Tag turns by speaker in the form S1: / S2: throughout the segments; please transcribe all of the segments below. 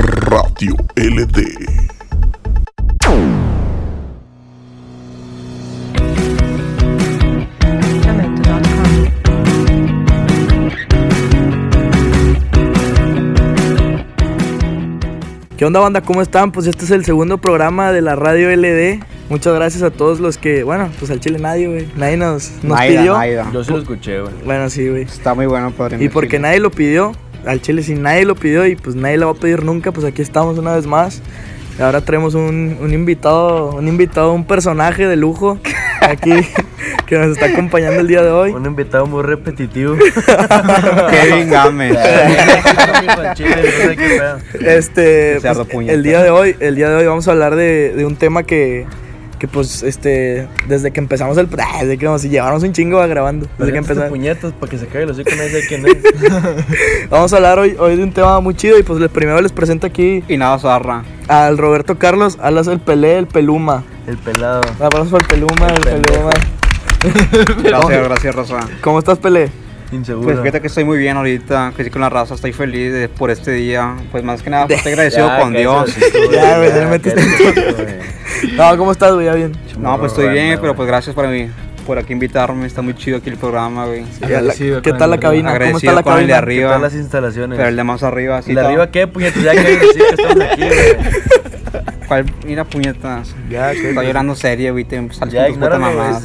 S1: Radio LD.
S2: Jamaica.com.
S3: ¿Qué onda banda? ¿Cómo están? Pues este es el segundo programa de la radio LD. Muchas gracias a todos los que, bueno, pues al chile nadie, güey. Nadie nos, nos
S4: Naida,
S3: pidió.
S4: Naida.
S5: Yo sí lo escuché, güey.
S3: Bueno, sí, güey.
S4: Está muy bueno, padrino.
S3: Y porque
S4: Sí.
S3: nadie lo pidió, al chile si nadie lo pidió y pues nadie lo va a pedir nunca, pues aquí estamos una vez más. Y ahora traemos un, un invitado, un invitado, un personaje de lujo aquí que nos está acompañando el día de hoy.
S5: Un invitado muy repetitivo.
S4: Kevin Gámez.
S3: Este,
S4: Se ardo
S3: pues,
S4: puñetas.
S3: el día de hoy, el día de hoy vamos a hablar de, de un tema que, que pues, este, desde que empezamos el, ah, desde que nos llevamos un chingo grabando, desde que
S5: empezó
S3: empezamos.
S5: puñetas para que se caiga el hocico nadie sabe quién es.
S3: Vamos a hablar hoy, hoy de un tema muy chido y pues les, primero les presento aquí
S4: y nada, Zarra.
S3: al Roberto Carlos, alas el Pelé, el Peluma.
S5: El pelado.
S3: Abrazo al Peluma, el,
S5: El pendejo.
S3: Peluma.
S4: Gracias, gracias, Rosa.
S3: ¿Cómo estás, Pelé?
S4: Pues
S5: Inseguro.
S4: fíjate que estoy muy bien ahorita, que sí con la raza, estoy feliz de- por este día. Pues más que nada, pues, estoy agradecido
S5: Ya,
S4: con
S5: cállate
S4: Dios.
S5: el hocico, güey.
S3: Ya, güey, ya
S5: Ya,
S3: metiste
S5: cállate el hocico, güey.
S3: No, ¿cómo estás, güey? Ya bien.
S4: No, pues estoy
S5: Rana,
S4: bien,
S5: güey.
S4: pero pues gracias por, mí, por aquí invitarme. Está muy chido aquí el programa, güey.
S3: Ya, la-
S6: agradecido
S3: ¿Qué
S6: con
S3: tal la
S6: el-
S3: cabina? ¿Cómo está
S4: Agradecido
S3: la
S4: con el de
S3: cabina?
S5: ¿Qué tal
S4: arriba,
S5: las instalaciones?
S4: pero el de más arriba, sí.
S5: ¿Y la
S4: está-
S5: pues. arriba qué, puñetas? Ya que el hocico estamos aquí, güey.
S4: ¿Cuál? Mira, puñetas.
S5: Ya, que-
S4: Está llorando serio, güey. Te sales
S5: Ya,
S4: con tus putas
S5: ignórame,
S4: mamadas.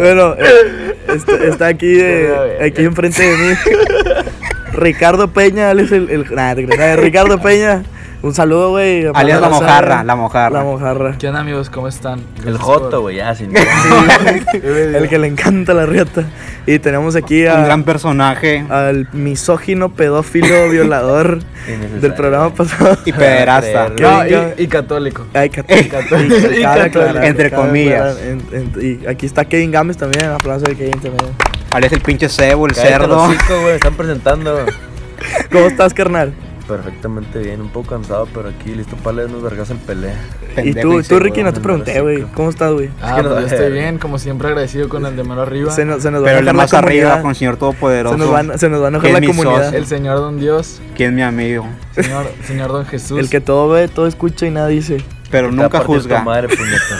S3: bueno, eh, está, está aquí, eh, aquí enfrente de mí. Ricardo Peña, él es el. el- nah, te creas. Eh, Ricardo Peña, un saludo, güey. a
S4: Alias la
S3: raza,
S4: mojarra,
S3: eh.
S4: la mojarra.
S3: La mojarra.
S6: ¿Qué onda amigos? ¿Cómo están?
S5: El
S6: Gracias
S5: Joto,
S6: por-
S5: güey, ya, sin
S3: El que le encanta la riata. Y tenemos aquí
S4: Un
S3: a-
S4: gran personaje.
S3: al misógino, pedófilo, violador
S5: Innecesario.
S3: del programa pasado.
S4: Y pederasta.
S5: creer,
S6: No,
S3: Venga.
S6: y, y católico.
S3: Ay, católica.
S4: Y católica. Entre comillas.
S3: y aquí está Kevin Gámez también. Un aplauso de Kevin también.
S4: Alias el pinche cebo, el
S5: Cállate el
S4: cerdo.
S5: hocico, güey, están presentando.
S3: ¿Cómo estás, carnal?
S5: Perfectamente bien, un poco cansado, pero aquí listo para leer unos vergas en pelea.
S3: Y
S4: Pendejo,
S3: tú,
S4: dice,
S3: tú Ricky, no te
S5: güey,
S3: pregunté,
S5: no
S3: güey.
S5: sé.
S3: ¿Cómo estás, güey?
S6: Ah,
S5: que no-
S6: pues yo
S4: eh,
S6: estoy bien, como siempre agradecido con el de mano arriba.
S3: Se nos, se nos va a
S4: Pero el de
S3: enojar la
S4: más arriba
S3: comunidad.
S4: con el Señor Todopoderoso.
S3: se, nos van, se nos va a enojar
S4: Que
S3: la
S4: es mi
S3: comunidad.
S4: socio.
S6: El señor don Dios,
S4: Que es mi amigo.
S6: señor, señor don Jesús.
S3: El que todo ve, todo escucha y nada dice.
S4: Pero
S5: Te va
S4: nunca
S5: a partir tu
S4: juzga.
S5: madre, puñetas.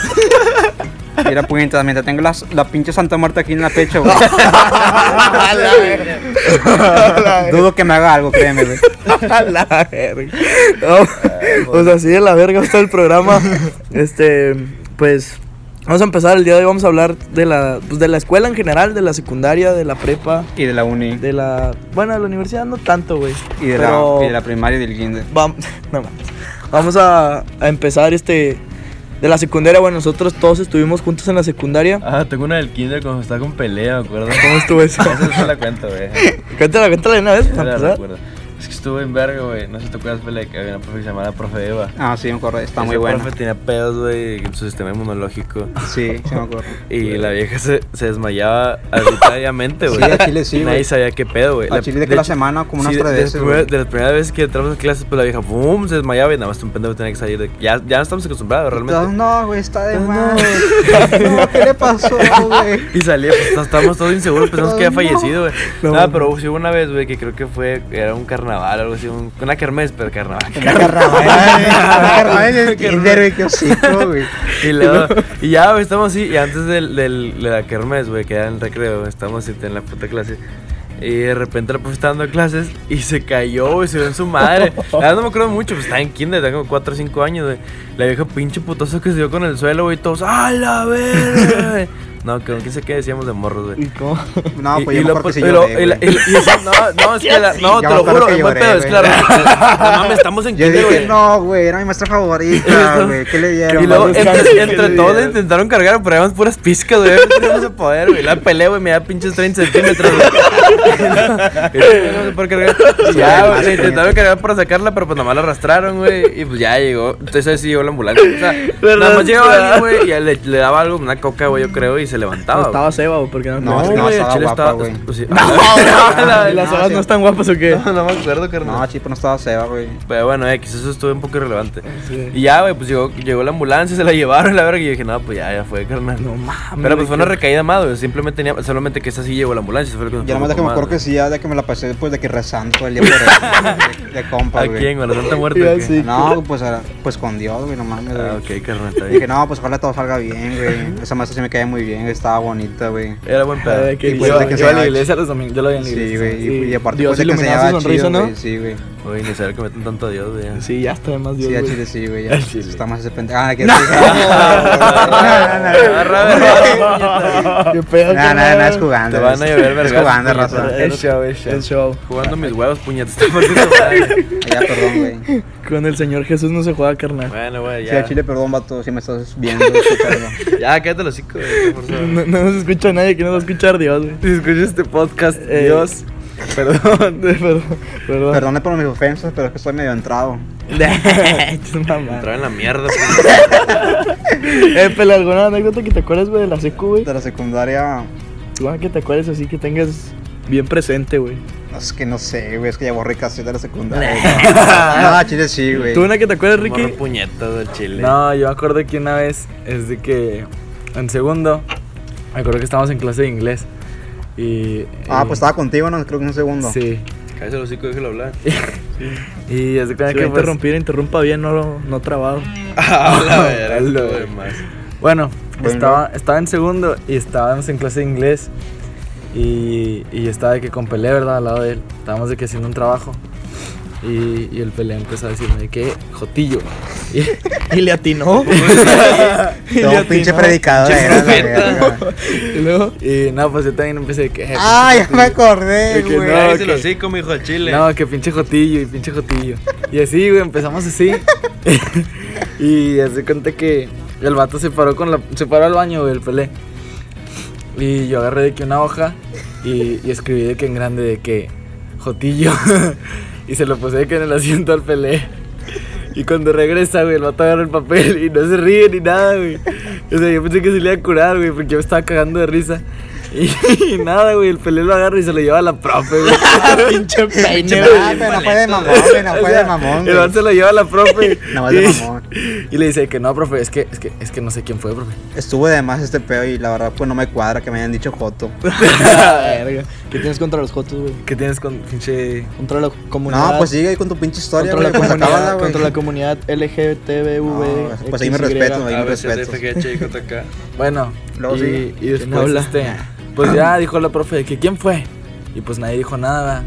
S4: Mira, puñetas, mientras tengo las- la pinche Santa Marta aquí en la pecha, güey. Dudo que me haga algo, créeme, güey.
S3: A la verga.
S4: Ah,
S3: No, o sea, así de la verga está el programa. Este, pues, vamos a empezar. El día de hoy vamos a hablar de la, pues, de la escuela en general, de la secundaria, de la prepa,
S4: Y de la uni.
S3: de la. Bueno, de la universidad no tanto, güey.
S4: Y de,
S3: Pero
S4: la, y de la primaria y del kinder.
S3: vam- no mames. Vamos a, a empezar este. De la secundaria, bueno, nosotros todos estuvimos juntos en la secundaria.
S5: Ah, tengo una del kinder cuando está con pelea, ¿me acuerdo?
S3: ¿Cómo estuvo eso?
S5: Esa no la cuento, güey.
S3: Cuéntala, cuéntala de una vez.
S5: Esa
S3: para
S5: la
S3: empezar.
S5: recuerdo. Es que estuve en verga, güey. No sé si te acuerdas, pelea, que había una profe que se llamaba la profe Eva.
S4: Ah, sí, me acuerdo. Está
S5: Esa
S4: muy bueno.
S5: profe tenía pedos, güey, en su sistema inmunológico.
S4: Sí, sí me acuerdo.
S5: Y la vieja se, se desmayaba arbitrariamente, güey.
S4: Sí, a Chile sí,
S5: Nadie
S4: güey.
S5: sabía qué pedo, güey.
S4: A Chile Ah, de que la semana, como unas
S5: sí,
S4: tres
S5: de,
S4: veces,
S5: las primeras-
S4: güey.
S5: de las primeras veces que entramos en clases, pues la vieja, ¡boom! se desmayaba y nada más un pendejo tenía que salir. De, ya, ya estamos acostumbrados, realmente.
S4: No, güey, está de
S5: No,
S4: mal. No, ¿qué le pasó, güey?
S5: Y salía, pues no- estábamos todos inseguros, pensamos que había
S4: No.
S5: fallecido, güey.
S3: No,
S5: Nada,
S3: no.
S5: pero sí hubo una vez, güey, que creo que fue, era un carnaval o algo así, un- una kermés, pero carnaval.
S4: Una carnaval en el kinder, güey, qué hocico, güey.
S5: Y, luego, y ya, güey, estamos así. Y antes del, del- de la kermés, güey, que era el recreo, estamos así en la puta clase. Y de repente la profe está dando clases y se cayó, güey, se dio en su madre. La verdad no me acuerdo mucho, pues estaba en kinder, tenía como 4 o 5 años, güey. La vieja pinche putazo que se dio con el suelo, güey, todos, ¡a la verga! güey". No, creo que se que decíamos de morros, güey.
S3: ¿Y cómo?
S4: No,
S5: Y-
S4: pues
S5: y
S4: yo me
S5: lo-
S4: acuerdo que sí
S5: y lo-
S4: lloré,
S5: y la-
S4: güey.
S5: y la- y esa- No, no, es que la- no,
S4: Ya
S5: te
S4: me
S5: lo
S4: acuerdo
S5: juro,
S4: que
S5: es buen
S4: lloré,
S5: pedo, es
S4: güey.
S5: claro. No mames, estamos en
S4: Yo
S5: kinder,
S4: dije,
S5: güey.
S4: no, güey, era mi maestra favorita, güey. ¿Qué le dieron?
S5: Y luego
S4: Mario
S5: entre,
S4: Kart?
S5: entre
S4: ¿Qué le
S5: todos le
S4: dieron?
S5: intentaron cargar, pero eran puras pizcas, güey. No se poder, güey. La pelea, güey, me da pinches 30 centímetros, güey. Y no se puede cargar. Y Ya, güey, le intentaron cargar para sacarla, pero pues nada más la arrastraron, güey. Y pues ya llegó. Entonces ahí sí llegó la ambulancia. O sea, nada más llegaba alguien, güey, y le, le daba algo, una coca, güey, yo creo, y se levantaba.
S6: No
S5: güey.
S6: estaba ceba, porque no.
S5: No,
S4: No,
S5: güey,
S4: no
S5: el
S4: estaba
S5: chile
S4: guapa,
S5: estaba.
S4: güey.
S5: pues sí.
S6: Ah, la-
S4: no,
S6: ¿Las
S4: no,
S6: cebas
S4: sí.
S6: no están guapas o qué?
S5: no me acuerdo, carnal.
S4: No, Chipre no estaba ceba, güey.
S5: Pero bueno, X, eso estuvo un poco irrelevante.
S6: Sí.
S5: Y ya, güey, pues llegó, llegó la ambulancia, se la llevaron, la verga. Y yo dije, no, pues ya, ya fue, carnal.
S6: No mames.
S5: Pero pues fue una
S6: güey,
S5: recaída más, güey. Simplemente tenía, solamente que esa sí llegó la ambulancia. Fue lo que nos
S4: Ya
S5: preocupó
S4: nomás de que me
S5: más,
S4: acuerdo que
S5: güey.
S4: sí, ya de que me la pasé después de que rezando todo el día por eso, güey, de, de compa,
S5: ¿A
S4: güey.
S5: quién, güey? ¿La tanta muerte?
S6: Ya
S5: o qué?
S6: sí.
S4: No, pues, a- pues con Dios, güey, no mames, güey.
S5: Ah, ok, carnal, está
S4: Dije,
S5: bien.
S4: no, pues ojalá todo salga bien, güey. Esa maestra se me caía muy bien, güey, estaba bonita, güey.
S5: Era buen pedo.
S6: Ay, qué
S5: Y
S3: Yo,
S6: Y
S5: pues,
S4: de que
S3: yo
S4: se
S3: a la
S4: va-
S3: iglesia los domingos. Yo lo vi en la
S4: Sí,
S3: iglesia.
S4: güey, y,
S6: sí.
S4: y aparte
S6: Dios
S4: pues de que
S6: iluminaba
S4: enseñaba
S6: su sonrisa,
S4: chido,
S6: ¿no?
S4: güey, sí, güey.
S5: Uy, ni saber que meten tanto a Dios, güey. ya.
S6: Sí, ya está de más Dios.
S4: Sí, a
S6: güey.
S4: Chile sí, güey. ya.
S6: Chile.
S4: Está más ese pendejo. Ah, que no, no,
S5: Ah, Agarra, verga,
S6: ¿Qué pedo?
S4: no, no, no, es jugando.
S5: Te van a llover
S4: Es
S5: vergas,
S4: jugando,
S5: puñetas.
S4: raza.
S3: eh.
S6: El show, el show. El show.
S5: Jugando mis huevos, puñetas. te partes de madre.
S4: Ya, perdón, güey.
S6: Con el Señor Jesús no se juega, carnal.
S5: Bueno, güey,
S4: Sí, a
S5: ya.
S4: Chile, perdón, vato, si me estás viendo. escuchando.
S5: Ya, cállate los cinco, güey. por favor.
S6: No, no nos escucha nadie, que nos va a escuchar Dios, güey.
S5: Si escuchas este podcast,
S6: Eh.
S5: Dios, perdón.
S6: Perdón, perdón.
S4: Perdone por mis ofensas, pero es que estoy medio entrado.
S6: Tus mamás.
S5: Entraba en la mierda. puñetas.
S6: Eh, pero alguna anécdota que te acuerdes, güey, de la secu, güey.
S4: De la secundaria,
S6: Alguna que te acuerdes así que tengas bien presente, güey.
S4: es que no sé, güey, es que ya borré casi de la secundaria. güey. No, a Chile sí, güey.
S6: ¿Tú una que te acuerdes, Ricky?
S5: Morro puñetas del chile.
S3: No, yo me acuerdo que una vez es de que en segundo, me acuerdo que estábamos en clase de inglés. Y.
S4: Ah,
S3: y-
S4: pues estaba contigo, ¿no? Creo que un segundo.
S3: Sí.
S5: Cállate los cinco, déjalo hablar.
S3: Y es de
S6: Si
S3: que
S6: va a
S3: pues,
S6: interrumpir, interrumpa bien, no, lo- no trabajo.
S5: Habla, verga,
S3: Habla,
S5: todo
S3: güey.
S5: demás.
S3: Bueno,
S4: Bueno.
S3: Estaba, estaba en segundo y estábamos en clase de inglés. Y, y yo estaba de que con Pelé, ¿verdad? Al lado de él. Estábamos de que haciendo un trabajo. Y, y el Pelé empezó a decirme de que Jotillo. Y,
S6: Y le atinó.
S4: Todo
S6: Y le
S4: pinche
S6: atinó.
S4: predicador.
S5: Pinche
S4: era la
S5: profeta.
S4: verga, güey.
S3: y luego, y no, pues yo también empecé de que. eh,
S4: Ah, ya me
S3: De
S4: acordé,
S3: que
S4: güey.
S3: no,
S5: Cállate
S3: ok.
S5: los cinco, mijo, al chile.
S3: No, que pinche jotillo y pinche jotillo. Y así, güey, empezamos así. y hace cuenta que el vato se paró con la. Se paró al baño, güey, el pelé. Y yo agarré de que una hoja y, y escribí de que en grande de que Jotillo. y se lo puse de que en el asiento al pelé. Y cuando regresa, güey, el vato agarra el papel y no se ríe ni nada, güey. O sea, yo pensé que se le iba a curar, güey, porque yo me estaba cagando de risa. Y, nada, güey, el pelé lo agarra y se lo lleva a la profe, güey.
S6: Pinche peine, güey.
S4: Ah, pero no fue de mamón, güey, no
S3: O
S4: fue
S3: sea,
S4: de mamón.
S3: El
S4: güey.
S3: man se lo lleva a la profe.
S4: No, es de
S3: y-
S4: mamón.
S3: Y le dice que no, profe, es que, es que, es que no sé quién fue, profe.
S4: Estuve de más este pedo y la verdad, pues no me cuadra que me hayan dicho Joto.
S6: Verga. ¿Qué tienes contra los Jotos, güey?
S3: ¿Qué tienes con pinche.
S6: Contra la comunidad.
S4: No, pues sigue ahí con tu pinche historia,
S6: Contra
S4: güey.
S6: la
S4: Pues acábala,
S6: comunidad,
S4: güey.
S6: contra la comunidad LGTBV.
S4: No, pues ahí me
S6: XY.
S4: respeto, güey.
S5: A ver,
S4: respeto.
S5: CTFG, chico, acá.
S3: Bueno,
S4: Luego
S3: y,
S4: sigue.
S3: y después
S6: habla?
S3: este, Pues ya dijo la profe de que quién fue. Y pues nadie dijo nada.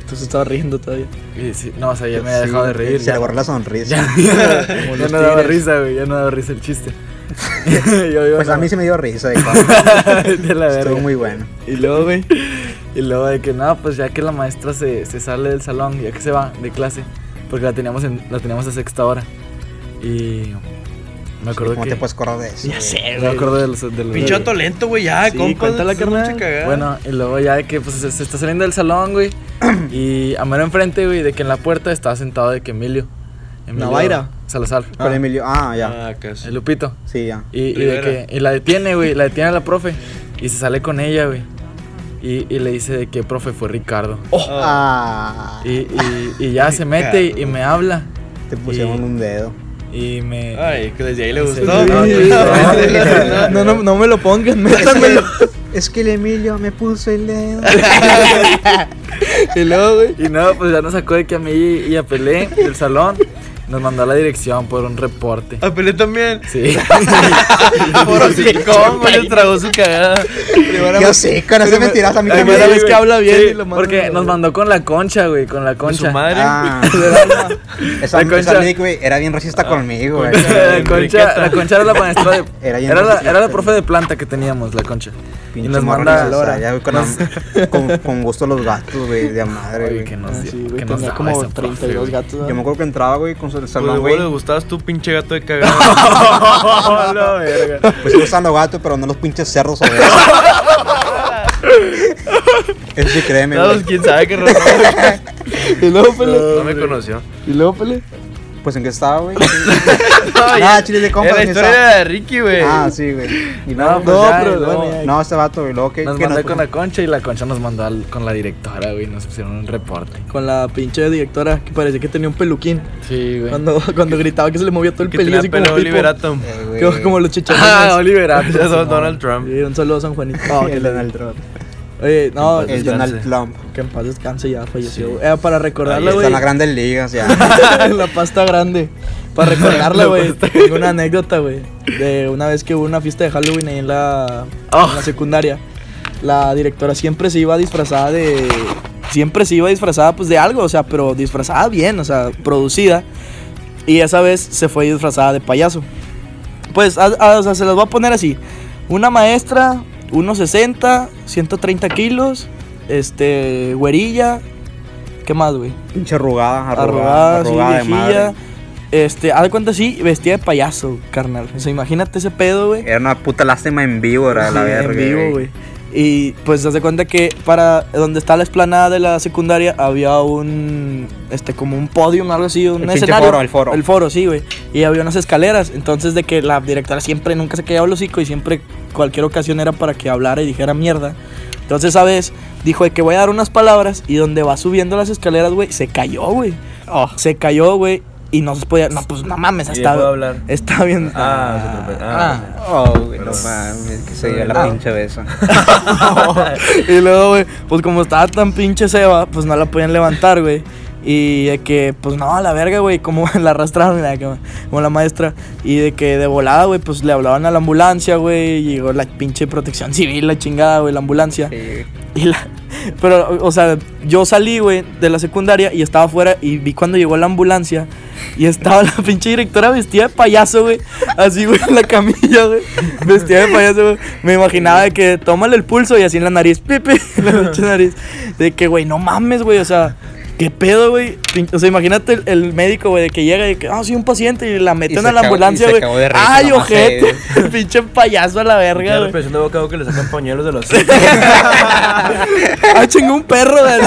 S6: Entonces estaba riendo todavía.
S3: Y sí, no, o sea, ya me había dejado de reír.
S4: Se
S3: ya.
S4: le borró la sonrisa.
S3: Ya, ya
S6: Como los
S3: no daba
S6: tigres.
S3: risa, güey. Ya no daba risa el chiste. Yo iba,
S4: Pues a
S3: no.
S4: mí se me dio risa, de cómo.
S3: De la verga.
S4: Estuvo muy bueno.
S6: Y luego, güey.
S3: Y luego de que no, pues ya que la maestra se, se sale del salón, ya que se va de clase, porque la teníamos, en, la teníamos a sexta hora. Y me acuerdo
S4: ¿Cómo
S3: que...
S4: te puedes correr de eso?
S6: Ya sé,
S3: me
S6: güey.
S3: acuerdo de los... De los
S5: Pinchoto lento, güey, ya,
S6: Sí,
S5: compa.
S6: cuéntala,
S5: esa
S6: carnal.
S5: pinche cagada.
S3: Bueno, y luego ya de que pues, se, se está saliendo del salón, güey. y a mano enfrente, güey, de que en la puerta estaba sentado de que Emilio. Emilio
S6: Navaira.
S3: Salazar.
S4: Con Emilio. Ah, ya.
S5: Ah, casi.
S3: El Lupito.
S4: Sí, ya.
S3: Y, y de
S5: Rivera.
S3: que, y la detiene, güey, la detiene a la profe. Y se sale con ella, güey. Y, y le dice de que profe fue Ricardo.
S4: Ah,
S3: Y, y- y ya se mete y, y me habla.
S4: te pusieron
S3: y-
S4: un dedo.
S3: Y me.
S5: Ay, que desde ahí le
S3: Sí.
S5: gustó.
S3: No, no,
S6: No, no, no, no me lo pongan, métanmelo.
S4: Es que el Emilio me puso el dedo.
S6: Y luego, güey.
S3: Y no, pues ya nos sacó de que a mí y a Pelé del salón. Nos mandó a la dirección por un reporte.
S5: Apelé también.
S3: Sí.
S5: Por hocicón, güey, le tragó su cagada.
S4: Yo sé, con esas mentiras a mí
S6: Ay,
S4: también.
S6: primera vez que habla bien
S3: Sí,
S6: y lo manda a
S3: Porque
S6: la
S3: nos
S6: verga.
S3: mandó con la concha, güey, con la
S5: Con su
S3: concha.
S5: madre.
S4: Ah, esa,
S3: La concha.
S4: esa Nick, güey, era bien racista conmigo, güey.
S3: la, concha
S5: Enriqueta.
S3: la concha era la maestra de.
S4: Era bien
S3: Era la,
S4: racista.
S3: era la profe de planta que teníamos, la concha.
S4: Pinche
S3: y nos
S4: morra
S3: manda.
S4: innecesaria, güey, con, con, con gusto a los gatos, güey, de madre,
S3: Oye,
S4: güey.
S3: que nos,
S6: Ah,
S3: dio-
S6: sí, güey,
S3: que nos
S6: tenía
S3: daba
S6: como
S3: esa profe,
S6: 32
S3: güey.
S6: gatos.
S4: Yo me acuerdo que entraba, güey, con el
S5: Pues
S4: salón,
S5: luego
S4: güey.
S5: le gustabas tú, pinche gato de cagada.
S3: Oh, la verga.
S4: Pues sí gustan los gatos, pero no los pinches cerdos o güey. Eso sí, créeme,
S5: No, pues,
S4: güey.
S5: quién sabe qué razón.
S6: Y luego, pele.
S5: No me conoció.
S6: Y luego, pele.
S4: Pues en qué estaba, güey.
S5: no,
S4: Ah, chiles de compas,
S5: La
S4: esa.
S5: historia era de Ricky, güey.
S4: Ah, sí, güey. Y
S6: No,
S4: luego-
S6: pues
S4: no,
S6: ya,
S4: pero
S6: y
S4: no,
S6: luego-
S4: no, este vato, y luego que,
S6: Nos
S4: que
S6: mandó
S4: nos-
S6: con la concha y la concha nos mandó al- con la directora, güey. Nos pusieron un reporte.
S3: Con la pinche directora que parecía que tenía un peluquín.
S6: Sí, güey.
S3: Cuando, cuando gritaba que se le movía todo el
S5: que
S3: pelillo
S5: tenía
S3: así como
S5: pelo
S3: tipo-
S5: Oliver Atom.
S4: Eh, güey.
S3: que- como los chicharrones.
S6: Ah, Olivera.
S5: Ya son Donald Trump.
S3: Sí, un saludo a San Juanito. No, que
S4: El
S3: le- Pues
S4: Donald Trump.
S3: Oye, no,
S5: Entonces,
S4: El
S3: que
S4: Donald
S5: descanse.
S4: Trump.
S3: en paz descanse ya falleció. güey. Eh, para recordarla,
S5: Ahí
S4: Está
S3: güey.
S4: en las grandes ligas ya.
S3: la pasta grande. Para recordarla, güey. Tengo una anécdota, güey. De una vez que hubo una fiesta de Halloween ahí en la, en la secundaria. La directora siempre se iba disfrazada de. Siempre se iba disfrazada, pues de algo, o sea, pero disfrazada bien, o sea, producida. Y esa vez se fue disfrazada de payaso. Pues, a- a- o sea, se las voy a poner así. Una maestra, 1,60, 130 kilos, este, güerilla. ¿Qué más, güey?
S4: Pinche arrugada, arrugada,
S3: arrugada, sí,
S4: arrugada de
S3: viejilla.
S4: madre.
S3: Este, haz de cuenta sí, vestida de payaso, carnal. O sea, imagínate ese pedo, güey.
S4: Era una puta lástima en vivo, era la
S3: Sí,
S4: verga.
S3: en vivo, güey. Y pues haz de cuenta que para donde está la explanada de la secundaria había un este como un podio, algo así, un
S4: El pinche
S3: escenario.
S4: foro, el foro.
S3: El foro, sí, güey. Y había unas escaleras, entonces de que la directora siempre nunca se quedaba el hocico y siempre cualquier ocasión era para que hablara y dijera mierda. Entonces, ¿sabes? Dijo de que voy a dar unas palabras y donde va subiendo las escaleras, güey, se cayó, güey.
S4: Oh.
S3: Se cayó, güey, y no se podía, no pues no mames,
S5: Y puedo
S3: está
S5: hablar.
S3: está bien.
S5: eh, Ah, se trope- ah.
S4: Oh, güey, no
S5: Pero-
S4: mames, que se dio la
S5: Ah.
S4: pinche beso.
S3: y luego, güey, pues como estaba tan pinche ceba, pues no la podían levantar, güey. Y de que, pues no, a la verga, güey, como la arrastraron, mira, como, como la maestra. Y de que de volada, güey, pues le hablaban a la ambulancia, güey. Llegó la pinche protección civil, la chingada, güey, la ambulancia.
S4: Sí,
S3: Y la- pero, o sea, yo salí, güey, de la secundaria y estaba afuera y vi cuando llegó la ambulancia y estaba la pinche directora vestida de payaso, güey. Así, güey, en la camilla, güey. Vestida de payaso, güey. Me imaginaba de que tómale el pulso y así en la nariz, pipi, en la pinche nariz. De que, güey, no mames, güey, o sea. ¿Qué pedo, güey? Pin- O sea, imagínate el, el médico, güey, de que llega y que, ah, sí, un paciente y la meten
S4: se
S3: a la
S4: cagó- y
S3: ambulancia,
S4: se
S3: güey.
S4: cagó de risa,
S3: Ay,
S4: nomás
S3: ojete. pinche payaso a la verga,
S5: Ya la
S3: güey.
S5: presión de boca a boca le sacan pañuelos de los
S3: Ah, chingó un perro de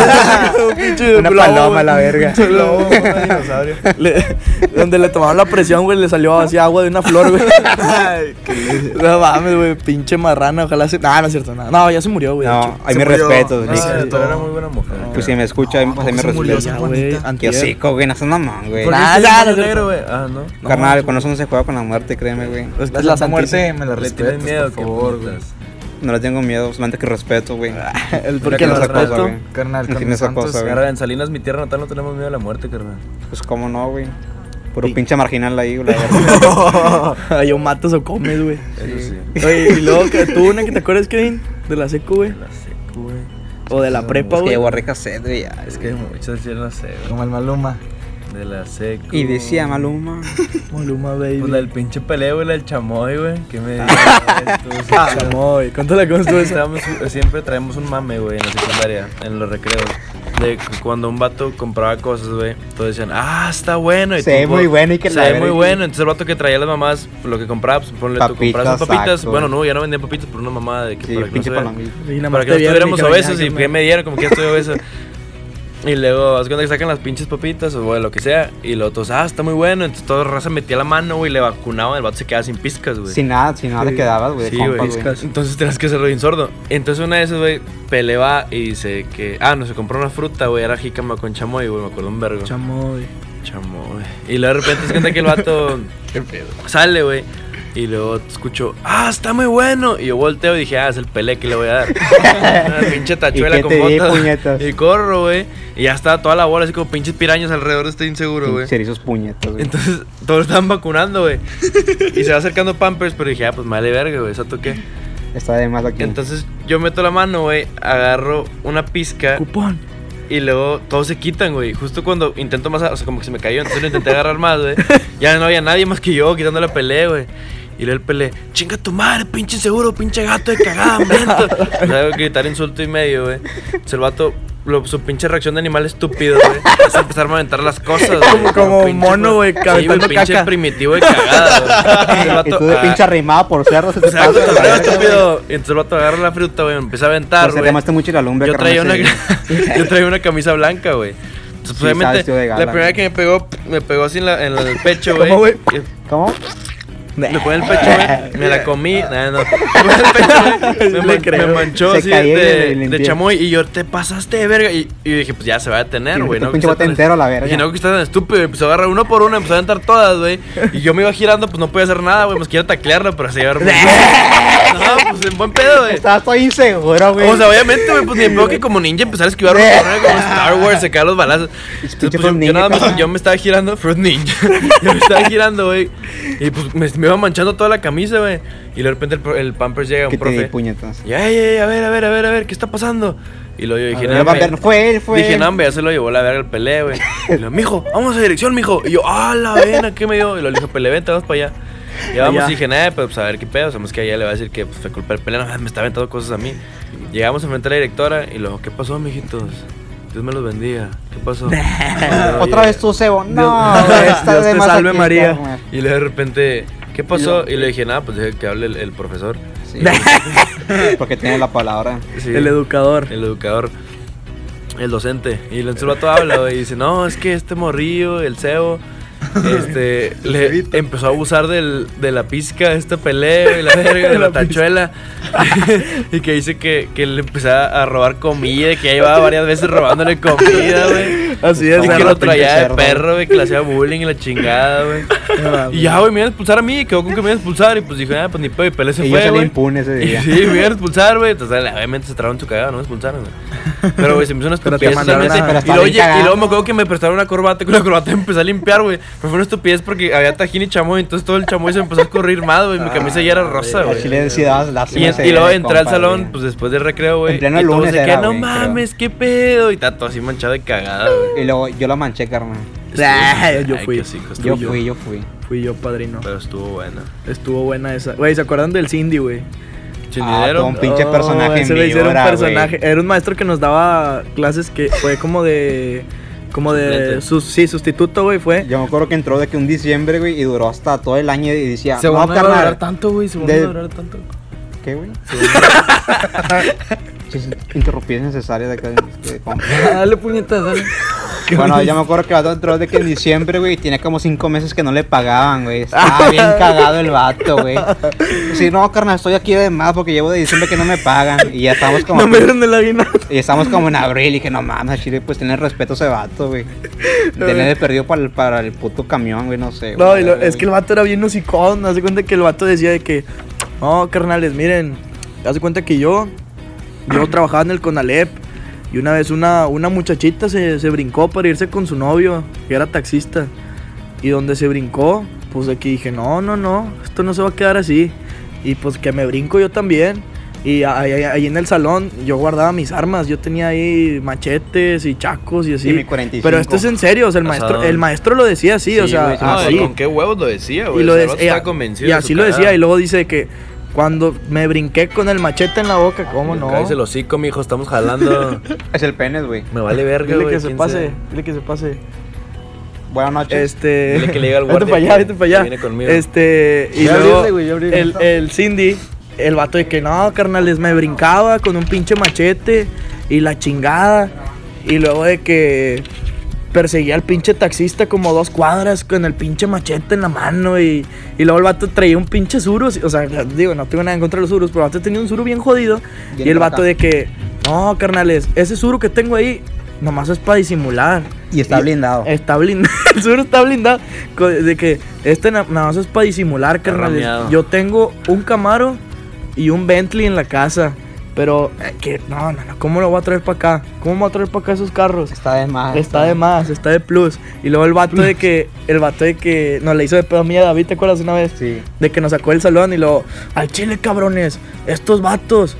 S3: un pinche
S4: Una
S3: globo,
S4: paloma,
S3: güey.
S4: la verga.
S3: Pinche globo, güey.
S5: dinosaurio.
S3: Le- donde le tomaron la presión, güey, le salió así agua de una flor, güey. no mames, güey, pinche marrana, ojalá se. Ah, No, no es cierto, nada. No, ya se murió, güey. de hecho.
S4: No, hay
S6: Se
S4: mis
S6: murió.
S4: respetos,
S5: No,
S6: Sí,
S4: Lick.
S5: la
S6: sí,
S5: doctora era
S6: no.
S5: muy buena mujer.
S4: Pues si me escucha, ahí, pues ahí me
S1: se murió,
S4: respeto.
S1: se
S3: Ya,
S1: murió.
S3: güey,
S1: bonita.
S4: Qué
S3: antier.
S4: hocico, güey, no seas mamón, güey.
S3: Nah,
S5: Ah,
S3: ya,
S5: ya,
S3: no, Pues-
S5: negro, güey. Ah, no.
S4: Carnal, con eso no se juega con la muerte, créeme, güey.
S3: Es que
S6: La,
S3: es la
S6: la muerte
S3: santísima.
S6: me la
S5: Le tienen
S6: respetas,
S5: miedo,
S6: por
S5: que
S6: favor, güey.
S5: putas.
S4: No le tengo miedo, solamente que respeto, güey.
S3: El
S5: Mira
S3: porque
S5: que
S3: lo
S5: no se
S3: respeto.
S5: pasa,
S4: güey.
S6: Carnal,
S4: No
S6: con
S4: tiene
S6: los
S4: esa
S6: santos,
S4: cosa, güey.
S5: Carnal, en Salinas, mi tierra natal, no tenemos miedo a la muerte, carnal.
S4: Pues cómo no, güey. Puro pinche marginal ahí, güey, la
S3: Pues,
S4: verdad.
S3: Ay, o matas o comes, güey.
S5: Eso sí.
S3: Oye, y luego, que- ¿tú una que te acuerdas, Kevin? De la secu, güey.
S5: La secu, güey.
S3: O de la prepa,
S4: Es que
S3: güey.
S4: llevo a rica sed, güey. ya.
S5: Es que hay muchas yo no sé, güey.
S6: Como el Maluma.
S5: De la secu.
S4: Y decía Maluma.
S3: Maluma, baby.
S5: Pues la del pinche peleo, güey, la del chamoy, güey. ¿Qué me dices?
S4: Ah.
S3: Chamoy, cuéntale cómo estuvo esa.
S5: Estábamos- siempre traemos un mame, güey, en la secundaria, en los recreos. De cu- cuando un vato compraba cosas, güey, todos decían, ah, está bueno.
S4: Se ve
S5: tú,
S4: muy bueno y que
S5: Se
S4: la
S5: ve
S4: verga
S5: muy
S4: y-
S5: bueno. Entonces el vato que traía las mamás, lo que compraba, pues ponle, tú
S4: Papitas,
S5: compras unas papitas.
S4: exacto.
S5: Bueno, no, ya no vendían papitas, pero una mamada de que
S4: Sí,
S5: para que no
S4: pinche
S5: se vea.
S4: palomita.
S3: Y nada más
S5: Para que
S3: te
S5: no
S3: vieron
S5: estuviéramos
S3: dijeron,
S5: obesos
S3: ya,
S5: y
S3: qué
S5: que me dieron como que ya estoy obeso. Y luego, haz cuenta que sacan las pinches papitas o güey, lo que sea. Y los otros, ah, está muy bueno. Entonces toda la raza metía la mano, güey, le vacunaban. El vato se quedaba sin pizcas, güey.
S4: Sin nada, sin nada te quedabas, güey. de
S5: Sí,
S4: compas,
S5: güey. Entonces tenías que hacerlo bien sordo. Entonces una de esas, güey, pelea y dice que. Ah, no, se compró una fruta, güey. Era jícama con chamoy, güey. Me acuerdo un vergo.
S3: Chamoy.
S5: Eh, chamoy. Y luego de repente se cuenta que el vato. Sale, güey. Y luego escucho, ah, está muy bueno. Y yo volteo y dije, ah, es el pelé que le voy a dar. Una pinche tachuela
S4: ¿Y qué
S5: con
S4: te di,
S5: botas.
S4: puñetas?
S5: Y corro, güey. Y ya estaba toda la bola, así como pinches pirañas alrededor, estoy inseguro, güey.
S4: Cerizos puñetas, güey.
S5: Entonces, todos estaban vacunando, güey. Y se va acercando Pampers, pero dije, ah, pues madre verga, güey, ¿eso toqué.
S4: Está de más aquí.
S5: Entonces yo meto la mano, güey, agarro una pizca
S3: Cupón.
S5: y luego todos se quitan, güey. Justo cuando intento más, o sea, como que se me cayó, entonces lo intenté agarrar más, güey. Ya no había nadie más que yo quitando la pelea, güey. Y luego el pelé, chinga tu madre, pinche seguro, pinche gato de cagada, mento. O sea, gritar insulto y medio, güey. Entonces el vato, lo- su pinche reacción de animal estúpido, güey. Es empezar a aventar las cosas, güey.
S3: Como- como
S5: pinche,
S3: mono, güey,
S5: Sí, güey,
S3: aventando
S5: pinche
S3: caca.
S5: primitivo de cagada, güey. El
S4: Y
S5: vato,
S4: tú de
S5: ah,
S4: pinche arrimada por cerros se te
S5: Exacto,
S4: pasa. la
S5: estaba
S4: verga, güey.
S5: estúpido. Y entonces el vato agarra la fruta, güey, me empieza a aventar,
S4: Pues te
S5: güey.
S4: quemaste mucho la lumbre,
S5: Yo traía, una,
S4: carnal, sí.
S5: yo traía una camisa blanca, güey. Entonces,
S4: Sí,
S5: pues, obviamente,
S4: sabes, yo de
S5: la
S4: gala,
S5: primera
S4: ¿no?
S5: que me pegó, me pegó así en, la- en la- en el pecho, güey.
S3: ¿Cómo, güey?
S5: Y-
S4: ¿Cómo?
S5: Me pegó en el pecho, güey. Me la comí.
S4: Ah.
S5: Nah, no. Me pegó en el pecho, güey. Me,
S3: Le
S5: man-
S3: creo.
S5: me manchó
S4: Se
S5: así
S4: cayó y
S5: de,
S4: le- le
S5: de
S4: limpié.
S5: chamoy. Y yo, te pasaste de verga. Y, y dije, pues ya se va a detener,
S4: Tiene
S5: güey.
S4: tu
S5: ¿no?
S4: este pinche
S5: Que
S4: bote
S5: está tan-
S4: entero a la verga.
S5: Dije, no, que estás tan estúpido. Y empezó a agarrar uno por uno. Empezó a aventar todas, güey. Y yo me iba girando, pues no podía hacer nada, güey. Pues quiero taclearlo, pero así iba a No, pues en buen pedo, güey.
S4: Estaba todo inseguro, güey.
S5: O sea, obviamente, güey, pues ni peor que como ninja empezar a esquivar una corona como Star Wars, se caen los balazos.
S4: Pinche
S5: Entonces, pues,
S4: Fruit
S5: yo,
S4: Ninja,
S5: yo nada más,
S4: cabrón.
S5: yo me estaba girando, Fruit Ninja. yo me estaba girando, güey. Y pues me, me iba manchando toda la camisa, güey. Y de repente el, pro- el Pampers llega, un
S4: que te di
S5: profe.
S4: puñetas.
S5: Y, ay, ay, a ver, a ver, a ver, a ver, ¿qué está pasando? Y luego yo dije,
S4: Pero
S5: no,
S4: va a ver,
S5: hombre.
S4: Fue él, fue
S3: Pues.
S5: Dije,
S4: él.
S5: no, hombre, ya se lo llevó la verga el Pelé, güey. Y lo, mijo, vamos a dirección, mijo. Y yo, ah, la vena, ¿qué me dio? Y lo le dije, Pelé, vente, vamos para allá. Y vamos,
S3: Allá.
S5: y dije, nada, pero pues a ver qué pedo. Sabemos que allá le va a decir que pues, fue culpa del Pelé, no, me está aventando cosas a mí. Llegamos enfrente a la directora y luego, ¿qué pasó, mijitos? Dios me los bendiga. ¿Qué pasó?
S4: Otra vez tu cebo. No,
S3: Dios-
S4: güey, está
S3: Dios
S4: de
S3: te
S4: más
S3: salve,
S4: aquí,
S3: María.
S4: güey.
S5: Y luego de repente, ¿qué pasó?
S3: eh.
S5: Y le dije, nada, pues deje que hable el, el profesor.
S4: Sí, porque tiene la palabra.
S5: Sí.
S3: El educador.
S5: El educador. El docente. Y el vato habla, güey, Y dice, no, es que este morrillo, el cebo. Este le empezó a abusar del, de la pizca, de este peleo y la verga, de la tachuela. y que dice que, que le empezaba a robar comida, que ya llevaba varias veces robándole comida, güey.
S3: Así
S5: Y
S3: es, cerdo,
S4: Ay,
S5: que lo
S4: rato, pinche
S5: traía de
S4: cerdo.
S5: perro, güey, que le hacía bullying y la chingada, güey.
S3: No mames.
S5: Y ya, güey, me iban a expulsar a mí, quedó con que me iban a expulsar. Y pues dije, ah, pues ni pedo, y pelé se
S4: y yo
S5: fue,
S4: salí
S5: güey.
S4: impune ese
S5: Y
S4: día.
S5: sí, me iban a expulsar, güey. Entonces, obviamente se trabaron su cagada, no me expulsaron, güey. Pero, güey, se me hizo una
S3: Pero te
S5: estupidez.
S3: mandaron
S5: totalmente.
S3: a- pero
S5: y,
S4: estaba
S5: luego,
S4: bien
S5: lle- y
S4: cagado.
S5: luego me acuerdo que me prestaron una corbata. Con la corbata empecé a limpiar, güey. Pero fue una estupidez porque había tajín y chamoy. Entonces todo el chamoy se me empezó a escurrir más, güey. Mi camisa ya era rosa,
S4: Al
S5: güey.
S4: chile sí dabas
S5: Y,
S4: lástima
S5: en-
S4: ese
S5: y luego
S4: día,
S5: entré al
S4: compa,
S5: salón,
S4: güey.
S5: pues después del recreo, güey.
S4: En pleno
S5: y todos
S4: lunes
S5: de que,
S4: era,
S5: no
S4: güey, creo".
S5: mames, qué pedo. Y está todo así manchado de cagada, güey.
S4: Y luego yo la manché, carnal.
S3: Ah, yo
S5: Ay,
S3: fui.
S5: qué hocico, estuvo
S4: Yo
S5: yo.
S4: fui, yo fui.
S3: Fui yo, padrino.
S5: Pero estuvo bueno.
S3: Estuvo buena esa. Güey, ¿se acuerdan del Cindy, güey? Oh,
S5: Chinidero.
S4: don- Un pinche personaje
S3: ese le
S4: en
S3: hicieron
S4: víbora,
S3: personaje. Era un maestro que nos daba clases que fue como de. Como de.
S5: Suplente.
S3: sus- sí, sustituto, güey, fue.
S4: Yo me acuerdo que entró de que un diciembre, güey, y duró hasta todo el año y decía,
S6: Según
S4: no,
S6: no iba a durar
S4: carnal.
S6: tanto, güey. Según no
S4: de-
S6: iba a durar tanto.
S4: ¿Qué, güey? Chis- Interrupidas necesarias de acá. de- de- compa.
S6: dale puñetas, dale.
S4: bueno, yo me acuerdo que el vato entró de que en diciembre, güey, y tenía como cinco meses que no le pagaban, güey. Estaba bien cagado el vato, güey. Sí, no, carnal, estoy aquí de más porque llevo de diciembre que no me pagan. Y ya estamos como.
S3: No me dieron el aguinaldo.
S4: Y estamos como en abril y dije, no mames, chile, pues tener respeto a ese vato, güey. Tener de perdido para el, para el puto camión, güey, no sé.
S3: No,
S4: este, güey,
S3: y lo- es que el
S4: güey.
S3: vato era bien hocicón. Hace cuenta que el vato decía de que, no, carnales, miren, hace cuenta que yo, yo trabajaba en el Conalep. Y una vez una, una muchachita se, se brincó para irse con su novio, que era taxista. Y donde se brincó, pues aquí dije, no, no, no, esto no se va a quedar así. Y pues que me brinco yo también. Y ahí, ahí- ahí en el salón yo guardaba mis armas, yo tenía ahí machetes y chacos y así.
S4: Y mi 45.
S3: Pero esto es en serio, o sea, el maestro,
S5: Asadón.
S3: el maestro lo decía así, o
S5: Sí,
S3: sea,
S5: güey, sí,
S3: así.
S5: no, ¿Con qué huevos lo decía, güey?
S3: Y, lo
S5: O sea, el
S3: des-
S5: vato
S3: eh,
S5: estaba convencido
S3: y
S5: de su
S3: así lo decía,
S5: cagada.
S3: y luego dice que cuando me brinqué con el machete en la boca, ¿cómo no?
S5: Cállese el hocico, mijo, estamos jalando.
S4: Es el penes, güey.
S5: Me vale verga,
S3: Dile
S5: güey.
S3: que se
S5: quién
S3: pase,
S5: sea.
S3: dile que se pase.
S4: Buenas noches.
S3: Este.
S5: Dile que le diga al
S3: Vete
S5: guardia
S3: para allá,
S5: que-
S3: vete para
S5: que
S3: allá.
S5: viene conmigo.
S3: Este. Y
S6: Ya
S3: luego.
S6: abrirle, güey, ya abrirle.
S3: el, el Cindy, el vato de que no, carnales, me brincaba con un pinche machete y la chingada. Y luego de que perseguía al pinche taxista como dos cuadras con el pinche machete en la mano. Y, y luego el vato traía un pinche suru. O sea, digo, no tengo nada en contra de los surus, pero el vato tenía un suru bien jodido.
S4: Bien
S3: y el
S4: rata.
S3: vato de que, no, carnales, ese suru que tengo ahí, nomás es para disimular.
S4: y está blindado.
S3: Está blindado. El sur está blindado. co- De que este na- nada más es para disimular, carnal.
S5: rameado.
S3: Yo tengo un Camaro y un Bentley en la casa. Pero, eh, que no, no, no. ¿Cómo lo voy a traer para acá? ¿Cómo voy a traer para acá esos carros?
S4: Ah, está de más.
S3: Está de más, está de plus. Y luego el vato de que, el vato de que nos le hizo de pedo a mí y a David, ¿te acuerdas una vez?
S4: Sí.
S3: De que nos sacó del salón y luego, al chile, cabrones, estos vatos,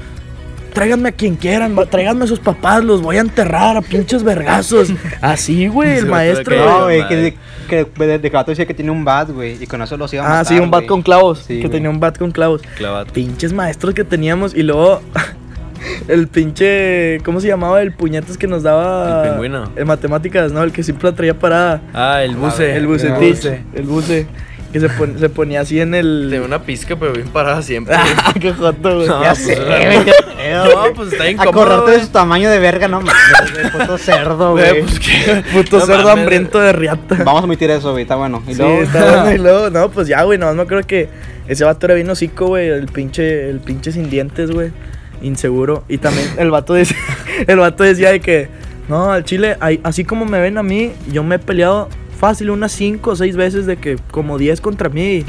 S3: tráiganme a quien quieran, va- tráiganme a sus papás, los voy a enterrar a pinches vergazos. Así, güey, el
S5: Se va a tener
S3: maestro.
S5: que-
S3: güey.
S4: No, güey, que,
S5: madre.
S4: de- que de, de que vato decía que tiene un bat, güey, y con eso los iba a matar.
S3: Ah, sí, un bat
S4: güey.
S3: con clavos.
S4: Sí,
S3: que
S4: güey.
S3: tenía un bat con clavos.
S5: Clavado.
S3: Pinches maestros que teníamos y luego. El pinche. ¿Cómo se llamaba? El puñetas que nos daba.
S5: El pingüino.
S3: En matemáticas, ¿no? El que siempre la traía parada.
S5: Ah, el buce.
S3: el
S4: buce.
S3: bucetich. El buce. Que se, pon- se ponía así en
S5: Tenía
S3: el.
S5: una pizca, pero bien parada siempre.
S3: Ah, qué joto, güey.
S5: No,
S4: Ya
S5: pues,
S4: sé,
S5: o sea,
S4: güey, qué pedo,
S5: no,
S4: güey.
S5: pues, está incómodo,
S4: Acordarte de
S5: güey.
S4: su tamaño de verga, no mames, güey, puto cerdo,
S5: Güey,
S4: güey.
S5: pues, ¿qué?
S3: Puto
S5: No
S3: cerdo
S5: mames.
S3: hambriento de riata.
S4: Vamos a omitir eso, güey, está bueno. Y
S3: Sí,
S4: luego-
S3: está bueno. Y luego, no, pues ya, güey, nomás me acuerdo que ese vato era bien hocico, güey, el pinche, el pinche sin dientes, güey, inseguro. Y también el vato decía, el vato decía de que, no, al chile, ay- así como me ven a mí, yo me he peleado fácil unas 5 o 6 veces de que como 10 contra mí.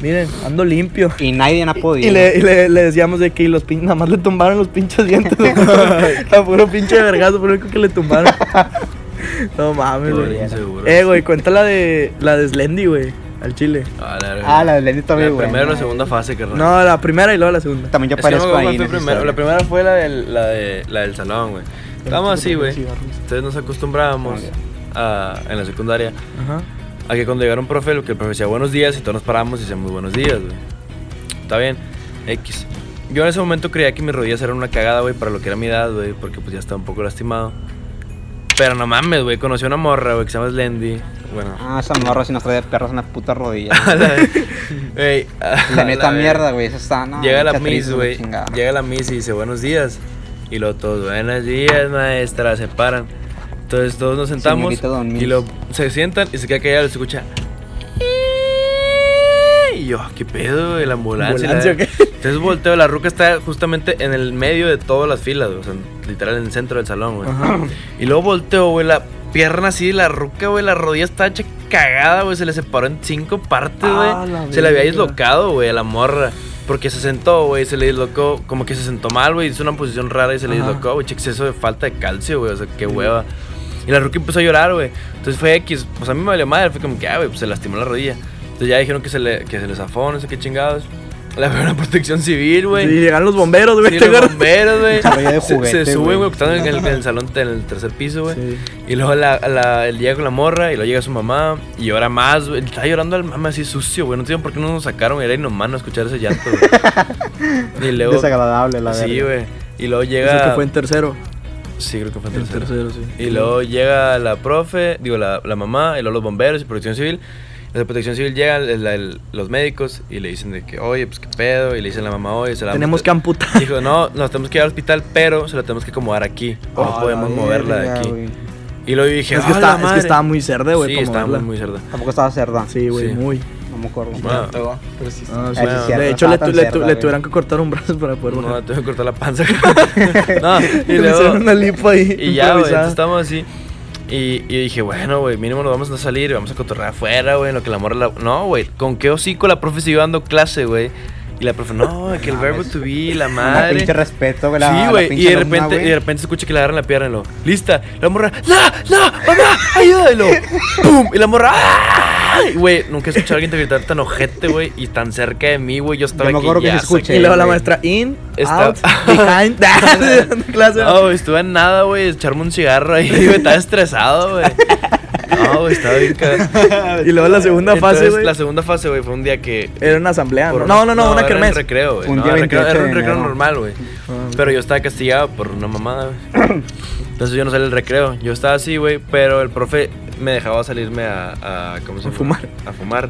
S3: Miren, ando limpio.
S4: Y nadie ha podido.
S3: Y le, y le- le decíamos de que y los pin- nada más le tumbaron los pinches dientes. a puro- a puro pinche vergazo, por lo único que le tumbaron. No mames,
S5: Pobre
S3: güey.
S5: inseguro.
S3: Eh, güey, cuenta la de, la de Slendy, güey, al chile.
S5: Ah, la,
S4: Ah, la de Lenny está bien,
S5: la
S4: güey.
S5: primera o la segunda fase, que
S3: No, la primera y luego la segunda.
S4: También yo
S5: Es que no me
S4: parezco
S5: acuerdo
S4: ahí.
S5: cuál
S4: en
S5: fue
S4: esa
S5: primero. La
S4: historia.
S5: primera fue la del, la de, la del salón, güey. Estábamos así, güey. Entonces nos acostumbrábamos a, en la secundaria
S3: Ajá.
S5: a que cuando llegara un profe, lo que el profe decía buenos días y todos nos paramos y decíamos buenos días, güey. Está bien, X. Yo en ese momento creía que mis rodillas eran una cagada, güey, para lo que era mi edad, güey, porque pues ya estaba un poco lastimado. Pero no mames, güey, conocí a una morra, güey, que se llama Slendy. Bueno.
S4: Ah, esa morra si nos trae perros en la puta rodilla.
S5: a la- güey, a
S4: Ah. La neta
S5: verga.
S4: mierda, güey. Esa está, no.
S5: Llega la
S4: mucha
S5: Miss,
S4: tristeza,
S5: güey.
S4: chingada.
S5: Llega la Miss y dice buenos días. Y luego todos, buenos días, maestra, se paran. Entonces todos nos sentamos
S4: Señorita Don Miss.
S5: y lo se sientan y se queda callado y se escucha. Y yo, "Ah, ¿qué pedo? güey? La ambulancia. ¿eh?
S3: ¿Ambulancia
S5: la- Entonces volteo, la ruca está justamente en el medio de todas las filas, güey, o sea, literal en el centro del salón, güey. Y luego volteo, güey, la pierna así, la ruca, güey, la rodilla está hecha cagada, güey, se le separó en cinco partes, güey.
S3: Ah, la
S5: se le había
S3: verga.
S5: dislocado, güey, a la morra. Porque se sentó, güey, se le dislocó, como que se sentó mal, güey, hizo una posición rara y se le
S3: Ajá.
S5: dislocó, güey, che, exceso de falta de calcio, güey, o sea, qué hueva. Y la ruca empezó a llorar, güey. Entonces fue X, pues a mí me valió madre, fue como que, ah, güey, pues se lastimó la rodilla. Entonces ya dijeron que se le, que se le zafó, no sé qué chingados. La fueron a protección civil, güey.
S3: Sí, llegan los bomberos, güey.
S5: Sí,
S3: ¿te
S5: los
S3: acuerdas?
S5: bomberos, güey.
S4: Desarrollo de
S5: Se- Se,
S4: juguete,
S5: suben,
S4: güey.
S5: güey, porque están en el, en el salón, en el tercer piso, güey.
S3: Sí.
S5: Y luego la, la- él llega con la morra y luego llega su mamá y llora más, güey. Está llorando al mamá así sucio, güey. No entiendo por qué no nos sacaron. Era inhumano escuchar ese llanto, güey. y luego.
S4: Desagradable, la verdad.
S5: Sí, güey. Y luego
S3: Dice
S5: llega.
S3: que fue en tercero.
S5: Sí, creo que fue en
S3: En
S5: tercero.
S3: tercero, sí.
S5: Y luego llega la profe, digo, la, la mamá, y luego los bomberos y protección civil. Los de protección civil llegan el- el- los médicos y le dicen de que, oye, pues qué pedo. Y le dicen a la mamá, oye, se la
S3: Tenemos que amputar.
S5: Dijo, no, nos tenemos que ir al hospital, pero se la tenemos que acomodar aquí. No
S4: Ah,
S5: podemos
S4: la
S5: moverla de
S4: verga,
S5: aquí.
S4: güey.
S5: Y luego yo dije,
S3: Es que,
S5: "Ah, la
S3: está- es que
S5: madre".
S3: estaba muy cerda, güey.
S5: Sí,
S3: para
S5: estaba muy,
S3: moverla.
S5: muy cerda.
S4: Tampoco estaba cerda.
S3: Sí, güey,
S5: Sí.
S3: muy.
S4: No me acuerdo.
S5: Bueno,
S6: Pero
S5: Pues
S6: sí, sí.
S3: Ah, sí.
S4: sí,
S5: Bueno,
S4: cierto,
S3: de hecho,
S4: estaba
S3: le,
S4: tan
S3: tu- le tu-
S4: cerda,
S3: le
S4: güey.
S3: tuvieron que cortar un brazo para poder
S5: no,
S3: bajar.
S5: tengo que cortar la panza. no, y
S3: Le hicieron
S5: luego.
S3: una lipa ahí.
S5: Y ya,
S3: improvisada.
S5: güey, entonces estábamos así. Y, y dije, bueno, güey, mínimo nos vamos a salir, vamos a cotorrear afuera, güey, en lo que la morra la... No, güey, ¿con qué hocico la profe siguió dando clase, güey? Y la profe, no, que el verbo to be, la
S4: Una
S5: madre.
S4: pinche respeto, güey. la-
S5: sí,
S4: la
S5: güey. Y
S4: pinche
S5: de
S4: alumna,
S5: repente,
S4: güey.
S5: y de repente se escucha que le agarran la pierna y lo. Lista. La morra. ¡No! ¡No! ¡Mamá! ¡Ayúdalo! ¡Pum! Y la morra. ¡ah! Y, Güey, nunca he escuchado a alguien gritar tan ojete, güey. Y tan cerca de mí, güey. Yo estaba
S4: Yo me
S5: aquí.
S4: acuerdo que
S5: ya
S4: se escucha,
S3: Y luego la
S4: güey.
S3: maestra, in,
S5: Está- Ah,
S3: out, behind, dando clase.
S5: No, güey, estuve en nada, güey. Echarme un cigarro ahí, güey. Estaba estresado, güey. No, güey, estaba bien cagado.
S3: Y luego la segunda fase,
S5: Entonces,
S3: güey.
S5: La segunda fase, güey, fue un día que.
S3: Era una asamblea.
S5: por-
S3: No, no, no, una
S5: era
S3: kermés.
S5: Un recreo, güey.
S4: Un
S5: No,
S4: día
S5: era recreo-
S4: 28
S5: era un
S4: de
S5: recreo
S4: enero.
S5: normal, güey. Pero yo estaba castigado por una mamada, güey. Entonces yo no salí al recreo. Yo estaba así, güey, pero el profe me dejaba salirme a. a ¿Cómo se
S3: A
S5: llama?
S3: fumar.
S5: A fumar.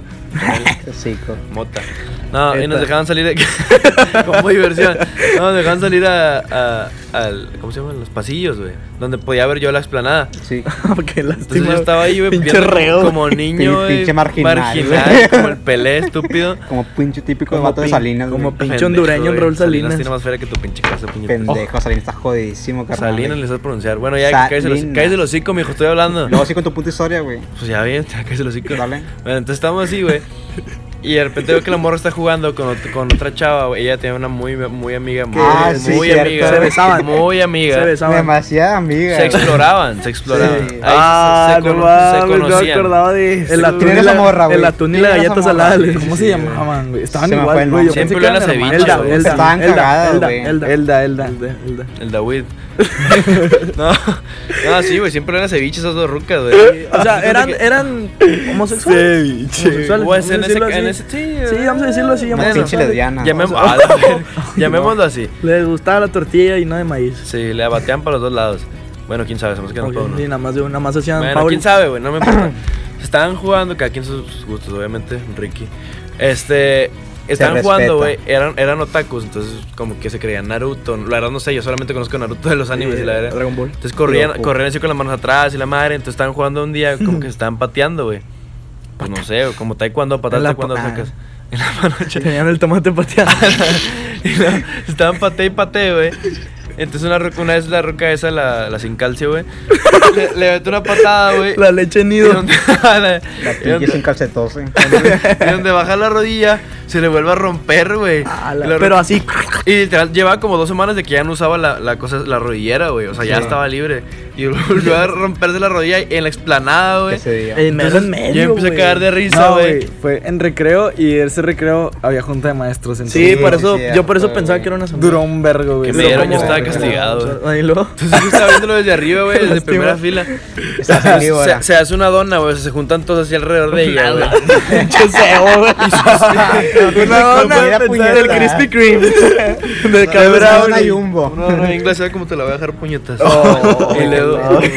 S4: Sí, co-
S5: Mota. No, y
S3: Neta.
S5: nos dejaban salir de. como diversión. No, nos dejaban salir a. a- al, ¿Cómo se llaman? Los pasillos, güey. Donde podía ver yo la explanada.
S4: Sí.
S3: Qué
S5: Entonces
S3: lástima.
S5: yo estaba ahí, güey,
S3: Pinche
S5: viendo
S3: reo.
S5: como niño,
S4: Pin-
S5: güey,
S4: pinche marginal,
S5: marginal,
S4: güey.
S5: como el pelé estúpido.
S4: Como pinche típico de
S3: Como
S4: vato de
S3: pin-
S4: Salinas.
S3: como
S4: güey.
S3: pin- Pinche hondureño,
S5: güey.
S3: Raúl Salinas.
S5: tiene más feria que tu pinche casa, puñetón.
S4: Pendejo, Salinas está jodidísimo, carnal.
S5: Oh. Salinas
S4: güey.
S5: les vas a pronunciar. Bueno, ya cállese los,
S4: Salinas.
S5: cállese el hocico, mijo, estoy hablando.
S4: Luego sí con tu puta historia, güey.
S5: Pues ya bien, ya cállese el hocico.
S4: Dale.
S5: Bueno, entonces estamos así, güey. Y de repente veo que la morra está jugando con, ot- con otra chava, güey. Ella tenía una muy, muy amiga, muy,
S4: Ah, sí,
S5: muy
S4: cierto.
S5: amiga.
S4: Se
S3: besaban.
S5: Muy amiga.
S3: Se besaban.
S4: Demasiada amiga. güey.
S5: Se exploraban, se exploraban.
S4: Sí.
S5: Ahí se-
S3: Ah,
S5: se,
S3: no
S5: cono- se
S3: mames, no me
S5: conocían.
S3: acordaba de
S5: Sí,
S3: el atún
S4: ¿quién
S3: y
S4: era
S3: la,
S4: esa morra, güey?
S3: el atún y
S4: ¿Quién
S3: la
S4: era esa
S3: galleta
S4: morra,
S3: salada.
S4: güey?
S3: le-
S6: ¿Cómo se llamaban, güey? Estaban
S4: Se me fue
S6: igual,
S4: el
S6: güey. Yo
S4: nombre.
S6: pensé
S5: Siempre
S6: que
S5: eran
S6: eran
S5: aceviche,
S6: hermanos.
S5: güey.
S6: Elda, Elda.
S4: Estaban cagadas,
S3: Elda,
S4: güey.
S3: Elda,
S6: Elda, Elda.
S3: Elda.
S5: El David. no, no, sí, güey. Siempre eran ceviches esas dos rucas, güey.
S3: Eh, O sea, eran,
S5: Que-
S3: eran homosexuales. homosexuales,
S5: Pues, en
S3: vamos a
S5: ese-
S3: decirlo
S5: en
S3: así.
S5: ese- sí, ah,
S3: Sí, vamos a decirlo así,
S4: Una
S5: Bueno,
S4: pinche
S3: homosexuales.
S4: lesbiana.
S5: llamem-
S3: o sea-
S5: a la verga, ah, llamémoslo así.
S3: Les gustaba la tortilla y no de maíz.
S5: Sí, le batean para los dos lados. Bueno, quién sabe, somos que no
S3: Ok,
S5: puedo, ¿no?
S3: Y nada más de una más hacían
S5: Bueno,
S3: Paul.
S5: quién sabe, güey, no me importa. Se estaban jugando, cada quien sus gustos, obviamente, Ricky. Este. Estaban
S4: respeta.
S5: jugando, güey. Eran, eran otakus, entonces como que se creían Naruto. La verdad no sé, yo solamente conozco Naruto de los animes y la verdad.
S3: eh, Dragon Ball.
S5: Entonces corrían,
S4: Loco.
S5: corrían así con las manos atrás y la madre. Entonces estaban jugando un día como que se estaban pateando, güey. Pues no sé, como taekwondo,
S3: En
S5: patada
S3: la
S5: taekwondo
S3: pa- ah.
S5: sacas. En la mano
S3: Tenían el tomate pateado.
S5: y luego estaban pate y pate, güey. Entonces una, roca- una vez la roca esa, la, la sin calcio, güey, le, le metió una patada, güey.
S3: la leche
S5: y
S3: nido.
S5: donde, la-
S4: La
S5: y donde-
S4: pinche sin calcetose.
S5: y donde baja la rodilla, se le vuelve a romper, güey.
S3: Ah, la-
S5: La ro-
S3: pero así.
S5: y literal, llevaba como dos semanas de que ya no usaba la, la cosa, la rodillera, güey. O sea, ya
S4: Sí.
S5: estaba libre. Y volvió a romperse la rodilla en la explanada, güey.
S4: Ese día.
S3: En medio,
S5: Entonces,
S3: en medio.
S5: yo empecé a
S3: güey.
S5: cagar de risa,
S6: No,
S5: güey.
S6: güey, fue en recreo y ese recreo había junta de maestros.
S3: Sí,
S6: entonces
S4: Sí,
S3: por eso,
S4: sí,
S3: yo por eso
S4: cierto,
S3: pensaba
S4: güey.
S3: que era una
S6: Duró un vergo, güey.
S5: Qué
S6: Duró
S5: mero,
S6: como-
S5: yo estaba
S4: verga.
S5: castigado, güey.
S3: Ahí luego.
S5: Entonces yo estaba viéndolo desde arriba, güey, desde
S3: Lástima.
S5: primera fila.
S4: Esa
S5: Se-
S4: salívora.
S5: Se, hace una dona, güey. Se juntan todos así alrededor de ella, güey.
S3: Pinche cebo, güey. Una dona
S4: Comida puñeta.
S3: del Krispy Kreme. De
S4: Cabra
S3: cabra.
S4: una jumbo.
S5: No, no, en inglés, ¿sabes cómo te la voy a dejar puñetas? Oh, y luego.
S4: no, güey.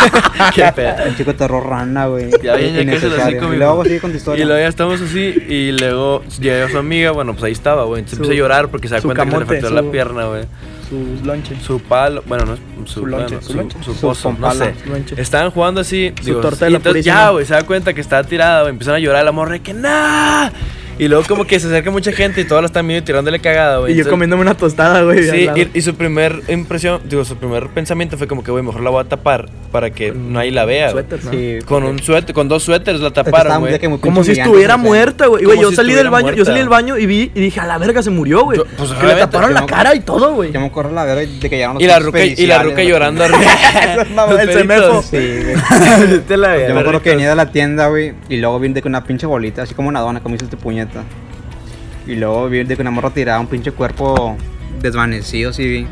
S5: Qué pedo.
S4: El chico terror rana, güey.
S5: Ya ven, ya que se la
S4: Innecesario.
S5: hocico,
S4: Y
S5: mijo.
S4: luego sigue con tu historia.
S5: Y luego ya estamos así. Y luego llega su amiga, bueno, pues ahí estaba, güey. Se
S3: Su-
S5: empieza a llorar porque se da
S3: su
S5: cuenta que se
S3: camote,
S5: le afectó
S3: su-
S5: la pierna, güey.
S3: Sus lonches.
S5: Su palo, bueno, no, es- su,
S3: Su lonche,
S5: bueno,
S3: su
S5: su,
S3: lonche.
S5: su
S4: Su
S5: pozo, no
S4: pompala.
S5: sé.
S3: Su lonche.
S5: Estaban jugando así,
S3: Su
S5: digo,
S3: torta de
S5: y
S3: la
S5: entonces
S3: Purísima.
S5: ya, güey, se da cuenta que estaba tirada, güey, empiezan a llorar la morra, de que nada. Y luego como que se acerca mucha gente y todos la están viendo y tirándole cagada, güey.
S3: Y yo
S5: Entonces-
S3: comiéndome una tostada, güey. al
S5: Sí,
S3: lado.
S5: y, y su primer impresión, digo, su primer pensamiento fue como que, güey, mejor la voy a tapar para que nadie la vea. güey.
S3: Suéter, ¿no?
S4: Sí.
S5: Con un suéter, con dos suéteres la
S4: Estaban
S5: taparon,
S4: de
S5: güey.
S4: que muy
S3: Como si
S4: pinches
S3: estuviera
S4: gigantes, güey.
S3: muerta, güey. Y, güey,
S5: Como
S3: yo
S5: si
S3: salí del
S5: estuviera
S3: baño, yo
S5: muerta.
S3: salí del baño y vi y dije, a la verga se murió, güey.
S5: Yo- pues,
S3: que le
S5: obviamente,
S3: taparon
S4: yo
S3: la
S4: me-
S3: cara y todo, güey.
S4: Yo me acuerdo la verdad de que llegaron los
S5: Y la
S4: pinches
S5: ruca, y la
S4: periciales,
S5: ruca
S4: güey.
S5: llorando arriba.
S3: mamá, el
S5: Los
S3: semefo.
S5: pelitos.
S4: Sí, güey.
S6: Te la
S4: Yo
S6: verga.
S4: me acuerdo que venía de la tienda, güey, y luego vi de que una pinche bolita, así como una dona, como hiciste puñeta. Y luego vi de que una morra tiraba un pinche cuerpo desvanecido, sí vi.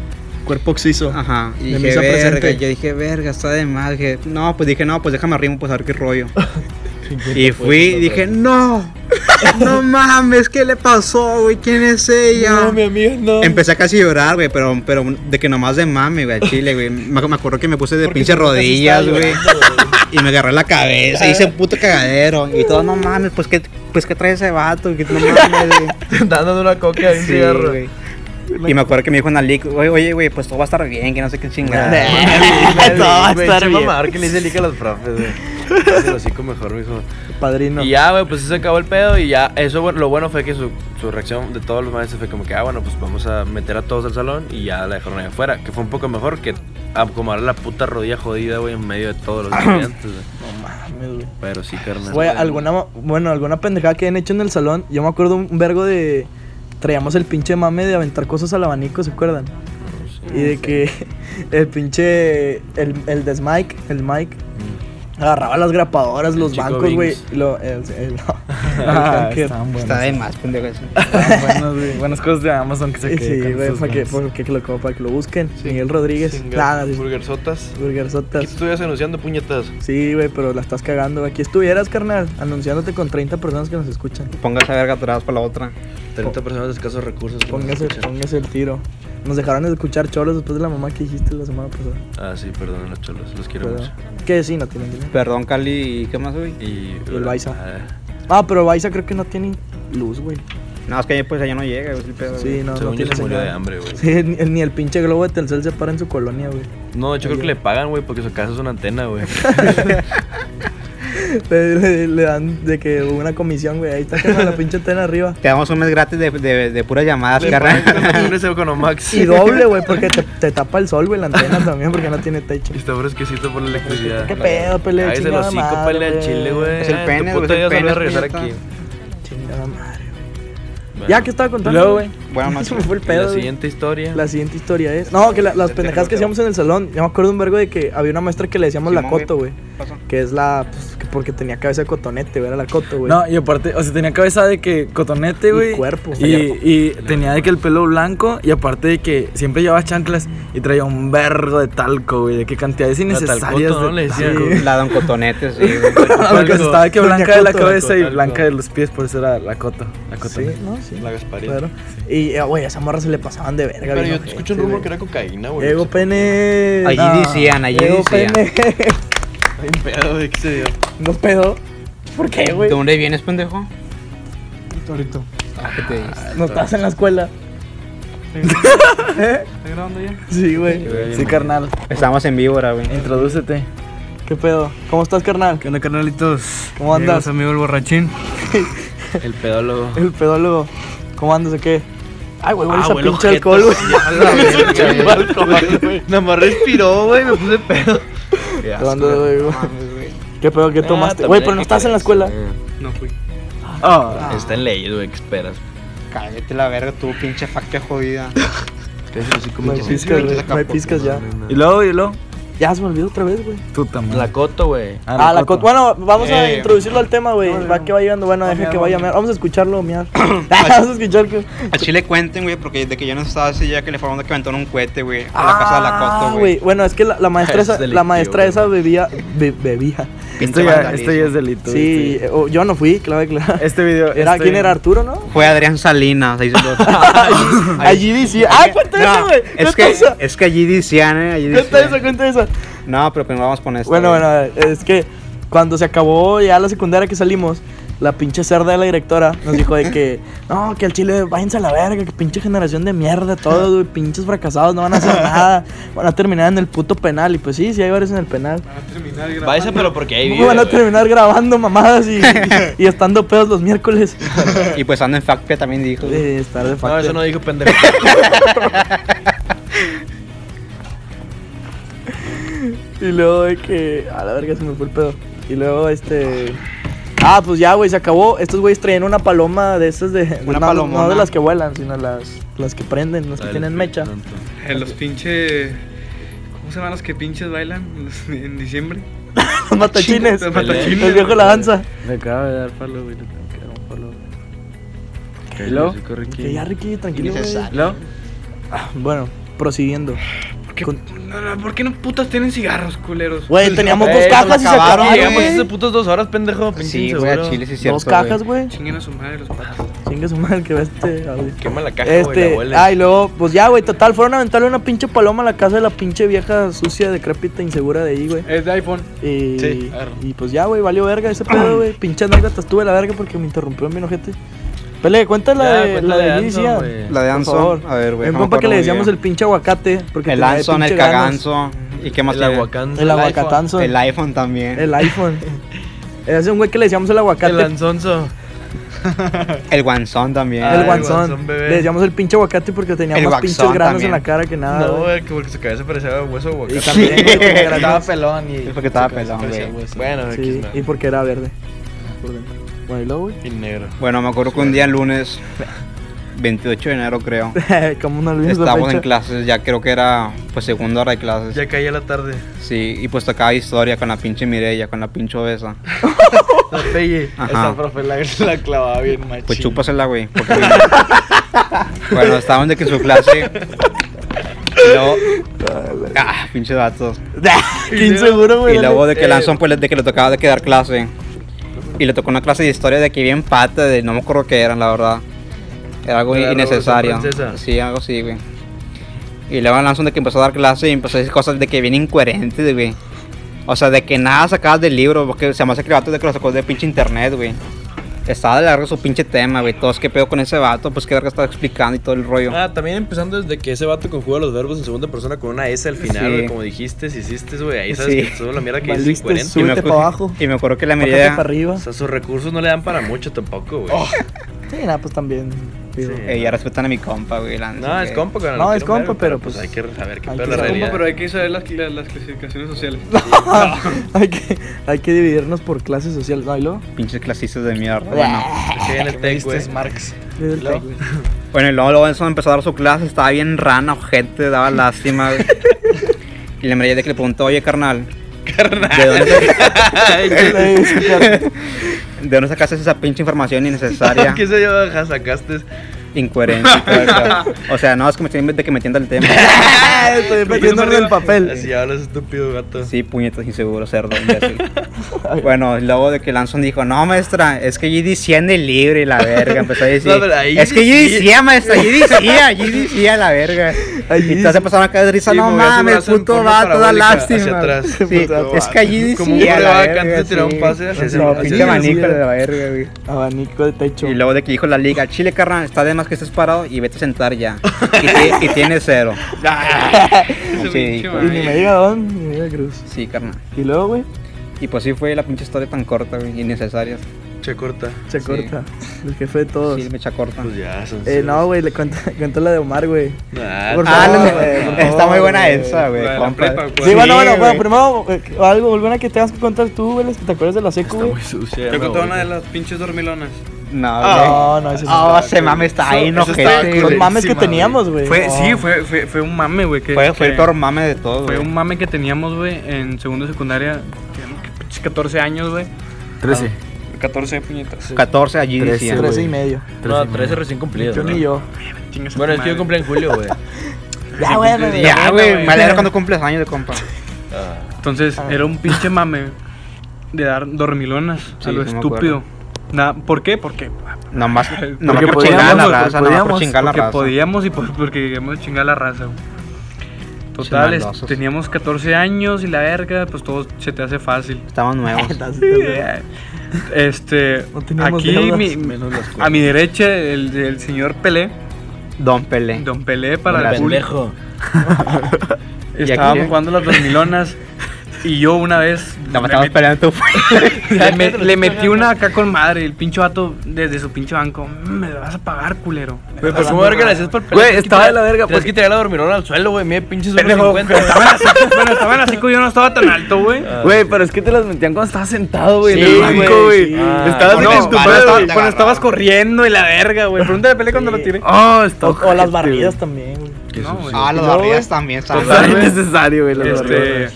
S3: Cuerpo oxiso.
S4: Ajá. Y
S3: De
S4: dije,
S3: misa
S4: verga.
S3: presente.
S4: Yo dije, verga, está de mal. Dije, no, pues dije, no, pues déjame arrimo, pues a ver qué rollo. y fui y dije, no, no mames, ¿qué le pasó, güey? ¿Quién es ella?
S5: No, mi amiga, no.
S4: Empecé a casi llorar, güey, pero, pero de que nomás de mame, güey, al chile, güey. Me, me acuerdo que me puse de pinche rodillas, güey. Y me agarré la cabeza, hice un puto cagadero. Y todo, no mames, pues qué, pues, ¿qué trae ese vato, que no mames, güey.
S5: Dando una coca y un
S4: Sí,
S5: cigarro.
S4: güey. Y me acuerdo que me dijo una lic, oye, oye, güey, pues todo va a estar bien, que no sé qué chingada.
S3: Todo va a
S5: Güey,
S3: estar
S5: che
S3: bien.
S5: mamador que le dice lica a los profes, güey. Así como mejor, mijo.
S3: Padrino.
S5: Y ya, güey, pues se acabó el pedo y ya, eso bueno, lo bueno fue que su, su reacción de todos los maestros fue como que, ah, bueno, pues vamos a meter a todos al salón y ya la dejaron ahí afuera, que fue un poco mejor que acomodar la puta rodilla jodida, güey, en medio de todos los estudiantes, güey.
S3: No mames, güey.
S5: Pero sí, carnal.
S3: Güey,
S5: güey.
S3: alguna, ma- bueno, alguna pendejada que hayan hecho en el salón. Yo me acuerdo un vergo de. Traíamos el pinche mame de aventar cosas al abanico, ¿se acuerdan? Y de que el pinche. El, el des Mike, el Mike, agarraba las grapadoras,
S5: El
S3: los
S5: chico
S3: bancos, güey.
S5: Bings.
S3: y lo- el- el- no.
S6: Ah,
S3: El
S6: estaban buenos.
S4: Está de más, pendejo eso.
S6: Estaban buenos, güey. Buenas cosas de Amazon que se
S3: Sí,
S6: queden
S3: sí,
S6: con
S3: güey,
S6: sus
S3: para que,
S6: ganas.
S3: para que lo, para que lo busquen. Miguel Rodríguez. Nada, sí,
S5: Burgersotas. ¿Qué
S3: Burgersotas.
S5: estuvieras anunciando, puñetas?
S3: Sí, güey, pero la estás cagando. Aquí estuvieras, carnal, anunciándote con 30 personas que nos escuchan.
S4: Ponga esa verga atrás para la otra.
S5: 30 personas de escasos recursos. que nos
S3: Póngase,
S5: escuchan.
S3: póngase el tiro. Nos dejaron de escuchar cholos después de la mamá que dijiste la semana pasada.
S5: Ah, sí, perdón, los cholos, los quiero
S3: Pero-
S5: mucho.
S3: Que sí, no tienen dinero.
S4: Perdón, Cali, ¿y qué más, güey?
S5: Y,
S3: el Baiza.
S5: Ah,
S3: Ah, pero Baiza creo que no tiene luz, güey.
S4: No, es que pues allá no llega, güey, es el pedo,
S3: Sí,
S4: güey.
S3: no,
S5: Ah, según
S3: no
S5: yo
S3: tiene
S5: se murió de
S3: señal.
S5: hambre, güey.
S3: Sí, ni, ni el pinche globo de Telcel se para en su colonia, güey.
S5: No, yo creo que
S3: Oye.
S5: le pagan, güey, porque su casa es una antena, güey.
S3: Le, le- le dan de que una comisión, güey. Ahí está carnal, la pinche antena arriba.
S4: Te damos un mes gratis de, de, de puras llamadas,
S5: Le
S4: carnal.
S5: pagan con un Economax.
S3: Y doble, güey, porque te, te tapa el sol, güey, la antena también, porque no tiene techo.
S5: Y está fresquecito por la electricidad.
S3: ¿Qué pedo, pele?
S5: Ahí se
S3: Chingada
S5: los cinco
S3: madre,
S5: pele al
S3: güey.
S5: chile, güey.
S4: Es el pene,
S5: Tu
S4: güey, es
S5: puta
S4: el
S5: ya se
S4: pene,
S5: a regresar
S4: puñeta.
S5: aquí.
S3: Chingada madre. güey.
S5: Bueno,
S3: Ya, ¿qué estaba contando?
S6: Luego, güey.
S4: Buenas
S3: Se
S4: noches.
S3: me fue el
S5: y
S3: pedo.
S5: La
S3: güey.
S5: siguiente historia.
S3: La siguiente historia es. No, que la- las pendejadas que hacíamos en el salón. Yo me acuerdo un vergo de que había una maestra que le decíamos la
S4: Simón, güey.
S3: coto, güey.
S4: Pasó.
S3: Que es la. Pues, que porque tenía cabeza de cotonete, güey. Era la coto, güey.
S6: No, y aparte, o sea, tenía cabeza de que cotonete,
S3: Y
S6: güey.
S3: cuerpo.
S6: Y, y tenía de que el pelo blanco. Y aparte de que siempre llevaba chanclas y traía un vergo de talco, güey. De que cantidades innecesarias.
S5: talcoto, ¿no?
S6: de
S5: Le decían.
S6: talco.
S4: La Don Cotonete, sí, güey.
S6: Porque
S5: Talco.
S6: estaba de que
S3: Doña
S6: blanca de la
S3: Coto.
S6: cabeza y
S5: Talco.
S6: blanca de los pies, por eso era la coto. La
S3: Sí,
S6: cotonete.
S3: no, sí.
S5: La Gasparita.
S3: Claro. Y, eh, güey, a esa morra se le pasaban de verga,
S5: Pero
S3: bien
S5: yo
S3: ojete,
S5: escucho un rumor
S3: güey.
S5: que era cocaína, güey.
S3: Diego Pene.
S4: Allí
S3: no,
S4: decían, allí
S3: Diego
S4: decían.
S3: Pene.
S5: Ay, pedo, güey, ¿qué se dio?
S3: No pedo. ¿Por qué,
S4: ¿De
S3: güey?
S4: dónde vienes, pendejo?
S6: Torito.
S4: Ah, ¿qué te dices?
S3: No estás en la escuela. ¿Eh?
S6: ¿Está grabando ya?
S3: Sí, güey.
S6: Sí, carnal.
S4: Estamos en víbora, güey.
S6: Introdúcete.
S3: ¿Qué pedo? ¿Cómo estás, carnal?
S1: ¿Qué onda, carnalitos?
S3: ¿Cómo andas?
S1: Amigos, amigo el borrachín.
S5: El pedólogo.
S3: El pedólogo. ¿Cómo andas o qué? Ay, güey, huele
S1: Ah,
S3: esa
S1: huele
S3: pinche
S1: ojete,
S3: alcohol, güey.
S1: Nada más respiró, güey, me puse pedo.
S3: ¿Qué onda, güey, güey? ¿Qué pedo?
S5: Ah,
S3: ¿Qué tomaste? Güey, pero no estás en la escuela.
S1: No fui.
S6: Oh,
S3: Ah,
S5: Está en leyes, güey, ¿qué esperas?
S4: Cállate la verga, tú, pinche faca jodida.
S3: no hay piscas, güey. No hay piscas ya.
S1: Y luego, y luego.
S3: Ya se me olvidó otra vez, güey.
S6: Tú también.
S5: La coto, güey.
S3: Ah, la cot. Bueno, vamos a
S4: Eh,
S3: introducirlo al tema, güey. Va que va llegando. Bueno, deja que vaya a mear. Vamos a escucharlo, mear. Vamos a escuchar que.
S4: A Chile cuenten, güey, porque de que yo no estaba así ya que le fueron de que aventaron un cohete, güey, a la casa de la
S3: Ah,
S4: costa, güey.
S3: Bueno, es que la, la maestra,
S5: Eso es
S3: esa, la
S5: delictivo,
S3: maestra
S5: güey.
S3: esa bebía. be- bebía.
S6: Esto
S4: Pinche
S6: ya,
S4: vandalismo.
S6: esto ya es delito.
S3: Sí,
S6: este.
S3: eh, oh, yo no fui, claro, claro.
S6: Este video.
S3: Era,
S6: este-
S3: ¿Quién era Arturo, no?
S4: Fue Adrián Salinas, ahí se lo-
S3: Allí decía. ¡Ah, cuenta eso,
S4: No,
S3: güey!
S4: es
S3: Cuenta
S4: que,
S3: esa.
S4: es que allí decían, eh, allí
S3: Cuenta eso,
S4: decían.
S3: cuenta eso.
S4: No, pero primero vamos con esto.
S3: Bueno,
S4: güey.
S3: bueno, es que cuando se acabó ya la secundaria que salimos, la pinche cerda de la directora nos dijo de que, no, que al chile váyanse a la verga, que pinche generación de mierda, todos, güey, pinches fracasados, no van a hacer nada, van a terminar en el puto penal. Y pues sí, sí hay varios en el penal.
S5: Váyase, pero porque ahí
S3: ¿Cómo
S5: vive,
S3: van a
S5: güey.
S3: terminar grabando mamadas y, y- y estando pedos los miércoles?
S4: Y pues ando en Facpia también dijo. güey.
S3: Eh, estar de
S5: No,
S3: facto.
S5: eso no dijo pendejo.
S3: Y luego de que. A la verga se me fue el pedo. Y luego este. Ah, pues ya, güey, se acabó. Estos güeyes traían una paloma de esas de.
S4: Una
S3: no,
S4: palomona.
S3: No de las que vuelan, sino las, las que prenden, las que tienen mecha.
S1: Eh, los pinche. ¿Cómo se llaman los que pinches bailan los- en diciembre?
S3: Los matachines.
S1: Los matachines.
S3: El viejo la danza.
S6: Me acaba de dar palo, güey. Le tengo que dar un palo. ¿Y luego?
S3: Que ya, Ricky, tranquilo. güey.
S4: Innecesario.
S6: ¿Lo?
S3: Ah, Bueno, prosiguiendo.
S1: ¿Por qué,
S3: Con-
S1: no, no, ¿por qué no putas tienen cigarros, culeros?
S3: Güey, teníamos dos
S1: Eh,
S5: Ey,
S3: cajas y se
S4: acabaron,
S3: acabaron.
S5: Llegamos
S3: güey.
S5: hace putas dos horas, pendejo. pinche
S4: Sí, güey,
S5: inseguro.
S4: a Chile sí es cierto.
S3: Dos cajas, güey.
S1: Chinguen a su madre los patos.
S3: Chingue su madre que va este audio.
S5: Quema la caja, güey, la
S3: Este,
S5: huele.
S3: ah, y luego, pues ya, güey, total, fueron a aventarle una pinche paloma a la casa de la pinche vieja sucia, decrépita, insegura de ahí, güey.
S6: Es de iPhone.
S3: Y,
S6: Sí, agarro.
S3: y pues ya, güey, valió verga ese pedo, güey. Pinche anécdota estuve la verga porque me interrumpió mi ojete. Pele, cuenta la
S5: Ya,
S3: de
S5: cuenta
S3: la
S5: la de
S3: de
S5: Anson,
S3: Alicia.
S5: güey.
S4: La de
S3: por
S4: Anson.
S3: favor.
S4: A ver, güey.
S3: Mi
S4: no me
S3: compa que le
S4: acuerdo muy
S3: decíamos el
S4: bien.
S3: pinche aguacate. Porque
S4: El
S3: tenía de
S4: Anson, el
S3: pinche ganas.
S4: caganzo. ¿Y qué más
S5: El
S4: tiene?
S5: aguacanzo.
S3: El aguacatanzo.
S4: El iPhone también.
S3: El iPhone. Ese es un güey que le decíamos el aguacate.
S5: El anzonzo.
S4: El guanzón también.
S5: Ah,
S3: el
S5: el
S3: guanzón.
S5: guanzón, bebé.
S3: Le decíamos el pinche aguacate porque tenía
S4: El
S3: más
S4: guaxón
S3: pinches granos
S4: también.
S3: en la cara que nada.
S5: No,
S3: Ah, güey.
S5: güey, que porque su cabeza parecía hueso de
S3: Y
S5: aguacate.
S3: también, güey, tenía granos.
S6: Estaba pelón y.
S4: Es porque estaba pelón, güey.
S5: Bueno,
S3: Sí,
S5: X no.
S3: y porque era verde. Por dentro. Bueno, y luego, güey.
S5: Y negro.
S4: Bueno, me acuerdo que un día lunes, 28 de enero creo,
S3: Como no olvides la
S4: estábamos en
S3: fecha.
S4: clases, ya creo que era pues segunda hora de clases.
S5: Ya caía la tarde.
S4: Sí, y pues tocaba historia con la pinche Mireya, con la pinche obesa.
S5: La pelle.
S4: Ajá.
S6: profe la, la clavaba bien machín.
S4: Pues chúpasela, güey. porque- bueno, estábamos de que en su clase. Y luego. Ah, pinche datos.
S3: Qué inseguro, güey.
S4: Y
S3: la neta.
S4: luego de
S5: Eh,
S4: que Lanzón, pues de que le tocaba de que dar clase. Y le tocó una clase de historia de que bien pata, de no me acuerdo qué eran, la verdad. Era algo
S5: Era
S4: innecesario.
S5: Revolución Francesa.
S4: Sí, algo así, güey. Y luego Lanzón de que empezó a dar clase y empezó a decir cosas de que bien incoherentes, güey. O sea, de que nada sacadas del libro, porque se me hace que el vato de que lo sacó de pinche internet, güey. Estaba de largo su pinche tema, güey. Todos qué pedo con ese vato, pues qué verga estaba explicando y todo el rollo.
S5: Ah, también empezando desde que ese vato conjuga los verbos en segunda persona con una S al final,
S4: Sí.
S5: güey, como dijiste, si hiciste, güey, ahí sabes
S4: Sí.
S5: que todo la mierda que es
S3: Valiste
S5: incoherente.
S3: súbete
S4: acu-
S3: pa' abajo.
S4: y me acuerdo que la
S3: Bájate
S4: medida.
S3: pa' arriba.
S5: O sea, sus recursos no le dan para mucho tampoco, güey.
S3: Oh. Sí, nada, pues también. digo,
S5: Sí.
S4: Eh, ya respetan a mi compa, güey. Lanzón,
S5: No, es
S4: güey.
S5: compa, pero
S3: No,
S5: lo
S3: es
S5: quiero
S3: compa,
S5: ver,
S3: pero, pues,
S5: hay que saber qué
S3: hay
S5: pedo
S3: que
S5: la
S3: saber.
S5: realidad.
S1: Compa, pero hay que saber las, las- las clasificaciones sociales.
S3: hay, que, hay que dividirnos por clases sociales. ¿No? ¿Y luego?
S4: Pinches clasistas de mierda. Bueno,
S5: Es que viene el tech, güey.
S6: Marx.
S3: Desde el
S6: luego?
S3: tec, güey.
S4: bueno, y luego Lorenzo empezó a dar su clase, estaba bien rana, ojete, daba lástima. güey. y la María de que le preguntó, oye, carnal. ¿De dónde,
S3: Ey, sí, claro.
S4: ¿De dónde sacaste esa pinche información innecesaria?
S5: ¿Qué se lleva? Sacaste.
S4: incoherencia y todo eso. O sea, no, es que me estoy de que me tienda el tema.
S3: Estoy metiéndome en el
S5: Así
S3: papel.
S5: hablas, estúpido gato.
S4: Sí, puñetas inseguro, cerdo, imbécil. bueno, luego de que Lanson dijo, no, maestra, es que yo diciendo libre, la verga. Empezó a decir,
S5: No, pero ahí
S4: es que yo
S5: decía-
S4: decía, maestra, yo decía, yo decía, la verga.
S3: Ahí
S4: y entonces
S3: dice-
S4: empezaron a caer de risa,
S5: Sí,
S4: no
S5: movía su
S4: mames,
S5: brazo en
S4: puto
S5: forma
S4: vato, da
S5: parabólica hacia
S4: lástima.
S5: atrás.
S4: Sí,
S3: Puto
S4: es que allí decía,
S5: Como un
S4: la
S5: coreback
S4: verga,
S5: antes de tirar un
S4: sí.
S5: pase
S3: No,
S5: hacia hacia-
S4: Pinche
S3: pinche
S4: abanico
S3: basura.
S4: de la verga, güey.
S3: Abanico de techo.
S4: Y luego de que dijo la liga, Chile carnal, está de más que estés parado y vete a sentar ya. Y, ti- y tiene cero.
S5: Ah,
S1: Ese
S4: Sí,
S1: pinche
S4: hijo.
S3: Y ni me diga dónde, ni me diga cruz.
S4: Sí, carnal.
S3: Y luego, güey,
S4: Y pues sí fue la pinche historia tan corta, güey, innecesaria.
S5: Che corta.
S3: se
S4: Sí.
S3: corta. El jefe de todos.
S4: Sí, mecha corta.
S5: Pues ya, son
S3: Eh, no, güey, le cuento, cuento la de Omar, güey.
S5: Nah,
S3: Por
S4: Ah,
S3: favor, güey,
S4: la-
S3: por
S4: está
S3: favor,
S4: muy buena
S3: güey.
S4: esa, güey.
S1: La de la
S4: compa.
S1: prepa, güey.
S3: Sí, bueno, bueno,
S4: güey.
S3: bueno, primero eh, algo, alguna que tengas que contar tú, güey, las que te acuerdas de la secu,
S5: Está
S3: güey.
S5: muy sucia. ya
S1: Te
S5: me
S1: contaba
S5: voy.
S1: una de las pinches dormilonas.
S4: No, güey.
S3: No, no, eso
S4: Ah, se mames, está ahí
S5: eso estaba
S4: enojete.
S3: Los
S4: güey.
S3: mames que
S5: culerísima, güey.
S3: teníamos, güey. Oh,
S1: Fue,
S3: No.
S1: Eh, sí, fue, fue, fue un mame, güey. que-
S4: Fue, fue el
S1: que-
S4: peor mame de todo,
S1: Fue
S4: güey.
S1: un mame que teníamos, güey, en segundo de secundaria. Teníamos que pinches 14 años, güey.
S5: 13.
S1: 14 puñetas.
S4: 14 allí
S5: Trece,
S4: decía.
S5: güey.
S3: Trece y medio.
S5: No, 13 recién cumplido.
S3: Yo
S5: ¿no?
S3: ni yo.
S1: Chingas a
S5: Bueno,
S1: tu
S5: es que yo
S1: madre.
S5: cumplí en julio, güey.
S3: Ya, güey, me-
S4: Ya, güey,
S1: güey.
S4: me alegra cuando cumples años de compa.
S1: Entonces, era un pinche mame de dar dormilonas
S4: Sí,
S1: a lo
S4: sí me
S1: estúpido. Nada, ¿Por qué? Porque,
S4: Nomás, nomás
S5: Porque
S4: por chingar a la
S5: podíamos,
S4: raza, nomás
S5: porque
S4: por
S5: podíamos,
S4: chingar a la
S1: porque
S4: raza.
S1: podíamos y por- porque queríamos chingar a la raza. güey. Total, es-
S4: maldosos.
S1: teníamos 14 años y la verga, pues todo se te hace fácil.
S4: Estaban nuevos.
S1: Este,
S3: No teníamos
S1: aquí
S3: deudas,
S1: mi-
S5: menos las
S1: a mi derecha el, el señor Pelé,
S4: Don Pelé.
S1: Don Pelé para
S4: Don
S1: el público.
S5: Pendejo.
S4: aquí-
S1: Estábamos jugando las dos milonas y yo una vez
S4: Nomás
S1: le
S4: estábamos
S1: met-
S4: peleando tú.
S1: le, me- le metí una acá con madre, el pinche vato desde su pinche banco, "Mm, me la vas a pagar, culero.
S5: Güey, pero ¿cómo verga le hacías por
S6: Güey, estaba de la verga,
S5: Pues
S6: pues.
S5: que tirar la dormirona al suelo, güey. Mira, pinches
S1: Pendejo,
S5: 1.50,
S1: pero estaba en la cinco- bueno, estaba en la cinco, yo no estaba tan alto, güey.
S5: Ah,
S6: Güey, pero es que te las metían cuando estabas sentado, güey.
S4: Sí,
S6: en el
S4: güey,
S6: banco, güey.
S3: sí.
S6: Estabas
S1: Ah,
S6: en
S1: no,
S6: el- tu
S1: cuando
S6: madre-
S1: estaba- cuando estabas corriendo y la verga, güey. Pregúntale a Pelé cuando lo tiré.
S6: Oh, está
S3: O, o las
S6: ojete,
S3: barridas también, güey.
S5: qué
S1: No,
S5: sucio.
S1: güey.
S4: Ah, las
S3: No,
S4: barridas
S3: güey.
S4: también,
S6: güey.
S1: Total,
S4: ¿sabes?
S6: Está
S1: güey.
S6: innecesario, güey, las
S1: Este,
S6: barridas.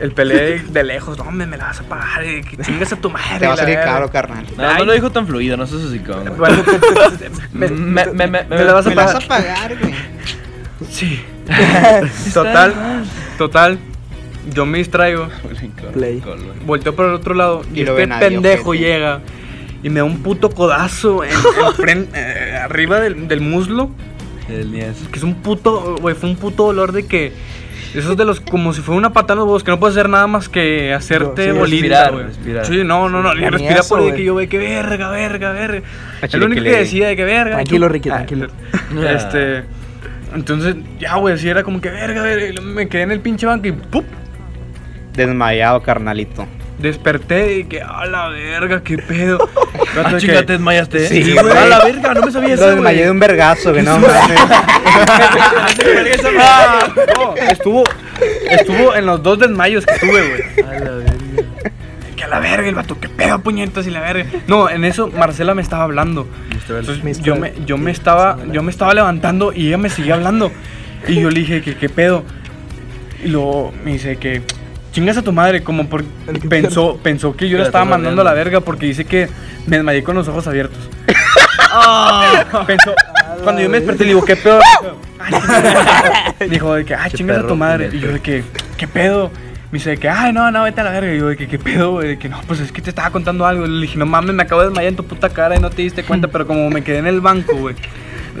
S1: el Pelé de lejos, no, hombre, me la vas a pagar, eh, que chingas a tu madre.
S4: Te va a
S1: la
S4: salir
S1: verga".
S4: caro, carnal.
S5: No, no lo dijo tan fluido, no sé si güey.
S1: Bueno, me, me, me, me, me la vas a
S4: Me la vas
S1: pagar.
S4: a pagar, güey.
S1: Sí. total, total. Yo me distraigo.
S3: Play.
S1: Volteo para el otro lado.
S4: Y
S1: Y,
S4: lo
S1: este
S4: ven ahí,
S1: pendejo
S4: ojete.
S1: llega. Y me da un puto codazo en- en fren- eh, arriba del, del muslo.
S5: El Nies.
S1: Que es un puto, güey, fue un puto dolor de que. Eso es de los, como si fuera una patada en los huevos, que no puedes hacer nada más que hacerte
S3: Sí,
S1: bolita,
S5: respirar,
S1: güey.
S5: respirar.
S1: Sí, no, no, no, ni
S3: Ni
S1: respira
S3: eso,
S1: por ahí
S3: güey.
S1: que yo, güey, que verga, verga, verga.
S4: A
S1: El
S4: Chile
S1: único
S4: que
S1: que
S4: le-
S1: decía de que verga.
S3: Tranquilo,
S1: chup.
S3: Ricky,
S1: Ah,
S3: tranquilo.
S1: Este, entonces, ya, güey, así era como que verga, verga, y luego me quedé en el pinche banco y ¡pup!
S4: Desmayado, carnalito.
S1: Desperté y que, a la verga, qué pedo. Gato,
S5: Ah,
S1: de
S5: chinga,
S1: que-
S5: te desmayaste.
S4: Sí,
S5: güey.
S4: güey.
S5: A la verga, no me sabía
S4: Lo
S5: eso,
S4: desmayé de
S5: güey.
S4: un vergazo, güey, no mames.
S1: Ah, no, estuvo, estuvo en los dos desmayos que tuve, güey.
S5: A la verga.
S1: Que a la verga, el vato, que pedo, puñetas y la verga. No, en eso Marcela me estaba hablando. Entonces
S3: Mr.
S1: yo me, yo me estaba, yo me estaba levantando y ella me seguía hablando. Y yo le dije que qué pedo. Y luego me dice que chingas a tu madre, como por
S3: El que
S1: pensó, pensó que yo
S5: Que la
S1: la estaba
S5: estás
S1: mandando a la
S5: rodeando.
S1: verga porque dice que me desmayé con los ojos abiertos. Pensó, cuando yo me desperté le digo, ¿qué pedo? Me dijo de que, ah,
S5: Che,
S1: chingas a tu
S5: perro,
S1: madre.
S5: puñeta.
S1: Y yo de que, ¿qué pedo? Me dice de que, ay, no, no, vete a la verga. Y yo de que, ¿qué pedo, güey? De que, no, pues es que te estaba contando algo. Le dije, no mames, me acabo de desmayar en tu puta cara y no te diste cuenta, pero como me quedé en el banco, güey.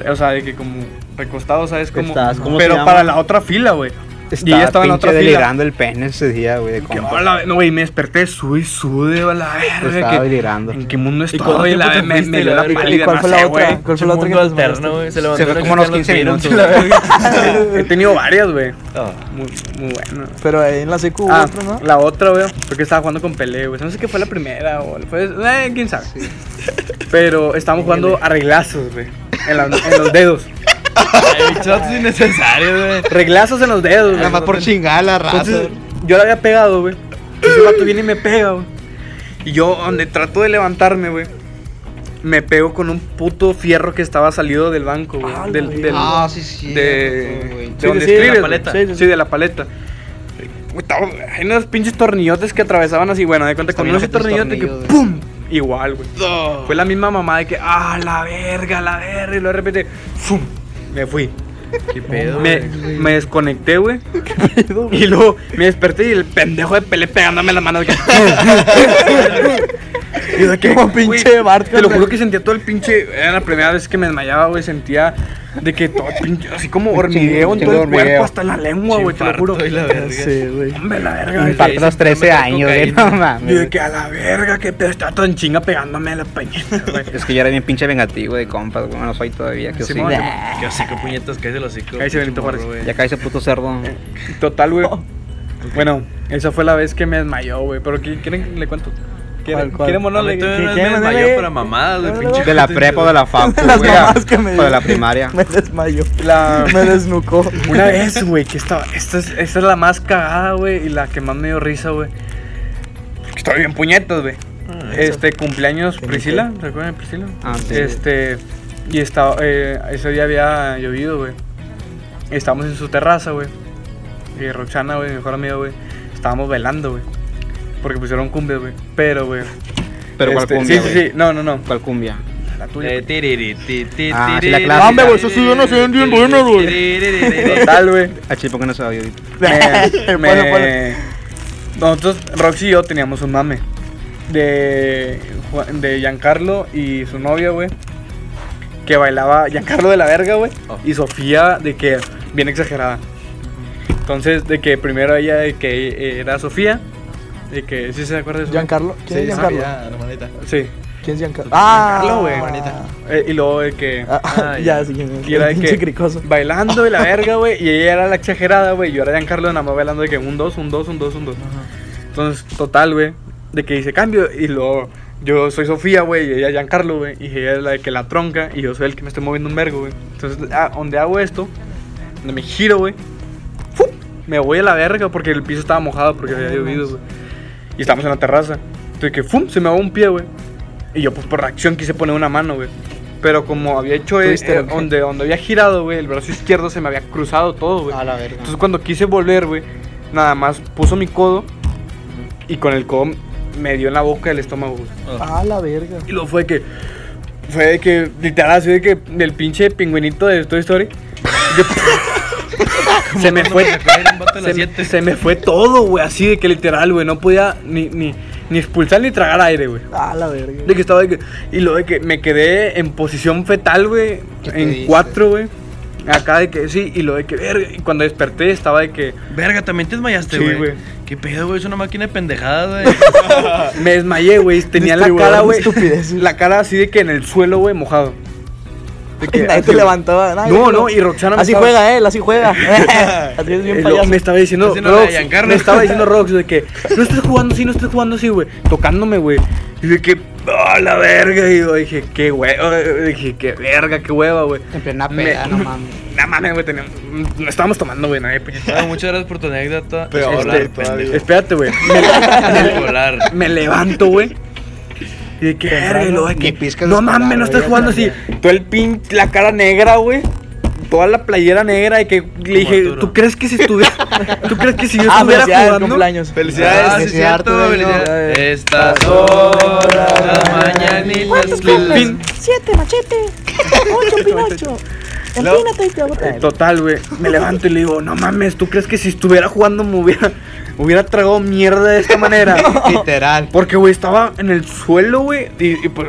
S1: O sea, de que como recostado, ¿sabes? Como,
S4: Estás, ¿cómo se
S1: pero
S4: llama?
S1: para la otra fila, güey. Y ella estaba en la
S4: pinche
S1: otra fila.
S4: delirando el pene ese día, güey, de
S1: Que,
S4: compa.
S1: hola, no, güey, me desperté, sube, sube, a la verga.
S4: Estaba
S1: que-
S4: delirando.
S1: ¿En qué mundo
S5: cuánto
S1: estoy? Y
S5: tiempo
S1: la,
S5: te
S1: Ah, me,
S5: fuiste
S1: me
S5: y la
S1: dio la
S5: verga?
S1: pálida,
S3: ¿Y cuál
S1: no
S3: fue la
S1: sé,
S3: otra?
S1: güey.
S3: ¿Cuál fue la otra que te
S5: Mundo
S3: desmayaste?
S5: alterno, güey. Se levantó
S4: Se fue
S5: una
S4: como unos
S5: cristiana
S4: 15
S5: a los
S4: minutos.
S5: vieron,
S4: güey.
S1: He tenido varias, güey.
S5: Ah,
S1: Muy, muy bueno.
S3: Pero ahí en la secu hubo
S1: Ah,
S3: otro, ¿no?
S1: la otra, güey, porque estaba jugando con Pelé, güey. No sé qué fue la primera, o fue, eh, quién sabe. Pero estábamos jugando a reglazos, güey. En, la- en los dedos.
S5: Ay, shots innecesarios, güey.
S1: Reglazos en los dedos, güey.
S4: Nada más por chingar a la raza.
S1: Entonces, yo la había pegado, güey. Y Ese vato viene y me pega, güey. Y yo, donde trato de levantarme, güey, me pego con un puto fierro que estaba salido del banco, güey.
S3: Ah,
S1: del,
S3: güey.
S1: del-
S4: Ah, sí, sí.
S1: de,
S3: Sí,
S1: de donde
S3: sí, de la
S1: escribes, güey.
S5: paleta.
S1: Sí, sí, sí. Sí, de la paleta. Güey, estaba- Hay unos pinches tornillotes que atravesaban así, bueno, de cuenta
S4: Está
S1: con
S4: bien
S1: unos
S4: ojete los
S1: tornillotes que
S4: tornillos,
S1: ¡pum! Igual, güey. Fue la misma mamá de que, ah, la verga, la verga. Y luego de repente, ¡fum! Me fui.
S5: ¿Qué pedo?
S1: Me,
S5: güey?
S1: me desconecté, güey. Y luego me desperté y el pendejo de Pelé pegándome la mano. de que-
S3: Y de que como
S1: Güey,
S3: pinche barco.
S1: Te lo juro que sentía todo el pinche. Era la primera vez que me desmayaba, güey. Sentía de que todo el pinche. Así como hormigueo en
S4: chingo
S1: todo el
S4: de hormigueo.
S1: cuerpo, hasta en la lengua, güey. Te lo juro.
S5: Infarto y la verga.
S3: Sí, güey.
S1: Hombre, la verga. güey.
S4: Impacto a los 13 años, güey. No
S1: Y de
S4: mames.
S1: que a la verga, que pedo. Estaba tan chinga pegándome a la pañeta, güey.
S4: Es que yo era bien pinche vengativo de compas, güey. No soy todavía. Que sí.
S1: Simón, Simón.
S5: Qué hocico, puñetas, cállese el hocico.
S1: Cállese, Benito
S5: morro,
S1: Juárez.
S5: güey.
S4: Ya cae ese puto cerdo.
S1: Total, güey. Bueno, esa fue la vez que me desmayó, güey. Pero ¿qui- ¿quieren que le cuento? ¿Quieren,
S3: ¿Cuál, cuál?
S1: ¿quieren o no
S5: A mí
S1: le-
S5: todavía
S3: ¿Qué-
S5: no
S3: qué
S5: me
S3: me
S5: desmayó
S3: duele?
S5: para mamadas, güey,
S3: ¿Qué me
S5: pinche
S4: De la
S5: gente
S4: prepa o de la
S1: Ah,
S4: facu,
S3: Las
S4: güey.
S3: mamás que me
S4: O de la
S3: dieron.
S4: primaria.
S3: Me desmayó.
S1: La-
S3: Me desnucó.
S1: Una vez, güey, que estaba. Esta es, esta es la más cagada, güey, y la que más me dio risa, güey. Estoy bien puñetas, güey. Este, cumpleaños Priscila, ¿se acuerdan de Priscila?
S4: Ah, sí.
S1: Este, y estaba. eh, ese día había llovido, güey. Estábamos en su terraza, güey. Y Roxana, güey, mi mejor amiga, güey. Estábamos velando, güey. Porque pusieron cumbia, güey. Pero, güey.
S4: Pero cuál
S1: este,
S4: cumbia,
S1: Sí, sí,
S4: güey?
S1: sí. No, no, no.
S4: ¿Cuál cumbia?
S1: Ah, La tuya.
S5: Eh, tiriri, ti, ti,
S4: Ah, sí, la
S5: tiriri,
S4: clásica.
S5: tiriri,
S4: Mames,
S3: eso sí, yo no sé, bien
S5: tiriri,
S3: bueno, güey.
S5: tiriri.
S1: Total, güey.
S4: A Chipo que no sabía.
S1: me,
S3: Ponlo,
S1: me-
S3: ponlo.
S1: Nosotros, Roxy y yo teníamos un mame de, Ju- de Giancarlo y su novia, güey. Que bailaba Giancarlo de la verga, güey.
S5: Oh.
S1: Y Sofía de que, bien exagerada. Entonces, de que primero ella de que eh, era Sofía. De que, ¿sí se acuerda de eso?
S3: ¿Giancarlo? ¿Quién es Giancarlo?
S6: hermanita.
S1: Sí.
S3: ¿Quién es Giancarlo?
S1: Giancarlo,
S3: Ah,
S1: güey. Eh, y luego de que...
S3: Ah,
S5: Ah, ya.
S3: ya, sí, quién es.
S1: Y era de
S3: El pinche
S1: que
S3: cricoso.
S1: bailando de la verga, güey. Y ella era la exagerada, güey. Y yo era Giancarlo nada más bailando de que un dos, un dos, un dos, un dos. Entonces, total, güey. De que dice cambio. Y luego yo soy Sofía, güey. Y ella Giancarlo, güey. Y ella es la de que la tronca. Y yo soy el que me estoy moviendo un vergo, güey. Entonces, ah, donde hago esto, donde me giro, güey. ¡fu! Me voy a la verga porque el piso estaba mojado porque había llovido, güey. Y estábamos en la terraza. Entonces que ¡fum! se me va un pie, güey. Y yo pues por reacción quise poner una mano, güey. Pero como había hecho eh,
S3: Tuviste
S1: eh,
S3: lo que-
S1: donde, donde había girado, güey, el brazo izquierdo se me había cruzado todo, güey.
S4: la verga.
S1: Entonces cuando quise volver, güey, nada más puso mi codo y con el codo me dio en la boca del estómago, güey.
S3: Ah, la verga.
S1: Y luego fue que. Fue de que. Literal, así de que. Del pinche pingüinito de Toy Story. Yo- se me fue. Se, me- se me fue todo, güey. Así de que literal, güey. No podía ni, ni, ni expulsar ni tragar aire, güey.
S3: Ah, la verga.
S1: De que estaba de que. Y luego de que me quedé en posición fetal, güey.
S4: ¿Qué te
S1: En
S4: dice?
S1: cuatro, güey. Acá de que sí. Y luego de que. Verga. Y cuando desperté estaba de que.
S5: Verga, también te desmayaste,
S1: Sí,
S5: güey.
S1: güey.
S5: Qué pedo, güey, es una máquina de pendejadas, güey.
S1: Me desmayé, güey. Tenía la
S3: Distribuidor
S1: cara,
S3: de
S1: güey.
S3: estupideces.
S1: La cara así de que en el suelo, güey, mojado. De
S3: Y nadie
S1: así,
S3: te
S1: güey.
S3: levantaba. nadie,
S1: No, no, y Roxana me
S3: Así
S1: estaba-
S3: juega él, así juega. así es
S1: Eh,
S3: bien
S1: lo-
S3: payaso.
S1: me estaba diciendo
S5: Haciendo la de
S1: Rox,
S5: Giancarlo.
S1: me estaba diciendo Rox de que no estás jugando así, no estás jugando así, güey, tocándome, güey. Y de que ah, la verga y yo dije, qué hueva, dije, qué verga, qué hueva, güey.
S4: En plena
S1: Me-
S4: peda, no mames.
S1: No mames, güey, teníamos- no estábamos tomando, güey, nadie puñetazos.
S5: Bueno, muchas gracias por tu anécdota.
S6: Pero
S5: Este,
S6: ahora-
S5: pendejo.
S1: Espérate, güey.
S5: Volar.
S1: Me levanto, güey. Y de que, verga, y luego de
S4: ni
S1: que,
S4: pizcas
S1: no
S4: de
S1: mames, no
S4: palabra,
S1: estás
S4: ya
S1: jugando así.
S4: sabía.
S1: Todo el pin, la cara negra, güey. Toda la playera negra y que le dije,
S5: Arturo.
S1: ¿tú crees que si estuviera, tú crees que si yo
S3: Ah,
S1: estuviera
S3: felicidades,
S1: jugando?
S3: cumpleaños.
S5: Felicidades,
S4: Ah,
S5: sí,
S4: felicidades,
S5: cierto,
S4: Arturo,
S5: felicidades.
S3: no, eh.
S5: Estas son las mañanitas.
S1: Fin.
S2: Siete, machete. Ocho, pinocho.
S5: Luego-
S2: Empínate y te hago
S1: Eh, Total, güey. Me levanto y le digo, no mames, ¿tú crees que si estuviera jugando me hubiera, hubiera tragado mierda de esta manera?
S4: Literal.
S1: Porque, güey, estaba en el suelo, güey. Y, y, pues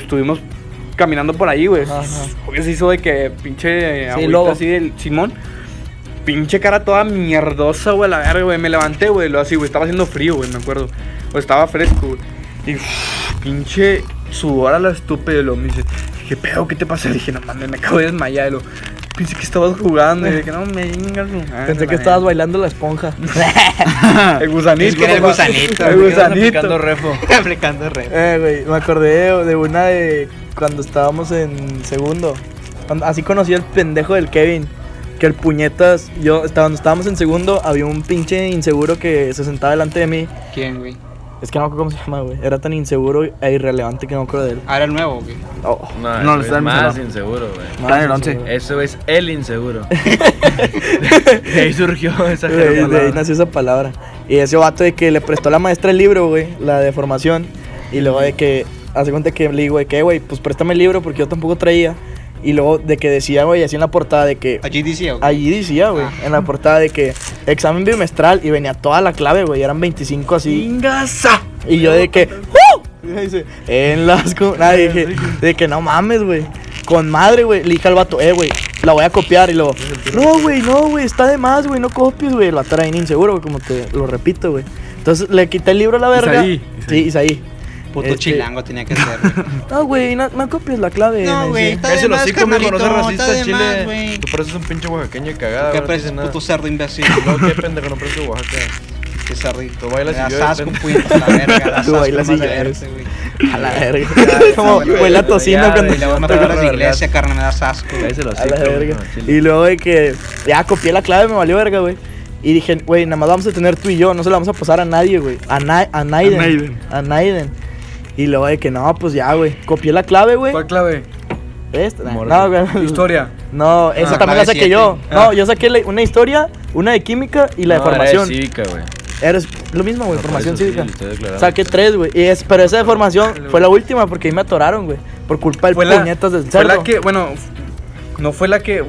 S1: estuvimos caminando por ahí, güey.
S3: Ajá.
S1: Se hizo de que pinche agüita
S3: lobo.
S1: así del Simón. Pinche cara toda mierdosa, güey, la verga, güey. Me levanté, güey, lo así, güey. Estaba haciendo frío, güey, me acuerdo. O estaba fresco, güey. Y pinche sudor a la estúpida. Y luego me dice, ¿qué pedo? ¿Qué te pasa? Le dije, no mames, me acabo de desmayar. Y luego, pensé que estabas jugando. Y dije, no me vengas, Ah,
S3: Pensé que estabas bailando la esponja.
S1: El gusanito.
S4: Es que era el
S1: papá.
S4: gusanito.
S1: El
S5: Me quedan
S1: gusanito.
S5: aplicando refo.
S4: Aplicando re.
S3: Eh, güey, me acordé de una de cuando estábamos en segundo. Cuando- Así conocí al pendejo del Kevin. Que el puñetas, yo, estaba- cuando estábamos en segundo, había un pinche inseguro que se sentaba delante de mí.
S4: ¿Quién, güey?
S3: Es que no me acuerdo cómo se llama, güey. Era tan inseguro e irrelevante que no me acuerdo de él.
S4: Ah, era el nuevo, güey.
S3: Oh,
S5: No,
S6: No,
S5: no,
S6: lo
S5: es
S6: están
S5: más
S6: mencionando.
S5: inseguro, güey.
S3: más
S6: en el
S3: inseguro.
S6: once.
S5: Eso es el inseguro. De ahí surgió esa
S3: De, ahí- de ahí
S5: palabra.
S3: nació esa palabra. Y ese vato de que le prestó la maestra el libro, güey, la de formación. Y luego de que, hace cuenta que le digo, de que, güey, pues préstame el libro porque yo tampoco traía. Y luego de que decía, güey, así en la portada de que.
S4: Allí decía, güey.
S3: Allí decía, güey, en la portada de que examen bimestral y venía toda la clave, güey, eran 25 así.
S1: ¡Ingasa!
S3: Y yo de que, ¡Uh! Y me dice, en las. co- Nada, dije, de que no mames, güey. Con madre, güey. Le dije al vato, eh, güey, la voy a copiar. Y luego, no, güey, no, güey, está de más, güey, no copies, güey. La traen inseguro, güey, como te lo repito, güey. Entonces le quité el libro a la verga.
S5: Isaí,
S3: Sí, Isaí.
S4: Puto
S3: Este,
S4: chilango tenía que ser, güey.
S3: No, güey, no, no copies la clave. me decía.
S4: está de más, carnalito,
S5: conoce
S4: está de
S5: racista
S4: más,
S5: Chile.
S4: güey.
S5: Tú pareces un pinche oaxaqueño cagada.
S4: ¿Qué
S5: güey, no
S4: pareces,
S5: tienes nada.
S4: puto cerdo imbécil?
S5: No, qué pendejo, no pareces de Oaxaca.
S4: Qué cerdito.
S5: Tú bailas
S4: Me
S5: y
S4: das
S5: yo de
S4: asco,
S5: repente-
S4: puñetas, la verga, das
S3: Tú
S4: asco
S3: bailas y
S4: más de
S3: lloras.
S4: verte, güey.
S3: A la verga.
S4: Ya,
S3: Como
S4: ya,
S3: huele a
S5: ya,
S3: tocino
S5: ya,
S3: cuando
S4: Y luego me
S5: Te
S4: acuerdo
S5: agarro
S4: de
S5: la
S4: la iglesia, carnal, me das asco. güey.
S5: Cállese los
S3: A la verga. Y luego de que ya copié la clave, me valió verga, güey. Y dije, güey, nada más la vamos a tener tú y yo, no se la vamos a pasar a nadie, güey. A, Na a Naiden.
S1: A Naiden.
S3: A Naiden. Y luego de que no, pues ya, güey. Copié la clave, güey.
S1: ¿Cuál clave?
S3: Esta,
S5: Morro.
S3: No, güey.
S1: Historia.
S3: No, esa también
S4: Ah,
S3: la
S4: clave
S3: saqué
S4: siete.
S3: yo.
S1: Ah.
S3: No, yo saqué la- una historia, una de química y la de formación.
S5: cívica, güey.
S3: Eres lo mismo, güey,
S5: No, por
S3: formación
S5: eso sí,
S3: cívica.
S5: le estoy declarando.
S3: Saqué tres, güey. Y es, pero esa de formación fue la última porque ahí me atoraron, güey. Por culpa del
S1: Fue la,
S3: puñetas del
S1: fue
S3: cerdo.
S1: la que, bueno, no fue la que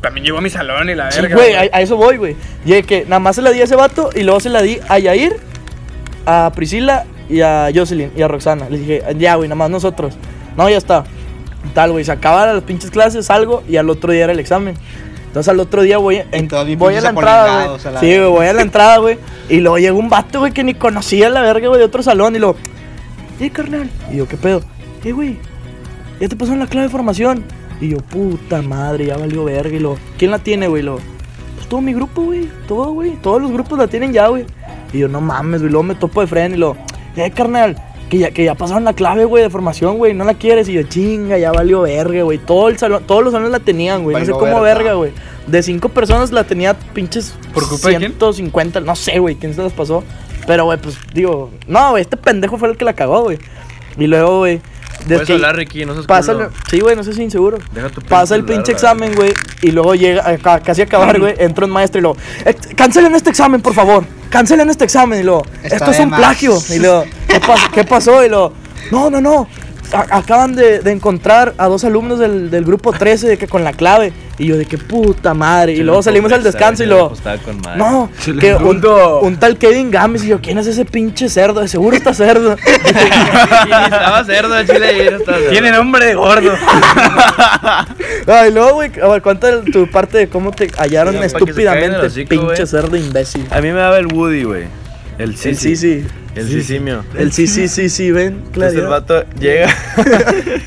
S1: también llegó a mi salón y la
S3: Sí,
S1: verga.
S3: güey, a, a eso voy, güey. Y de que nada más se la di a ese vato y luego se la di a Yair, a Priscila y a Jocelyn y a Roxana. Les dije, ya, güey, nada más nosotros. No, ya está. Tal, güey, se acaban las pinches clases, salgo y al otro día era el examen. Entonces al otro día voy, en-
S4: todos bien
S3: voy a
S4: pinches
S3: la entrada, güey.
S4: apolingados a la
S3: Sí,
S4: verga.
S3: güey, voy a la entrada, güey. Y luego llega un vato, güey, que ni conocía la verga, güey, de otro salón. Y luego, eh, carnal. Y yo, ¿qué pedo? Eh, güey, ya te pasaron la clave de formación. Y yo, puta madre, ya valió verga. Y lo, ¿quién la tiene, güey? Y Lo, pues todo mi grupo, güey. Todo, güey. Todos los grupos la tienen ya, güey. Y yo, no mames, güey. Luego me topo de frente y lo, eh, carnal, que ya, que ya pasaron la clave, güey, de formación, güey. No la quieres. Y yo, chinga, ya valió verga, güey. Todo el salón, todos los salones la tenían, güey. No sé
S4: Valió
S3: cómo
S4: verga.
S3: verga, güey. De cinco personas la tenía pinches
S1: ¿Por culpa de quién?
S3: 150, no sé, güey, quién se las pasó. Pero, güey, pues digo, no, güey, este pendejo fue el que la cagó, güey. Y luego, güey, desde
S5: Puedes
S3: que
S5: hablar, Ricky, no seas
S3: pasa
S5: culo.
S3: el- sí, güey, no sé si inseguro.
S5: Deja tu pinche
S3: Pasa el
S5: celular,
S3: pinche
S5: la
S3: examen, güey, y luego llega acá, casi a acabar, güey, entra un maestro y luego, "Ex- cancelen este examen, por favor. Cancelen este examen y luego,
S4: Está
S3: esto es
S4: de
S3: un
S4: más.
S3: plagio. Y luego, ¿qué, pas- qué pasó? Y luego, no, no, no. a- acaban de, de encontrar a dos alumnos del, del grupo 13 de que con la clave. Y yo de qué puta madre. Y luego salimos al descanso y
S5: pues,
S3: luego. No,
S1: Se le
S3: que un,
S1: inundó.
S3: un tal Kevin Gámez y yo, ¿quién es ese pinche cerdo? De seguro está cerdo.
S5: Estaba cerdo el chile ayer. estaba cerdo.
S1: Tiene nombre de gordo.
S3: Ay, luego, güey, a ver, cuenta el- tu parte de cómo te hallaron
S5: Sí, para que se caigan
S3: estúpidamente,
S5: el hocico,
S3: pinche
S5: güey.
S3: cerdo imbécil.
S5: A mí me daba el Woody, güey. El
S3: El sí,
S5: Sisi.
S3: sí.
S5: El Sisimio.
S3: El sí, sí, sí, sí, ven,
S5: Entonces el
S3: claro.
S5: vato llega,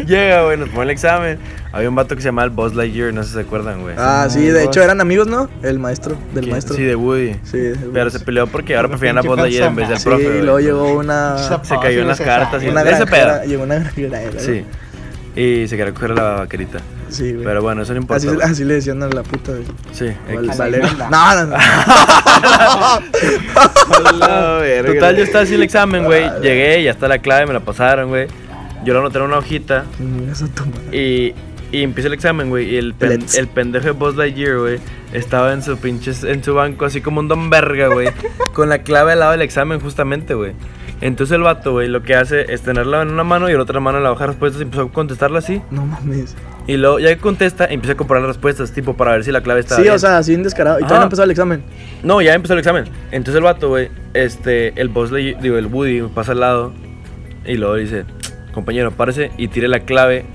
S5: llega, güey, nos pone el examen. Había un vato que se llamaba el Buzz Lightyear, no sé si se acuerdan, güey.
S3: Ah, sí, de hecho eran amigos, ¿no? El maestro, del
S5: ¿Quién?
S3: maestro.
S5: Sí, de Woody.
S3: Sí, el-
S5: Pero se peleó porque ahora preferían a
S4: pinche
S5: Buzz Lightyear en
S4: persona.
S5: vez del
S3: Sí,
S5: profe. güey.
S3: y luego llegó una.
S5: Se cayó en las cartas. y-
S3: Una
S5: Ese
S3: granjera,
S5: pedo.
S3: llegó una granjera.
S5: Sí. Y se quería coger la vaquerita.
S3: Sí, güey.
S5: Pero bueno, eso no importa.
S3: Así,
S5: güey.
S3: así le decían a la puta, güey.
S5: Sí,
S3: O al
S5: X.
S3: Valero.
S4: Manda.
S3: No, no, no.
S5: Total, yo estaba así el examen, güey. Llegué, ya está la clave, me la pasaron, güey. Yo la anoté en una hojita
S3: Eso tu madre.
S5: y, y empieza el examen, güey. Y el, pen-
S3: Let's.
S5: el pendejo de Buzz Lightyear, güey, estaba en su pinches, en su banco, así como un don verga, güey. con la clave al lado del examen, justamente, güey. Entonces el vato, güey, lo que hace es tenerla en una mano y la otra mano en la hoja de respuestas y empezó a contestarla así.
S3: No mames.
S5: Y luego, ya que contesta, empieza a comparar las respuestas, tipo, para ver si la clave está
S3: Sí,
S5: bien.
S3: o sea, así en descarado. Y todavía
S5: Ah.
S3: no empezó el examen.
S5: No, ya empezó el examen. Entonces el vato, güey, este, el boss, le, digo, el Woody pasa al lado y luego dice, compañero, párese y tire la clave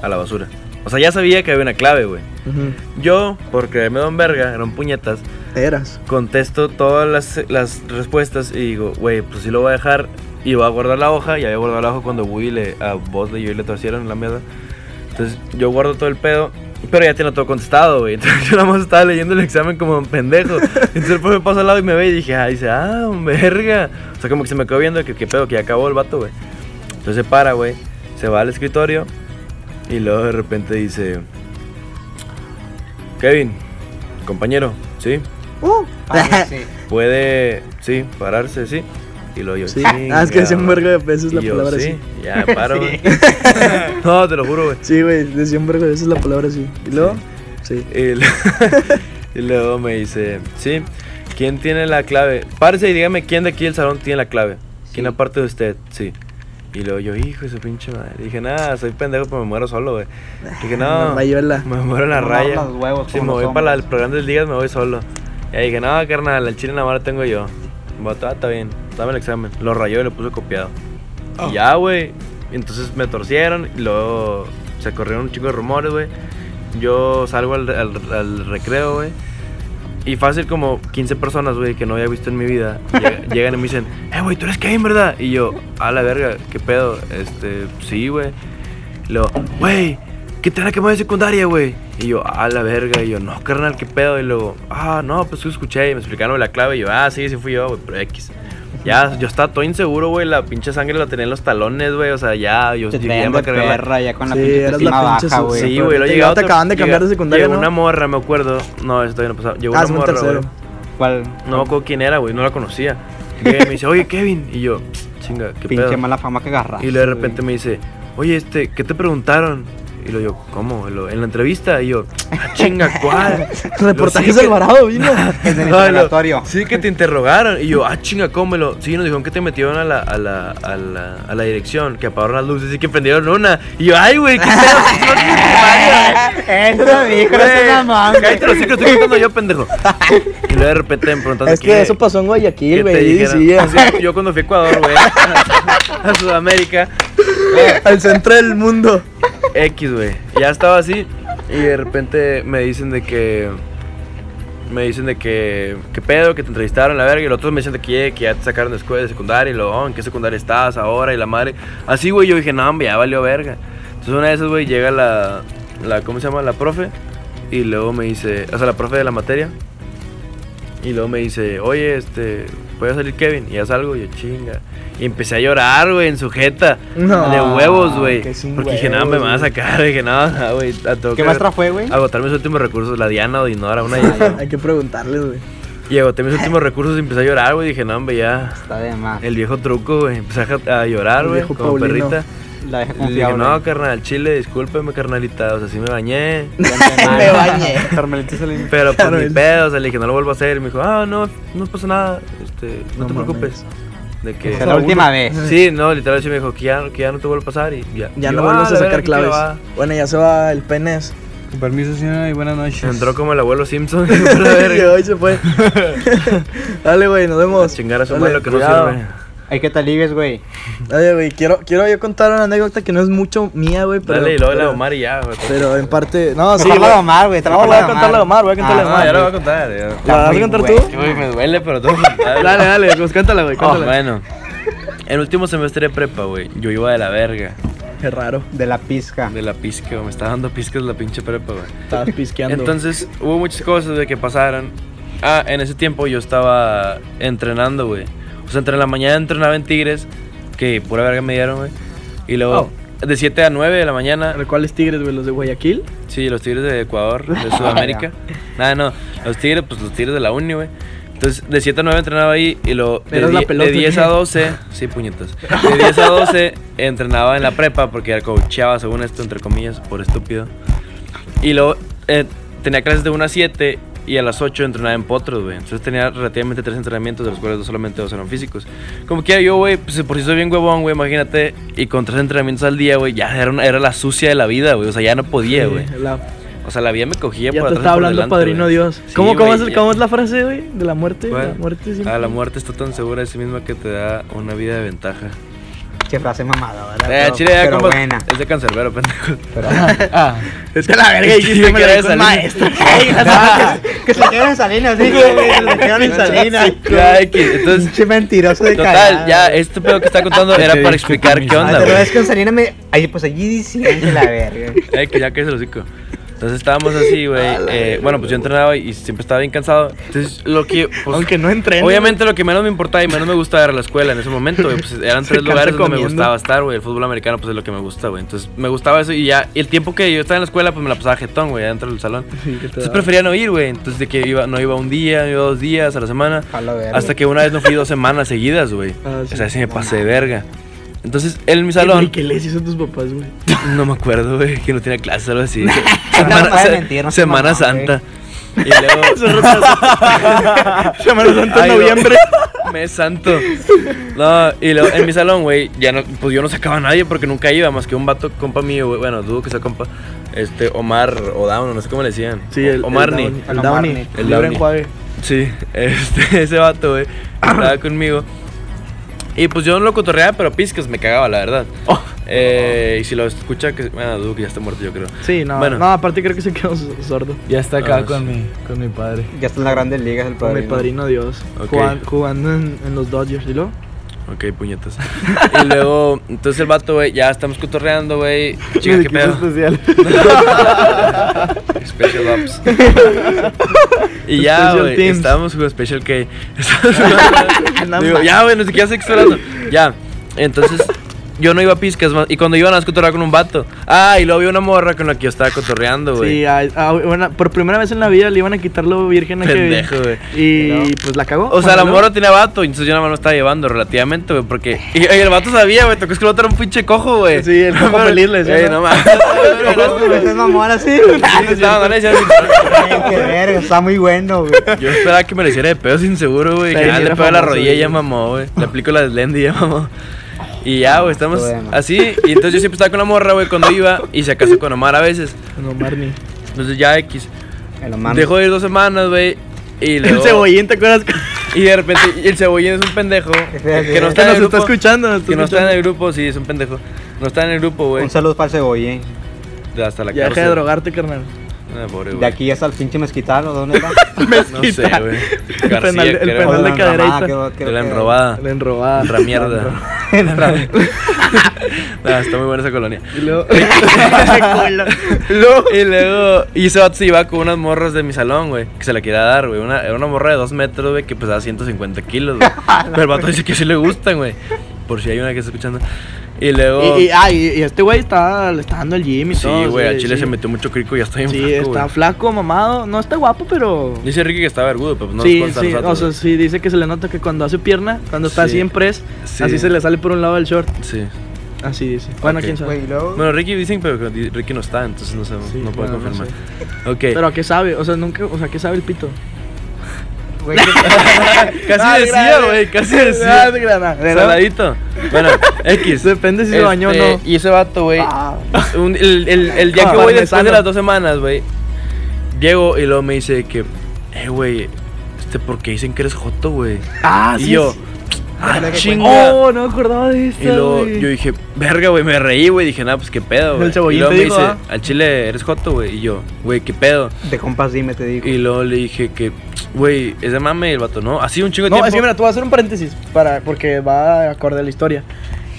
S5: a la basura. O sea, ya sabía que había una clave, güey.
S3: Ujú.
S5: Yo, por creerme don verga, eran puñetas,
S3: Eras.
S5: contesto todas las, las respuestas y digo, güey, pues sí lo voy a dejar y voy a guardar la hoja. Y había guardado la hoja cuando Woody le, a Buzz y yo le torcieron la mierda. Entonces yo guardo todo el pedo, pero ya tiene todo contestado, güey. Entonces yo nada más estaba leyendo el examen como un pendejo. Entonces el profe pasó al lado y me ve y dije, ah, dice, ah, verga. O sea, como que se me quedó viendo que qué pedo, que ya acabó el vato, güey. Entonces se para, güey, se va al escritorio y luego de repente dice, Kevin, compañero, ¿sí?
S3: Uh.
S4: Ah, sí.
S5: Puede, sí, pararse, sí. Y lo yo,
S3: Sí. Ah, es que decía un vergo de veces la
S5: Y yo,
S3: palabra
S5: sí,
S3: así.
S5: ya, paro, güey. no, te lo juro, güey.
S3: Sí, güey, decía un vergo de veces la palabra así. Y luego, sí.
S5: Y, lu- y luego me dice, sí, ¿quién tiene la clave? Párese y dígame quién de aquí del salón tiene la clave. ¿Quién aparte de usted? Sí. Y luego yo, hijo de su pinche madre. Dije, nada, soy pendejo, pero me muero solo, güey. Dije, no.
S3: La rayuela.
S5: Me muero en la
S4: No
S5: raya.
S4: lavan los huevos
S5: si
S4: como
S5: me
S4: los
S5: voy para la-
S4: hombres.
S5: el programa de ligas, me voy solo. Y ahí dije, no, carnal, el chile nada más lo tengo yo. Botó, está bien, dame el examen. Lo rayó y lo puso copiado. Y ya, güey. Entonces me torcieron y luego se corrieron un chingo de rumores, güey. Yo salgo al, al- al recreo, güey. Y fácil como 15 personas, güey, que no había visto en mi vida, lleg- llegan y me dicen, eh, güey, tú eres Kevin, ¿verdad? Y yo, a la verga, ¿qué pedo? Este, sí, güey. Y luego, güey, ¿qué te la que de secundaria, güey? Y yo, a la verga. Y yo, no, carnal, ¿qué pedo? Y luego, ah, no, pues yo escuché y me explicaron la clave. Y yo, ah, sí, sí fui yo, güey, pero X. Ya, yo estaba todo inseguro, güey. La pinche sangre la tenía en los talones, güey. O sea, ya, yo
S4: Te
S5: yo ya
S4: traían
S5: me
S4: de
S5: cargaba la-
S4: perra ya con la
S3: Sí,
S4: pinche
S3: eras la
S4: autoestima
S3: pinche
S4: baja,
S3: su-
S4: güey.
S5: Sí,
S3: pero
S5: güey, lo
S3: te-
S5: llegaba.
S3: te acababan de cambiar de secundaria,
S5: Llegó
S3: ¿no?
S5: una morra, me acuerdo. No, eso todavía no pasaba. Llegó
S3: Ah,
S5: una
S3: fue un
S5: morra,
S3: tercero.
S5: güey.
S4: ¿Cuál?
S5: No me acuerdo quién era, güey, no la conocía. Llega y me dice, oye, Kevin. Y yo, chinga, qué
S4: Pinche
S5: pedo.
S4: mala fama que agarras.
S5: Y luego de repente me dice, oye, este, ¿qué te preguntaron? Y lo yo, ¿cómo? Y lo, en la entrevista. Y yo, "Ah, chinga, ¿cuál?
S3: Reportajes
S5: Lo- sí que-
S3: Alvarado vino.
S4: Es del
S5: No, y lo-
S4: interrogatorio.
S5: Sí, que te interrogaron. Y yo, ah, chinga, cómelo. Sí, nos dijeron que te metieron a la, a la, a la, a la dirección, que apagaron las luces y que prendieron una. Y yo, ay, güey, qué pedo.
S4: Eso dijo,
S5: Güey,
S4: es una mamá.
S5: Cállate los hijos, estoy contando yo, pendejo. Y luego de repente me preguntaron
S3: Es que
S5: qué-
S3: eso pasó en Guayaquil,
S5: que te
S3: güey. y
S5: dijeran.
S3: sí,
S5: O sea, yo cuando fui a Ecuador, güey, a Sudamérica,
S3: Al centro del mundo.
S5: X, güey. Ya estaba así y de repente me dicen de que me dicen de que qué pedo, que te entrevistaron la verga y los otros me dicen de que, que ya te sacaron de escuela de secundaria y lo, "Oh, ¿en qué secundaria estás ahora? Y la madre. Así, güey, yo dije, "No, hombre, ya valió verga." Entonces una de esas, güey, llega la la ¿cómo se llama? la profe y luego me dice, o sea, la profe de la materia. Y luego me dice, oye, este, ¿puede salir Kevin? Y ya salgo, y yo chinga. Y empecé a llorar, güey, en sujeta.
S3: No,
S5: de huevos, güey.
S3: que sin
S5: Porque dije, no, me
S3: huevos,
S5: van a sacar. Dije, no, no, güey. a- tengo
S4: ¿Qué
S5: que
S4: maestra fue, güey?
S5: Agotar mis últimos recursos, la Diana o Dinora, una de ellas.
S3: Hay que preguntarles, güey.
S5: Y agoté mis últimos recursos y empecé a llorar, güey. Dije, no, hombre, ya.
S4: Está de más.
S5: El viejo truco, güey. Empecé a, ja- a llorar,
S3: El
S5: güey,
S3: viejo
S5: como
S3: Paulino.
S5: perrita.
S4: La deja
S5: Le dije,
S4: confiable.
S5: no, carnal, chile, discúlpeme, carnalita. O sea, sí me bañé.
S4: Me bañé.
S6: Carmelita se le
S5: Pero pues
S3: Carnal.
S5: ni pedo, o sea, le dije, no lo vuelvo a hacer. Y me dijo, ah, no, no pasa nada. Este,
S3: No
S5: no,
S3: mames.
S5: te preocupes. De que.
S4: Es la última vez.
S5: Sí, no, literal sí me dijo que ya, que ya no te vuelvo a pasar y ya.
S3: Ya
S5: Y
S3: no
S5: yo,
S3: vuelvas
S5: "Ah,
S3: a
S5: la
S3: sacar
S5: verga, ¿qué le
S3: claves.
S5: va?".
S3: Bueno, ya se va el penes.
S1: Con permiso, señora, y buenas noches.
S5: Entró como el abuelo Simpson. y fue la verga.
S3: Y hoy se fue. Dale, güey, nos
S5: A
S3: vemos.
S5: chingar a su
S3: Dale,
S5: madre lo que no
S3: cuidado.
S5: sirve.
S4: Hay que te ligues, güey.
S3: Oye, güey, quiero, quiero yo contar una anécdota que no es mucho mía, güey, pero...
S5: Dale y luego la
S3: pero-
S5: de Omar y ya, güey.
S3: Pero en parte... No, sí,
S4: Mejor la de
S3: güey.
S4: Omar, güey. te
S3: No, voy
S4: mejor
S3: a contar la de Omar, voy a contar la de
S4: Ah,
S5: No, ya
S3: Omar.
S5: lo voy a
S3: güey.
S5: contar. ya.
S3: ¿La vas a
S4: Muy
S3: contar tú?
S4: buena.
S5: Uy, me duele, pero tengo que contar.
S6: Dale, dale, pues cántala, güey,
S5: Oh,
S6: cántala.
S5: bueno. En último semestre de prepa, güey, yo iba de la verga,
S3: Qué raro.
S4: De la pizca.
S5: de la pizca, güey, me estaba dando pizcas la pinche prepa, güey.
S3: Estabas pisqueando.
S5: Entonces, hubo muchas cosas de que pasaron. Ah, en ese tiempo yo estaba entrenando, güey. O sea, entre la mañana entrenaba en Tigres, que pura verga me dieron, güey. Y luego, de 7 a 9 de la mañana,
S3: ¿Cuáles tigres, güey? ¿Los de Guayaquil?
S5: Sí, los Tigres de Ecuador, de Sudamérica. Nada, no. Los Tigres, pues los Tigres de la Uni, güey. Entonces, de 7 a 9 entrenaba ahí y lo de,
S3: Eras la
S5: die- de
S3: pelota.
S5: 10 a 12, sí, puñetas. De 10 a 12 entrenaba en la prepa porque era coacheaba, según esto, entre comillas, por estúpido. Y luego eh, tenía clases de 1 a 7 y a las 8 entrenaba en potros, güey. Entonces tenía relativamente tres entrenamientos, de los cuales dos- solamente dos eran físicos. Como que yo, güey, pues por si soy bien huevón, güey, imagínate. Y con tres entrenamientos al día, güey, ya era, una- era la sucia de la vida, güey. O sea, ya no podía, güey.
S3: La-
S5: O sea, la vida me cogía
S3: Ya
S5: por
S3: te
S5: atrás y
S3: estaba
S5: por
S3: hablando
S5: delante,
S3: Padrino
S5: güey.
S3: Dios.
S5: Sí,
S3: ¿Cómo, cómo
S5: güey,
S3: es, el-
S5: ya-
S3: cómo es la frase, güey? De la muerte.
S5: ¿Cuál?
S3: La muerte
S5: Ah,
S3: siempre-
S5: la muerte está tan segura de sí misma que te da una vida de ventaja.
S4: Qué frase mamada, ¿verdad?
S5: Eh,
S4: Ah, Pero-
S5: chile, ya
S4: pero
S5: compas,
S4: buena.
S5: Es de cancerbero, pendejo.
S6: Ah,
S5: Es que la verga dijiste que era de maestro.
S4: Que se quedan en Salinas, sí, güey. Se quedan en Salinas.
S5: Ya, X. Entonces,
S4: Pinche mentiroso de
S5: total,
S4: cagada.
S5: ya, este pedo que está contando era para explicar qué
S4: Ah,
S5: onda,
S4: Pero
S5: güey.
S4: es que en Salinas me. Ay, pues allí dicen que la verga.
S5: Ay, que ya que es el hocico. Entonces estábamos así, güey. eh, bueno, pues yo entrenaba y siempre estaba bien cansado. Entonces, lo que. pues,
S3: Aunque no entrene.
S5: Obviamente, lo que menos me importaba y menos me gustaba era la escuela en ese momento, güey. Pues eran tres
S3: cansa
S5: lugares donde me
S3: comiendo.
S5: gustaba estar, güey. El fútbol americano, pues es lo que me gusta, güey. Entonces, me gustaba eso y ya. y el tiempo que yo estaba en la escuela, pues me la pasaba jetón, güey, adentro del salón. Entonces, prefería no ir, güey. Entonces, de que iba, no iba un día, no iba dos días a la semana.
S4: A la verga.
S5: Hasta que una vez no fui dos semanas seguidas, güey.
S3: Ah, sí.
S5: O sea, sí me pasé de verga. Entonces, en mi
S3: ¿Y
S5: salón,
S3: qué les hizo a tus papás, güey?
S5: no me acuerdo, güey, que no tenía clase o algo así.
S4: No,
S5: Semana,
S4: no puede
S5: se-
S4: mentir, no seas
S5: Semana
S4: mamón,
S5: Santa. Y luego.
S1: Semana Santa
S5: Ay,
S1: en
S5: no.
S1: noviembre.
S5: Me santo. No, y luego en mi salón, güey, ya no, pues yo no sacaba a nadie porque nunca iba, más que un vato compa mío, güey. Bueno, dudo que sea compa. Este, Omar o Down, no sé cómo le decían.
S3: Sí,
S5: O-
S3: el,
S5: Omar
S3: el
S5: ni.
S3: Downey. El
S4: Omar Ni.
S3: Downey.
S5: El
S3: Libre
S5: Downey.
S3: enjuague.
S5: Sí, este, ese vato, güey, estaba conmigo. Y pues yo no lo cotorreaba, pero piscas, me cagaba, la verdad.
S3: Oh.
S5: Eh, y si lo escucha, que. Bueno, dudo que ya está muerto, yo creo.
S3: Sí, no,
S5: Bueno.
S3: no, aparte creo que se quedó s- sordo.
S6: Ya está acá
S5: Ah,
S6: con,
S5: sí.
S6: mi, con mi padre.
S4: Ya está en la grande liga el
S3: Con
S4: padrino.
S3: mi padrino Dios.
S5: Ok.
S3: Jugan- Jugando en, en los Dodgers, ¿y luego?
S5: Ok, puñetas. y luego, entonces el vato, güey, ya estamos cotorreando, güey. Chica, qué
S6: Equipo
S5: pedo.
S6: especial.
S5: Special Ops. y ya,
S3: Special
S5: güey,
S3: Teams.
S5: estábamos jugando Special K. Estábamos jugando- Digo, ya, güey, no sé qué hace explorando. Ya, entonces yo no iba a piscas más. Y cuando iban a cotorrear con un vato. Ah, y luego vi una morra con la que yo estaba cotorreando, güey.
S3: Sí, a- a- bueno, por primera vez en la vida le iban a quitar lo virgen a Kevin.
S5: Pendejo, güey.
S3: Y pues la cagó.
S5: O sea, la
S3: Bueno,
S5: morra tenía vato, entonces yo nada más lo estaba llevando relativamente, güey, porque... Y, y el vato sabía, güey, tocó es que el vato era un pinche cojo, güey.
S3: Sí, el cojo
S5: Pero-
S3: feliz le decían,
S5: Ey,
S3: ¿no?
S5: no mames.
S4: Es mamón así.
S5: Estaba, no le decía así,
S4: Qué verga, está muy bueno, güey.
S5: Yo esperaba que me le hiciera de pedo sin seguro, güey.
S3: Sí,
S5: Que ah, le
S3: era
S5: pegó la
S3: famoso,
S5: rodilla y
S3: güey.
S5: ya mamó, güey. Le aplico la de Slendy y ya mamó. Y ya, güey, estamos
S4: Bueno.
S5: así. Y entonces yo siempre estaba con la morra, güey, cuando iba. Y se casó con Omar a veces.
S3: No, Marni.
S5: Entonces ya X.
S4: El Omar.
S5: Dejó de ir dos semanas, güey. Y
S3: El
S5: luego-
S3: cebollín, ¿te acuerdas?
S5: Y de repente, y el cebollín es un pendejo. Que no está
S3: Que nos
S5: en el
S3: está
S5: grupo.
S3: escuchando, nos está
S5: Que no está en
S3: escuchando.
S5: el grupo, sí, es un pendejo. No está en el grupo, güey.
S4: Un saludo para el cebollín.
S5: Hasta la
S3: Ya deja de
S5: cárcel.
S3: drogarte, carnal.
S5: Ah, pobre,
S4: De
S5: güey.
S4: aquí hasta el pinche mezquital, ¿o dónde va?
S5: No sé, güey.
S3: El
S5: García,
S3: penal- el
S5: creo.
S3: penal de
S4: Ah,
S3: cadereita.
S4: creo-
S5: De
S4: creo
S5: la
S4: que-
S5: enrobada.
S3: La enrobada.
S5: La mierda. Ah, está muy buena esa colonia.
S3: Y luego.
S5: Y luego, y ese vato se iba con unas morras de mi salón, güey, que se la quería dar, güey. Una, era una morra de 2 metros, güey, que pesaba 150 kilos, güey. Pero el vato dice que sí le gustan, güey. Por si hay una que está escuchando. Y luego,
S3: Y, y- ah, y- y este güey está, le está dando el gym y todo.
S5: sí, güey, a
S3: sí,
S5: Chile
S3: sí.
S5: se metió mucho crico y ya está bien
S3: Sí,
S5: flaco,
S3: está
S5: güey.
S3: flaco, mamado. No está guapo, pero.
S5: Dice Ricky que está vergudo, pero pues no
S3: sí,
S5: nos consta a
S3: sí, o
S5: nosotros,
S3: sea, sí, dice que se le nota que cuando hace pierna, cuando está
S5: Sí.
S3: así en press,
S5: Sí.
S3: así se le sale por un lado del short.
S5: güey. Sí.
S3: Así dice. Bueno,
S5: Ok.
S3: quién sabe.
S4: Güey, y luego-
S5: Bueno, Ricky dicen, pero que di- Ricky no está, entonces no sé,
S3: Sí,
S5: no puedo
S3: bueno, no
S5: confirmar.
S3: sé.
S5: Ok.
S3: Pero ¿a qué sabe? O sea, nunca, o sea, ¿qué sabe el pito?
S4: güey, qué-
S5: casi
S3: Ah,
S5: decía,
S3: grave.
S5: güey, casi
S3: Ah,
S5: decía.
S3: de grana, de grana.
S5: Saladito. Bueno, X. Este,
S3: Depende si se bañó o no.
S5: Y ese vato, güey.
S4: Ah.
S5: un- el, el- el día
S3: Ah,
S5: que voy después
S3: parmesano.
S5: de las dos semanas, güey. Llego y luego me dice que, eh, güey, este, ¿por qué dicen que eres joto, güey?
S3: Ah,
S5: y
S3: sí.
S5: yo,
S3: sí.
S5: ah,
S4: Déjale que
S5: chinga.
S3: Oh, no me acordaba de eso.
S5: Y luego yo dije, verga, güey, me reí, güey. Dije, nah, pues qué pedo, güey.
S3: El cebollín
S5: y luego
S3: te
S5: me
S3: dijo,
S5: dice,
S3: ¿ah?
S5: al chile eres joto, güey. Y yo, güey, qué pedo.
S4: De compas dime, te digo.
S5: Y luego le dije que, güey, es de mame el vato, ¿no? Así un chingo de
S3: No,
S5: tiempo.
S3: es que mira, tú vas a hacer un paréntesis para, porque va acorde a la historia.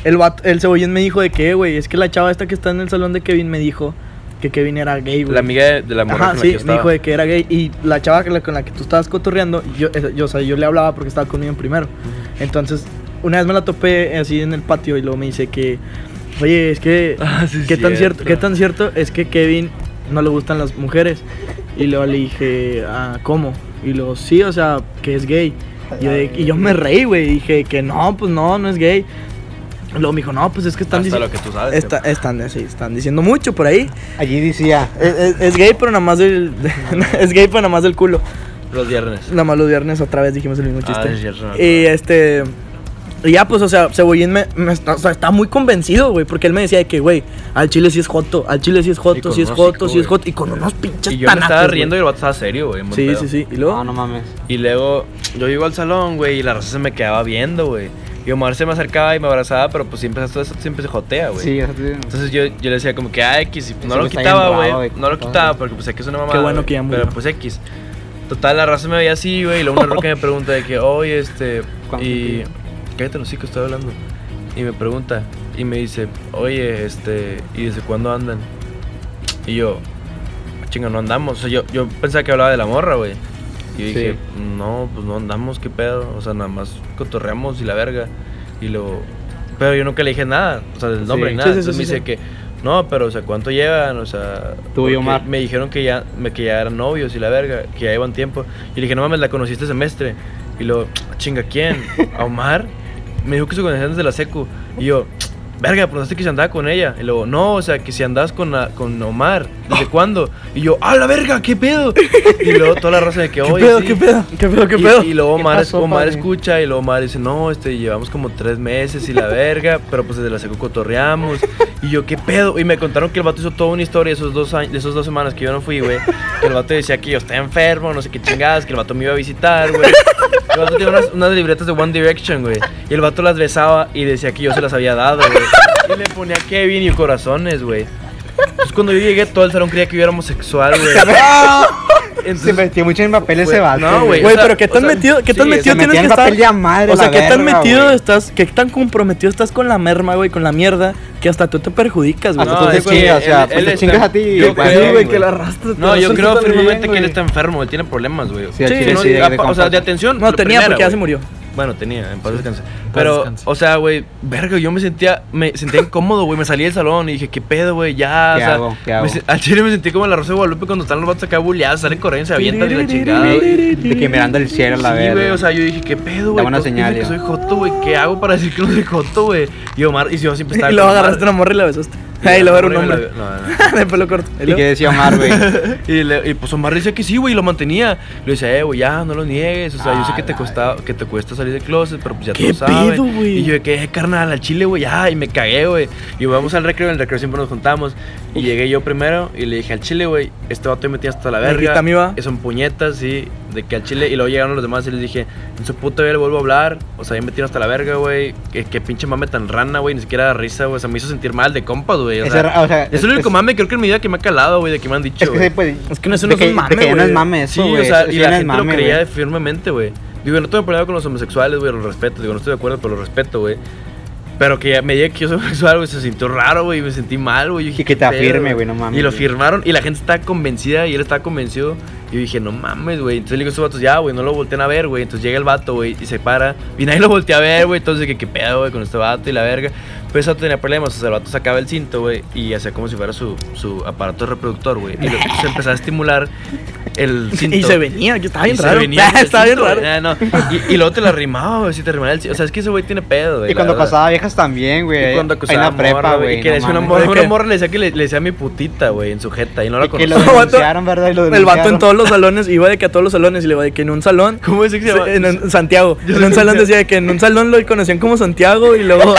S3: El, vato- el cebollín me dijo de qué, güey. Es que la chava esta que está en el salón de Kevin me dijo que Kevin era gay, güey.
S5: La amiga de, de la morra
S3: Ajá,
S5: con la
S3: sí,
S5: que
S3: me
S5: estaba.
S3: dijo de que era gay. Y la chava que la- con la que tú estabas cotorreando, yo, esa- yo, o sea, yo le hablaba porque estaba conmigo en primero. Entonces, una vez me la topé así en el patio y luego me dice que, oye, es que,
S5: Ah, sí,
S3: ¿qué, tan cierto,
S5: cierto.
S3: ¿qué tan cierto es que Kevin no le gustan las mujeres? Y luego le dije, ah, ¿cómo? Y luego, sí, o sea, que es gay. Y yo, de- y yo me reí, güey. y Dije que no, pues no, no es gay. Y luego me dijo, no, pues es que están
S5: Hasta
S3: diciendo.
S5: lo que tú sabes.
S3: Está- están, sí, están diciendo mucho por ahí.
S4: Allí decía.
S3: Es, es- es gay, pero nada más del. es gay, pero nada más del culo.
S5: Los viernes.
S3: Nada más los viernes otra vez dijimos el mismo
S5: Ah,
S3: chiste.
S5: es cierto, no,
S3: y este. Y ya, pues, o sea, Cebollín me, me está, o sea, está muy convencido, güey, porque él me decía de que, güey, al chile sí es joto, al chile sí es
S5: Y
S3: joto,
S5: con
S3: sí es
S5: unos
S3: joto,
S5: hocico,
S3: sí es
S5: güey.
S3: joto, y con unos pinches
S5: Y yo me estaba
S3: tanacos,
S5: riendo
S3: güey.
S5: y el vato estaba serio, güey. en buen
S3: Sí,
S5: pedo.
S3: sí, sí. ¿Y luego?
S4: No, no mames.
S5: Y luego yo llego al salón, güey, y la raza se me quedaba viendo, güey. Y Omar se me acercaba y me abrazaba, pero pues siempre, eso siempre se jotea, güey.
S4: Sí, eso te-
S5: Entonces yo, yo le decía como que, ah, X, y pues, no
S4: Eso
S5: lo
S4: me está
S5: quitaba,
S4: bien bravo,
S5: güey.
S4: güey,
S5: No lo
S4: compadre.
S5: quitaba porque pues sé que es una mamada.
S3: Qué bueno
S5: güey,
S3: que ya murió.
S5: Pero pues X. Total, la raza me veía así, güey, y luego una roca me pregunta de que, oye, este,
S4: ¿Cuánto
S5: y...
S4: tiempo?
S5: Cállate, no sé qué estoy hablando. Y me pregunta, y me dice, oye, este, ¿y desde cuándo andan? Y yo, "Ah, chinga, no andamos. O sea, yo, yo pensaba que hablaba de la morra, güey. Y yo dije, no, pues no andamos, qué pedo. O sea, nada más cotorreamos y la verga. Y luego, pero yo nunca le dije nada, o sea, del nombre
S4: Sí.
S5: ni nada.
S3: Sí, sí, sí,
S5: Entonces me
S3: sí,
S5: dice
S3: sí.
S5: que, no, pero, o sea, ¿cuánto llevan? O sea,
S4: Tú y
S5: porque
S4: Omar.
S5: Me dijeron que ya, me, que ya eran novios y la verga, que ya llevan tiempo. Y le dije, no mames, la conocí este semestre. Y luego, chinga, ¿quién? ¿A Omar? Me dijo que se conocían desde la secu. Y yo, verga, preguntaste que si andaba con ella. Y luego, no, o sea, que si andas con, la- con Omar. ¿desde cuándo? Y yo, ¡ah, la verga, qué pedo! Y luego toda la raza de que,
S3: ¿Qué
S5: oye,
S3: pedo,
S5: sí".
S3: qué pedo? ¿Qué pedo, qué
S5: Y-
S3: pedo?
S5: Y, luego
S1: ¿Qué
S5: Omar,
S1: pasó,
S5: Omar
S1: padre?
S5: escucha y luego Omar dice, no, este, llevamos como tres meses y la verga, pero pues desde la secu cotorreamos. Y yo, ¿qué pedo? Y me contaron que el vato hizo toda una historia esos dos años, de esas dos semanas que yo no fui, güey. Que el vato decía que yo estaba enfermo, no sé qué chingadas, que el vato me iba a visitar, güey. El vato tenía unas, unas libretas de One Direction, güey. Y el vato las besaba y decía que yo se las había dado, güey. Y le ponía Kevin y corazones, güey. Entonces cuando yo llegué, todo el salón creía que yo era homosexual, güey. Ah, Entonces,
S4: Ah, Se metió mucho en papel ese
S5: Güey,
S4: vato.
S5: no, güey.
S3: Güey,
S5: o sea,
S3: pero qué tan
S5: o sea,
S3: metido, qué
S5: sí,
S3: tan
S5: se
S3: metido
S4: metía
S3: tienes
S4: en
S3: que
S4: papel
S3: estar.
S4: ya madre,
S3: o sea,
S4: la
S3: qué tan
S4: verga,
S3: metido
S4: güey.
S3: estás, qué tan comprometido estás con la merma, güey, con la mierda, que hasta tú te perjudicas, güey.
S4: Hasta
S5: No,
S4: tú te
S5: es que
S4: chingas, o sea,
S5: él-
S4: pues
S5: él
S4: te
S5: está-
S4: chingas a ti. y
S5: yo
S4: pues,
S5: creo,
S4: sí,
S5: güey,
S6: que la arrastras.
S5: No, yo creo
S4: también,
S5: firmemente que él
S4: güey.
S6: este
S5: está enfermo, él tiene problemas, güey.
S4: Sí, al
S5: Sí,
S4: chile
S5: no,
S4: sí,
S5: de-
S4: de- de
S5: o sea, de
S4: compas.
S5: atención.
S3: No,
S5: la
S3: tenía
S5: primera,
S3: porque ya se
S5: güey.
S3: murió.
S5: Bueno, tenía, en paz descanse.
S6: paz
S5: Pero,
S6: descanse.
S5: o sea, güey, verga, yo me sentía, me sentía incómodo, güey. Me salí del salón y dije, ¿qué pedo, güey? Ya,
S4: ¿Qué
S5: o sea,
S4: hago? ¿Qué
S5: me
S4: hago?
S5: se- al chile me sentí como en la Rosa de Guadalupe cuando están los vatos acá buleados, salen corriendo, se avientan y la
S4: Ah.
S5: chingada, güey.
S4: güey, De que mirando el cielo, la
S5: Sí, güey,
S4: verga.
S5: o sea, yo dije, ¿qué pedo, güey?
S4: Da buena
S5: Todos dicen
S4: señal,
S5: que
S4: ya.
S5: soy joto, güey. ¿Qué hago para decir que no soy joto, güey? Y Omar, y si yo siempre estaba.
S3: Y luego
S5: con Omar.
S3: agarraste una morra y la besaste.
S5: Y
S3: Ahí luego era un
S5: Omar me la-
S3: hombre.
S5: No, no.
S3: De pelo corto. Y
S4: ¿Y qué
S3: luego-
S4: decía Omar, güey?
S5: Y, le- y pues Omar le decía que sí, güey, y lo mantenía. Le decía, eh, güey, ya, no lo niegues. O sea, yo sé que te, costaba, que te cuesta salir del closet, pero pues ya
S3: ¿Qué
S5: tú sabes.
S3: pedo, güey?
S5: Y yo de que, eh, carnal, al chile, güey, ya, y me cagué, güey. Y vamos al recreo, en el recreo siempre nos juntamos. Y llegué yo primero y le dije al chile, güey, este vato me metía hasta la
S3: Me
S5: verga.
S3: grita a mí, va.
S5: Eh, Son puñetas, sí, de que al chile. Y luego llegaron los demás y les dije, en su puta vida le vuelvo a hablar. O sea, ya me tiro hasta la verga, güey. Que, que pinche mame tan rana, güey, ni siquiera da risa, güey. O sea, me hizo sentir mal de compas, güey. O
S4: Ese
S5: sea,
S4: ra- o sea,
S5: es el único
S4: es-
S5: mame, creo que en mi vida que me ha calado, güey, de que me han dicho.
S4: Es que
S5: güey.
S4: sí, pues.
S3: Es que no es
S4: de
S3: un
S4: que-
S3: mame,
S4: de que ya no es
S3: güey.
S4: mame eso,
S5: Sí,
S4: güey.
S5: o sea,
S4: eso
S5: y
S4: ya
S5: la
S4: no es
S5: gente lo
S4: mame,
S5: creía
S4: güey.
S5: firmemente, güey. Digo, no tengo problema con los homosexuales, güey, los respeto, digo, no estoy de acuerdo, pero los respeto, güey. Pero que ya me diga que yo soy homosexual, güey, se sintió raro, güey, me sentí mal, güey. Yo dije,
S4: Y que te
S5: "¿Qué pedo,
S4: afirme, güey, no mames,
S5: Y lo
S4: güey.
S5: firmaron y la gente estaba convencida y él estaba convencido. Y yo dije, no mames, güey. Entonces le digo a estos vatos, ya, güey, no lo volteen a ver, güey. Entonces llega el vato, güey, y se para. Y nadie lo voltea a ver, güey. Entonces, que qué pedo, güey, con este vato y la verga. Pero eso tenía problemas, o sea, el vato sacaba el cinto, güey, y hacía como si fuera su, su aparato reproductor, güey. Y lo- se empezaba a estimular el cinto.
S3: Y se venía, que estaba
S5: Y
S3: bien
S5: se
S3: raro.
S5: venía con el
S3: Estaba bien
S5: cinto,
S3: raro.
S5: güey. Ah, no. y, y luego te la rimaba, güey. Si te rimaba el ci- O sea, es que ese güey tiene pedo, güey.
S4: Y
S5: la
S4: cuando
S5: verdad.
S4: acosaba viejas también, güey.
S5: Y cuando
S4: ahí
S5: acosaba
S4: En la prepa, güey.
S5: Y que
S4: no
S5: le decía una
S4: mames.
S5: morra.
S3: ¿De
S5: Una
S3: qué?
S5: morra le decía que le, le decía mi putita, güey, en su jeta. Y no la
S4: Y que lo
S5: conocía.
S3: El vato-
S4: denunciaron, ¿verdad? Y lo
S3: El vato en
S4: denunciaron.
S3: todos los salones iba de que a todos los salones y le iba de que en un salón.
S5: ¿Cómo es que se llama?
S3: En, en Santiago.
S5: Yo
S3: en un
S5: sé
S3: salón
S5: que-
S3: decía de que en un salón lo conocían como Santiago y luego.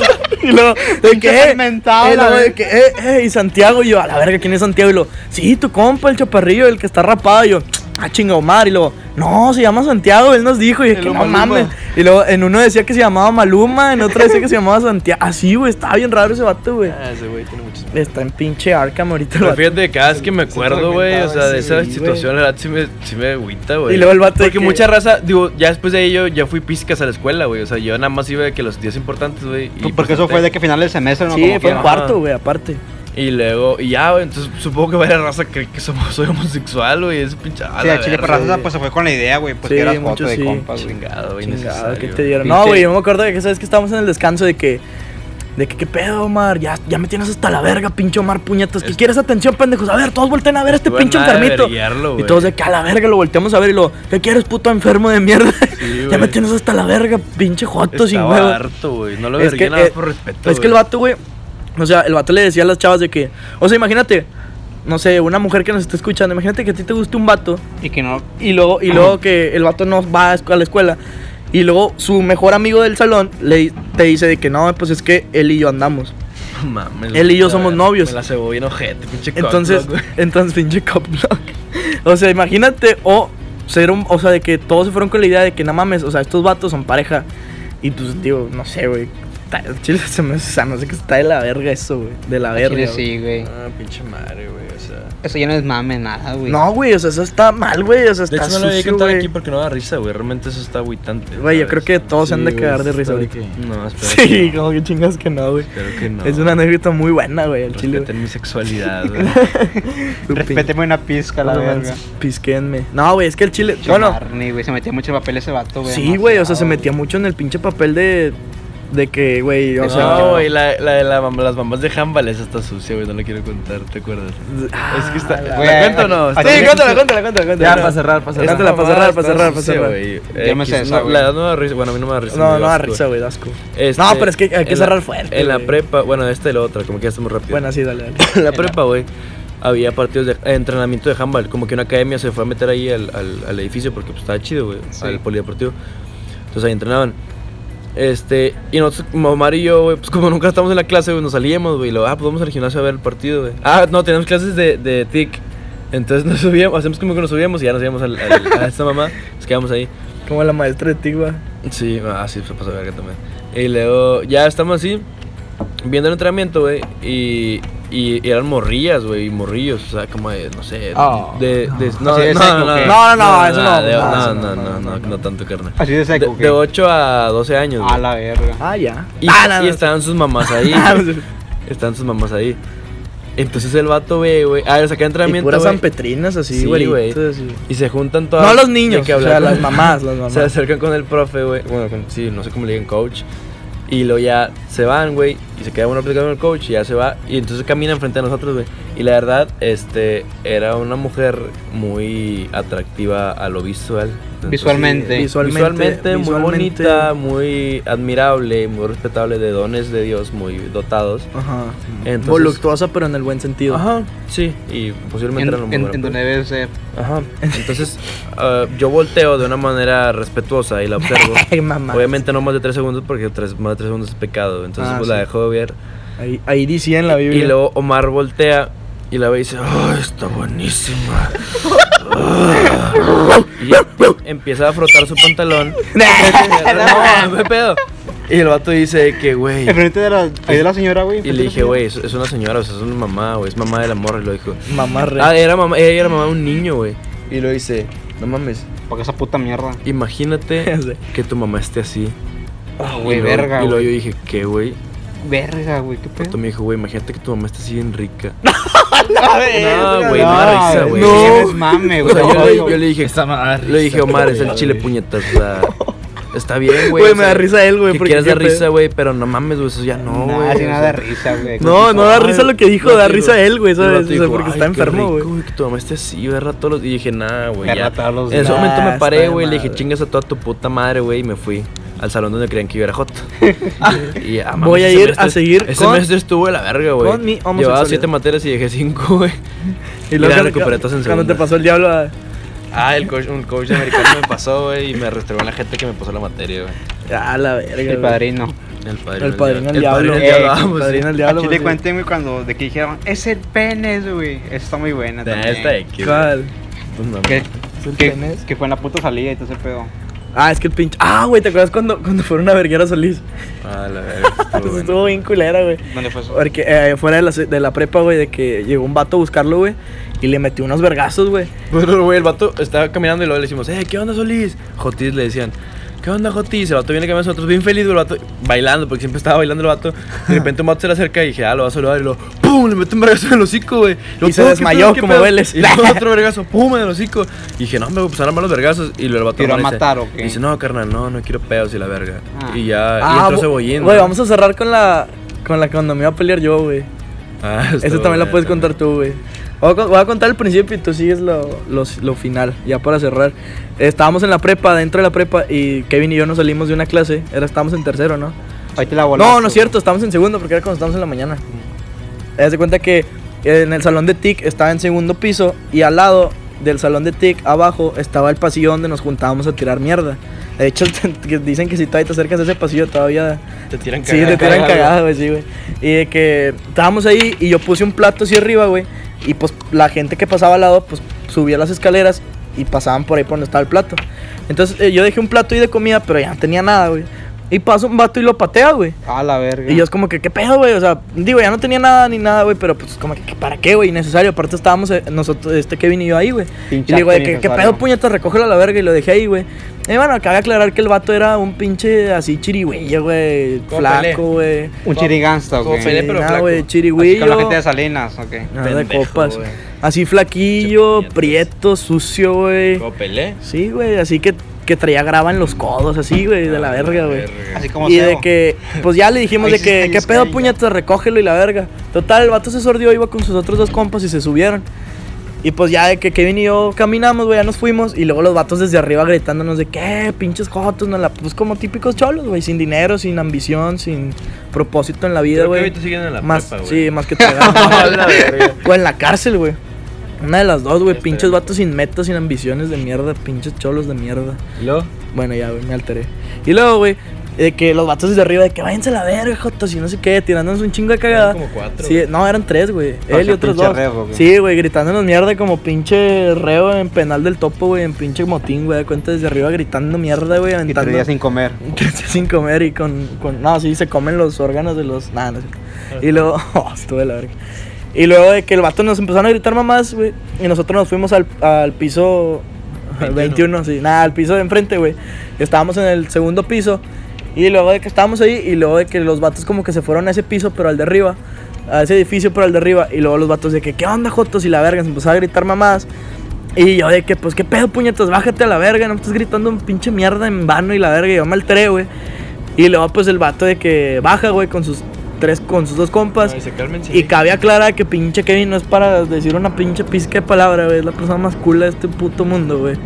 S3: y luego. De que. eh,
S4: fermentado,
S3: eh,
S4: la
S3: luego de
S4: verga.
S3: que. Eh, eh, y Santiago. Y yo, a la verga, ¿quién es Santiago? Y lo. Sí, tu compa, el chaparrillo, el que está rapado. Y yo, ah, chingo Omar. Y luego, no, se llama Santiago. Él nos dijo. Y es que no mames. Y luego en uno decía que se llamaba Maluma. En otro decía que se llamaba Santiago. Así, güey. Estaba bien raro ese vato, güey.
S5: Ah, ese güey tiene muchos.
S3: Está en pinche Arkham ahorita. el
S5: Pero
S3: vato.
S5: fíjate, cada vez que me acuerdo, güey, o sea, de esa situación, la verdad, sí me, sí me agüita, güey.
S3: Y luego el vato de
S5: Porque
S3: que-
S5: mucha raza, digo, ya después de ello, ya fui pizcas a la escuela, güey. O sea, yo nada más iba de que los días importantes, güey. y
S4: Pues
S5: pues
S4: Porque eso
S5: presenté.
S4: fue de que final del semestre, ¿no?
S3: Sí,
S4: Como
S3: fue en
S4: quiera.
S3: cuarto, güey, aparte.
S5: Y luego, y ya, güey, entonces supongo que varias raza cree que somos, soy homosexual, güey. Es pinche. a
S4: Sí,
S5: la
S4: a Chile
S5: verga,
S4: por raza,
S5: güey.
S4: pues se fue con la idea, güey. Pues
S3: Sí,
S4: que eras
S3: mucho
S4: foto de
S3: sí.
S4: compas, güey.
S5: Chingado, güey.
S3: pues, Chingado,
S5: innecesario.
S3: ¿qué te dieron?
S4: Pinche-
S3: No, güey, yo me acuerdo de que sabes que estábamos en el descanso de que. De que qué pedo, Omar. Ya, ya me tienes hasta la verga, pinche Omar, puñetas. ¿Qué
S5: Es-
S3: quieres atención, pendejos? A ver, todos volteen a ver a este
S5: Estuvo a
S3: pinche
S5: nada de
S3: enfermito.
S5: verguearlo,
S3: Y
S5: güey.
S3: todos de que a la verga lo volteamos a ver y lo. ¿Qué quieres, puto enfermo de mierda? ya me
S5: güey.
S3: tienes hasta la verga, pinche joto sin
S5: Estaba
S3: huevo.
S5: harto, güey. No lo
S3: pues, Es que,
S5: vergué nada más
S3: eh,
S5: por respeto.
S3: Es que el
S5: güey.
S3: vato, güey. O sea, el vato le decía a las chavas de que. O sea, imagínate. No sé, una mujer que nos está escuchando. Imagínate que a ti te guste un vato.
S4: Y que no.
S3: Y luego, y luego que el vato no va a escu- a la escuela. Y luego su mejor amigo del salón le di- te dice de que no, pues es que él y yo andamos.
S5: Mames,
S3: él y yo
S5: güey,
S3: somos
S5: me
S3: novios.
S5: La cebo bien ojete, pinche cock
S3: Entonces,
S5: block, güey.
S3: entonces pinche cop block. O sea, imagínate o ser un, o sea, de que todos se fueron con la idea de que no mames, o sea, estos vatos son pareja. Y pues digo, no sé, güey. Está- Chile se me, o sea, no sé que está de la verga eso, güey. De la verga.
S4: Chile
S3: güey.
S4: sí, güey.
S5: Ah, pinche madre, güey. O sea.
S4: Eso ya no es mame, nada, güey.
S3: No, güey, o sea, eso está mal, güey. O sea,
S5: De
S3: está
S5: hecho, no lo voy a
S3: sucio,
S5: contar
S3: güey.
S5: aquí porque no da risa, güey. Realmente eso está agüitante.
S3: Güey, yo
S5: ¿sabes?
S3: creo que todos se han de
S6: Sí,
S3: quedar de
S6: güey,
S3: risa
S6: está de
S3: ahorita.
S5: No, espero.
S3: Sí,
S5: Sí,
S3: como que chingas que no, güey.
S5: Espero que no.
S3: Es una anécdota muy buena, güey, al chile.
S5: Respeten mi sexualidad, güey.
S4: Respéteme una pizca, la verga.
S3: Pisquenme. No, güey, es que el chile. Bueno,
S4: Chamarni, güey. Se metía mucho el papel ese vato, güey.
S3: sí, güey, o sea, se
S4: demasiado,
S3: metía mucho en el pinche papel de. De que, güey, o
S5: No,
S3: sea.
S5: güey, la, la de la mam- las mamás de Hannibal, esa está sucia, güey, no la quiero contar, ¿te acuerdas?
S3: Ah,
S5: es que está...
S3: la-
S5: ¿La cuento o no?
S4: Sí,
S5: Está-
S4: cuéntala,
S3: cuéntala, cuéntala,
S6: Ya, para cerrar, para cerrar.
S3: Cuéntala, para cerrar,
S5: Está
S3: para cerrar, para
S5: sucia,
S3: cerrar.
S5: güey.
S4: Ya me
S5: X,
S4: sé esa,
S5: no,
S4: güey.
S5: La edad no me da risa, bueno, a mí no me da risa. me
S3: No,
S5: dio
S3: no da
S5: asco.
S3: risa, güey, da asco.
S5: Este,
S3: No, pero es que hay que
S5: en la-
S3: cerrar fuerte,
S5: En la este
S3: güey.
S5: prepa, bueno, esta y la otra, como que ya estamos rápido.
S3: Bueno, sí, dale, dale.
S5: En la prepa, güey. había partidos de eh, entrenamiento de handball. Como que una academia se fue a meter ahí al, al- al edificio porque pues estaba chido, güey, al polideportivo. Entonces ahí entrenaban. Este, y nosotros, como Omar y yo, güey, pues como nunca estamos en la clase, güey, nos salíamos, güey, y luego, ah, pues vamos al gimnasio a ver el partido, güey. Ah, no, tenemos clases de, de TIC. Entonces nos subíamos, hacemos como que nos subíamos y ya nos íbamos al, al- a esta mamá, nos quedamos ahí.
S3: Como la maestra de Tigua.
S5: Sí, así se pasó verga también. Y luego ya estamos así, viendo el entrenamiento, güey, y, y, y eran morrillas, güey, y morrillos, o sea, como de, no sé,
S3: Ah,
S5: de, de- no,
S4: Así de
S5: no,
S4: seco,
S5: no, no,
S4: ¿qué?
S3: No, no, no, eso no,
S5: de-
S3: no,
S5: No,
S3: eso
S5: no,
S3: no,
S5: no,
S3: no,
S5: no, no tanto, carnal.
S4: Así de
S5: De,
S4: seco,
S5: de 8 a 12 años,
S4: A
S5: güey.
S4: la verga.
S3: Ah, ya.
S5: Y,
S3: ah, no,
S5: y
S3: no.
S5: estaban sus mamás ahí.
S3: Ah,
S5: estaban sus mamás ahí. Entonces el vato ve, güey, ah, le saca
S3: Y
S5: entrenamiento,
S3: puras
S5: güey,
S3: zampetrinas así,
S5: Sí,
S3: güey.
S5: güey. y se juntan todas.
S3: No los
S5: de
S3: niños,
S5: que
S3: o
S5: hablar
S3: sea,
S5: con-
S3: las mamás, las mamás.
S5: se acercan con el profe, güey. Bueno, con- sí, no sé cómo le digan coach. Y luego ya se van, güey. Y se queda uno platicando con el coach y ya se va. Y entonces camina frente a nosotros, güey. Y la verdad, este, era una mujer muy atractiva a lo visual. Entonces,
S4: Visualmente.
S5: Visualmente,
S3: Visualmente,
S5: muy
S3: visualmente.
S5: bonita, muy admirable, muy respetable de dones de Dios, muy dotados.
S3: Ajá.
S5: Entonces-
S3: Voluptuosa, pero en el buen sentido.
S5: Ajá, sí, y posiblemente
S4: En,
S5: era una
S4: en,
S5: mujer.
S4: en donde debe ser.
S5: Ajá. Entonces, ah, yo volteo de una manera respetuosa y la observo.
S3: Ay, mamá.
S5: Obviamente no más de 3 segundos porque tres- más de 3 segundos es pecado. Entonces
S3: Ah,
S5: pues
S3: sí.
S5: la dejó de ver.
S3: Ahí, ahí decía en la Biblia.
S5: Y luego Omar voltea y la ve y dice, ¡Oh, está buenísima! y ya, empieza a frotar su pantalón. no, no hay pedo. Y el vato dice que, güey.
S4: Enfrente de la, ahí de la señora, güey.
S5: Y le dije, güey, es, es una señora, o sea, es una mamá, güey, es mamá de la morra. Y lo dijo,
S3: Mamá re.
S5: ah, era mamá, ella era mamá de un niño, güey. Y lo dice, no mames,
S4: Porque esa puta mierda.
S5: imagínate
S3: Sí.
S5: que tu mamá esté así.
S4: Ah, güey,
S5: y luego-
S4: verga,
S5: Y luego yo
S4: güey.
S5: dije, ¿qué, güey?
S4: Verga, güey, qué
S5: Tú
S4: pedo.
S5: me dijo, güey, imagínate que tu mamá está así bien rica.
S4: No,
S5: No, güey, me da risa, güey.
S4: No, es mame,
S5: O
S4: güey.
S5: sea, yo, le, yo
S4: Oye,
S5: le dije, le dije, Omar, es el chile puñetas. o sea, está bien, güey.
S3: Güey,
S5: o
S3: me
S5: sea,
S3: da risa él, güey.
S5: Que
S3: porque
S5: quieras
S3: qué
S5: dar
S3: pedo.
S5: risa, güey, pero no mames, güey, eso ya no,
S4: No,
S5: güey.
S4: así
S5: o
S4: nada
S5: sea.
S4: de risa, güey.
S3: No, no da risa lo que dijo,
S5: No,
S3: da
S5: sí,
S3: risa él, güey,
S5: Y el
S3: ¿sabes?
S5: vato
S3: O sea,
S5: dijo,
S3: porque
S5: "Ay,
S3: está
S5: qué
S3: enfermo,
S5: rico,
S3: güey.
S5: Que tu mamá esté así, verga, todos los... Y dije, nah, güey, ya.
S4: Verga, todos los
S5: En ese
S4: días.
S5: momento me
S3: Ah,
S5: paré,
S3: está
S5: güey, le
S3: de
S5: dije,
S3: madre.
S5: chingas a toda tu puta madre, güey, y me fui. Al salón donde creían que yo era hot. Y, ah, mames,
S3: Voy a
S5: ese
S3: ir
S5: mes
S3: a
S5: est-
S3: seguir
S5: Ese
S3: con-
S5: mes estuvo de la verga, güey.
S3: con mi
S5: Llevaba
S3: homosexualidad.
S5: siete materias y dejé cinco, güey. Y luego
S3: luego
S5: ya
S3: cuando-
S5: recuperé todas en
S3: Cuando te
S5: segunda.
S3: pasó el diablo a...
S5: Ah, el coach, un coach americano me pasó, güey, y me restregó en la gente que me pasó la materia, güey.
S3: Ah, la verga,
S4: El
S3: güey.
S4: padrino.
S5: El padrino.
S3: El padrino al
S5: El
S3: diablo.
S5: padrino al
S4: Eh,
S5: diablo,
S4: el
S5: vamos, sí.
S3: padrino al diablo.
S4: Aquí le
S3: pues,
S4: cuenté, güey, cuando de que dijeron, es el penes, güey. Esa Está muy buena.
S5: Nah,
S4: también.
S5: Esta de aquí,
S3: sí.
S5: güey.
S3: ¿Cuál?
S5: Pues no,
S4: Que,
S3: ¿Es el
S4: que-
S3: penes?
S4: que fue en la puta salida y todo ese pedo.
S3: Ah, es que el pinche... Ah, güey, ¿te acuerdas cuando, cuando fueron a verguer a Solís?
S5: Ah, la verga. estuvo
S3: Eso
S5: bueno.
S3: Estuvo bien culera, güey.
S4: ¿Dónde fue eso?
S3: Porque eh, fuera de la, de la prepa, güey, de que llegó un vato a buscarlo, güey, y le metió unos vergazos, güey.
S5: Pero, güey, Pues, el vato estaba caminando y luego le decimos, eh, ¿qué onda, Solís? Jotis le decían, ¿qué onda, Jotis? El vato viene caminando a nosotros, bien feliz, güey, el vato bailando, porque siempre estaba bailando el vato. De repente un vato se le acerca y dije, ah, lo va a saludar. Y luego, ¡pum! Le mete un vergazo en el hocico, güey. Luego,
S3: Y se
S5: "Pum, ¿qué
S3: desmayó
S5: pedo, qué
S3: como
S5: pedo?"
S3: Vélez.
S5: Y luego otro vergazo, ¡pum! En el hocico. Y dije, no, me pues ahora malos vergazos. Y luego el vato
S4: ¿Te iba a
S5: amanece.
S4: matar o qué?
S5: Y dice, no, carnal, no, no quiero pedos y la verga.
S4: Ah.
S5: Y ya, y entró
S3: bu-
S5: cebollín.
S3: Güey,
S5: ¿no?
S3: vamos a cerrar con la... Con la que cuando me iba a pelear yo, güey.
S5: Ah,
S3: Esta
S5: estuvo
S3: también la
S5: buena,
S3: puedes
S5: también.
S3: contar tú, güey. Voy a con- Voy a contar el principio y tú sigues lo, lo, lo final, ya para cerrar. Estábamos en la prepa, dentro de la prepa, y Kevin y yo nos salimos de una clase. Era, estábamos en tercero, ¿no?
S4: Ahí te la volaste.
S3: No, no es cierto, estábamos en segundo porque era cuando estábamos en la mañana. Haz de cuenta que en el salón de TIC estaba en segundo piso y al lado del salón de TIC abajo estaba el pasillo donde nos juntábamos a tirar mierda. De hecho, que dicen que si todavía te acercas a ese pasillo todavía...
S5: Te tiran
S3: Sí, te tiran cagada, güey, sí, güey. Y de que estábamos ahí y yo puse un plato así arriba, güey. Y pues la gente que pasaba al lado, pues subía las escaleras y pasaban por ahí por donde estaba el plato. Entonces eh, yo dejé un plato ahí de comida, pero ya no tenía nada, güey. Y pasa un vato y lo patea, güey.
S4: A la verga.
S3: Y yo es como que, ¿qué pedo, güey? O sea, digo, ya no tenía nada ni nada, güey, pero pues como que, ¿qué- ¿para qué, güey? Innecesario. Aparte estábamos eh, nosotros, este Kevin y yo ahí, güey. Y
S4: Pinche
S3: le digo, de que,
S4: acto
S3: ¿qué
S4: innecesario.
S3: pedo, puñetas? Recógelo a la verga y lo dejé ahí, güey. Y bueno, acabé de aclarar que el vato era un pinche así chirigüillo, güey.
S5: Como Pelé.
S3: Flaco, güey.
S4: Un chirigangsta,
S5: Como
S4: güey.
S5: Pelé,
S3: Sí,
S5: pero
S3: nada,
S5: flaco.
S3: güey,
S4: Así
S3: chirigüillo.
S4: Con la gente de Salinas, ok.
S3: nada de
S5: Pendejo,
S3: copas.
S5: güey.
S3: Así flaquillo,
S5: Pinche puñetas.
S3: prieto, sucio, güey.
S5: Copelé.
S3: Sí, güey, así que, que traía grava en los codos, así, güey,
S5: Ah,
S3: de la verga, güey.
S4: Así como
S3: Y
S4: Sebo.
S3: de que, pues ya le dijimos
S4: Ahí
S3: de
S4: sí
S3: que,
S4: está
S3: ¿qué pedo
S4: Vizcaya.
S3: puñetas? Recógelo y la verga. Total, el vato se sordió, iba con sus otros dos compas y se subieron. Y pues ya de que Kevin y yo caminamos, güey, ya nos fuimos. Y luego los vatos desde arriba gritándonos de qué, pinches jotos, nos la pues como típicos cholos, güey, sin dinero, sin ambición, sin propósito en la vida,
S5: Creo que
S3: güey.
S5: ahorita siguen en la
S3: Más,
S5: prepa, güey.
S3: sí, más que te O en la cárcel, güey. Una de las dos, güey,
S5: Ya
S3: pinches
S5: estoy.
S3: vatos sin metas, sin ambiciones de mierda, pinches cholos de mierda.
S5: ¿Y luego?
S3: Bueno, ya, güey, me alteré. Y luego, güey, de que los vatos desde arriba, de que váyanse a la verga, jotos, y no sé qué, tirándonos un chingo de cagada.
S5: Eran como cuatro,
S3: Sí, no, eran tres, güey.
S4: sea,
S3: Él y otros
S4: pinche
S3: dos.
S4: reo, güey.
S3: sí, güey, gritándonos mierda como pinche reo en penal del topo, güey, en pinche motín, güey. De cuenta desde arriba gritando mierda, güey,
S4: Y tres
S3: aventando.
S4: días sin comer.
S3: sin comer y con, con- No, sí, se comen los órganos de los. Nada, no es cierto. Y luego. Oh, estuve la verga. Y luego de que el vato nos empezaron a gritar mamás, güey. Y nosotros nos fuimos al, al piso. al 21, sí. Nada, al piso de enfrente, güey. Estábamos en el segundo piso. Y luego de que estábamos ahí. Y luego de que los vatos como que se fueron a ese piso, pero al de arriba. A ese edificio, pero al de arriba. Y luego los vatos de que, ¿qué onda, Jotos? Y la verga. Se empezó a gritar mamás. Y yo de que, pues, ¿qué pedo, puñetas? Bájate a la verga, no me estás gritando un pinche mierda en vano y la verga. Y yo me alteré, güey. Y luego, pues, el vato de que baja, güey, con sus tres, con sus dos compas.
S5: Ay, se calmen, sí.
S3: Pues, Y cabe aclarar que pinche Kevin no es para decir una pinche pizca de palabra, güey. Es la persona más cool de este puto mundo, güey.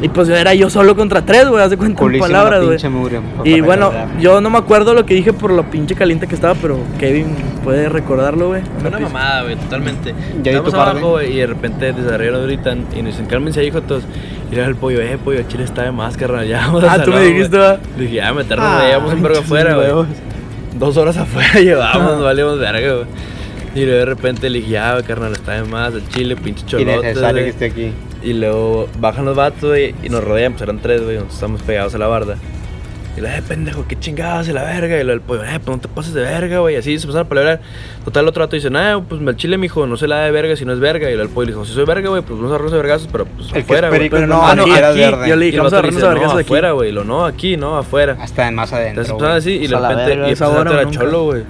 S3: Y pues era yo solo contra tres, güey. Hace cuenta en
S4: Culísimo,
S3: palabras,
S4: la
S3: güey.
S4: pinche mugre, papá,
S3: Y bueno,
S4: recordar.
S3: yo no me acuerdo lo que dije por lo pinche caliente que estaba, pero Kevin puede recordarlo, güey.
S5: Fue Una mamada, güey, totalmente.
S4: Ya vi tu
S5: Estamos
S4: parte.
S5: abajo, güey, y de repente desde arriba nos gritan y nos dicen, cálmense ahí, jotos. Y era el pollo, eh, pollo, chile está de más, carnal, ya vamos
S3: Ah,
S5: al
S3: tú me
S5: salón,
S3: dijiste,
S5: güey".
S3: va.
S5: Le dije, ya, meternos, güey, llevamos un vergo afuera, güey. Dos horas afuera llevamos, no valíamos verga, güey. Y luego de repente le dije, ya, güey, carnal, está de más, el chile, pinche cholote.
S4: Innecesario que
S5: güey".
S4: esté aquí.
S5: Y luego bajan los vatos, güey, y nos rodean, pues eran tres, güey, nos estamos pegados a la barda. Y la eh, pendejo, qué chingados, y la verga. Y luego el pollo, eh, pues no te pases de verga, güey. Y así se empezaron a pelear. Total, el otro rato dice, nah, pues el chile, mijo, no se la da de verga si no es verga. Y luego el pollo le dijo, si soy verga, güey, pues vamos a agarrarnos de vergazos, pero pues
S4: El que
S5: afuera,
S4: es
S5: güey.
S4: perico
S3: Pero
S4: es
S3: no,
S4: normal,
S3: Ah, no,
S4: quieras
S3: aquí,
S4: verga.
S3: yo le
S5: Y
S3: dije,
S5: el
S3: vamos a
S5: vato
S3: agarrarnos
S5: le dice,
S3: a
S5: no,
S3: vergazos aquí.
S5: afuera, güey. Y Lo no, aquí, no, afuera.
S4: Hasta más
S5: Entonces
S4: adentro.
S5: empezaron
S4: güey.
S5: así y
S3: Pues
S5: de
S3: a la
S5: repente
S3: verga,
S5: y
S3: esa
S5: empezaron a
S3: hora
S5: tirar
S3: o nunca.
S5: cholo, güey.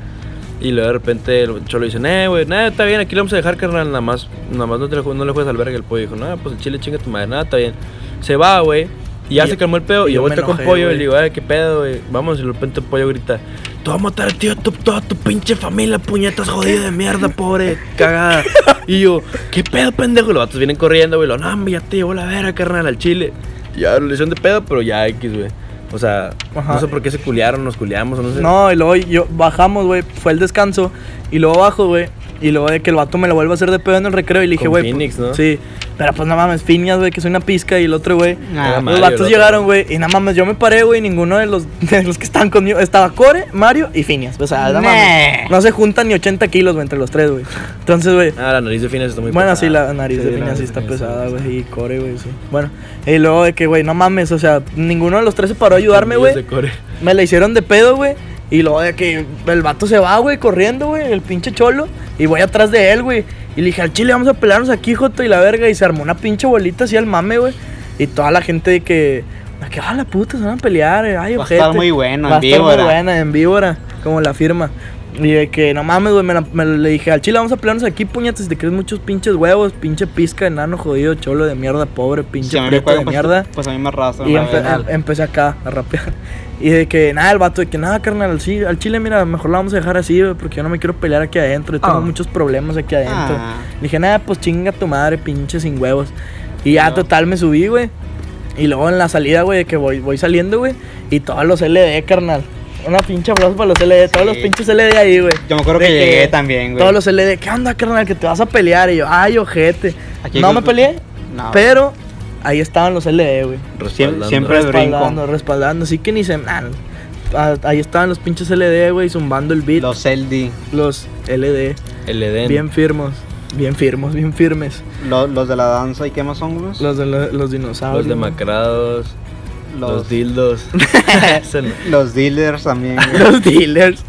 S5: Y luego de repente el cholo dice, eh, güey, nada, está bien, aquí lo vamos a dejar, carnal, nada más, nada más no, te le, jue- no le juegues al verga. El pollo dijo, nada, pues el chile chinga tu madre, nada, está bien. Se va, güey. Y ya
S3: Y-
S5: se calmó el pedo.
S3: y
S5: Y
S3: yo
S5: yo
S3: me
S5: volteo con
S3: enojé,
S5: pollo y
S3: güey.
S5: le digo, eh, qué pedo, güey. Vamos, y de repente el pollo grita, te voy a matar a ti, a tu, toda tu pinche familia, puñetas jodido de mierda, pobre, cagada. Y yo, qué pedo, pendejo. Y los vatos vienen corriendo, güey. Lo, no, hombre, ya te llevó la verga, carnal, al chile. Ya, lo hicieron de pedo, pero ya X, güey. O sea,
S3: Ajá.
S5: no sé por qué se culiaron, nos culiamos, o no sé.
S3: No, y luego yo bajamos, güey, fue el descanso y luego bajo, güey, y luego de que el vato me lo vuelve a hacer de pedo en el recreo y le dije,
S5: Con
S3: güey,
S5: Phoenix,
S3: pues,
S5: ¿no?
S3: Sí, pero pues no mames, Phineas, güey, que soy una pizca y el otro güey.
S4: Ah,
S5: Era
S3: los
S5: Mario, el
S3: vatos
S5: otro.
S3: llegaron, güey, y nada mames, yo me paré, güey, y ninguno de los, de los que estaban conmigo estaba Core, Mario y Phineas. O sea, nada mames, no se juntan ni 80 kilos, güey, entre los tres, güey. Entonces, güey,
S5: Ah, la nariz de Fines está muy
S3: bueno,
S5: pesada.
S3: sí, la nariz de
S5: Sí, la
S3: Phineas sí
S5: nariz
S3: está
S5: de Phineas
S3: pesada, güey. Y core, güey, sí. Bueno, y luego de que, güey, no mames, o sea, ninguno de los tres se paró a ayudarme,
S5: Tornillos
S3: güey.
S5: de core.
S3: Me la hicieron de pedo, güey. Y luego de que el vato se va, güey, corriendo, güey, el pinche cholo. Y voy atrás de él, güey. Y le dije, al chile, vamos a pelearnos aquí, Joto, y la verga. Y se armó una pinche bolita así al mame, güey. Y toda la gente de que, de que, ah, la puta, se van a pelear. eh, Ay,
S4: Va a
S3: ojete".
S4: estar muy bueno,
S3: Va a
S4: en
S3: estar muy
S4: víbora.
S3: buena, en víbora, como la firma. Y de que, no mames, güey, me, la- me le dije, al chile, vamos a pelearnos aquí, puñetas, si te crees muchos pinches huevos, pinche pizca, enano jodido, cholo de mierda, pobre,
S4: Si
S3: pinche
S4: a mí me
S3: prieto de
S4: juegan, pues,
S3: mierda.
S4: pues a mí me arrastran.
S3: Y
S4: la
S3: empe-
S4: verdad.
S3: em- empecé acá a rapear. Y de que nada, el vato de que nada, carnal, sí, al chile, mira, mejor la vamos a dejar así, güey, porque yo no me quiero pelear aquí adentro. y Tengo
S1: Ah.
S3: muchos problemas aquí adentro.
S4: Ah.
S3: Dije, nada, pues chinga tu madre, pinche sin huevos. Y ya, total, me subí, güey. Y luego en la salida, güey, de que voy, voy saliendo, güey. Y todos los LD, carnal. Una pinche aplauso para los LD, todos
S4: Sí.
S3: los pinches LD ahí, güey.
S4: Yo me acuerdo
S3: De
S4: que llegué también, güey.
S3: Todos los LD, ¿qué onda, carnal? Que te vas a pelear. Y yo, ay, ojete.
S4: Aquí
S3: no
S4: con-
S3: me peleé,
S4: No.
S3: pero ahí estaban los LD, güey.
S5: Respaldando.
S4: siempre- Pero
S3: Respaldando,
S4: brinco.
S3: respaldando, así que ni se. ah, no. Ah, ahí estaban los pinches LD, güey, zumbando el beat. Los,
S4: Los LD,
S3: LD,
S5: El Edén.
S3: bien firmos, bien firmos, bien firmes.
S4: lo- los de la danza y qué más son, güey?
S3: Los de la- los dinosaurios.
S5: Los
S3: ¿no?
S5: demacrados. Los, dildos. Ese no.
S4: los dealers también, güey.
S3: Los dealers.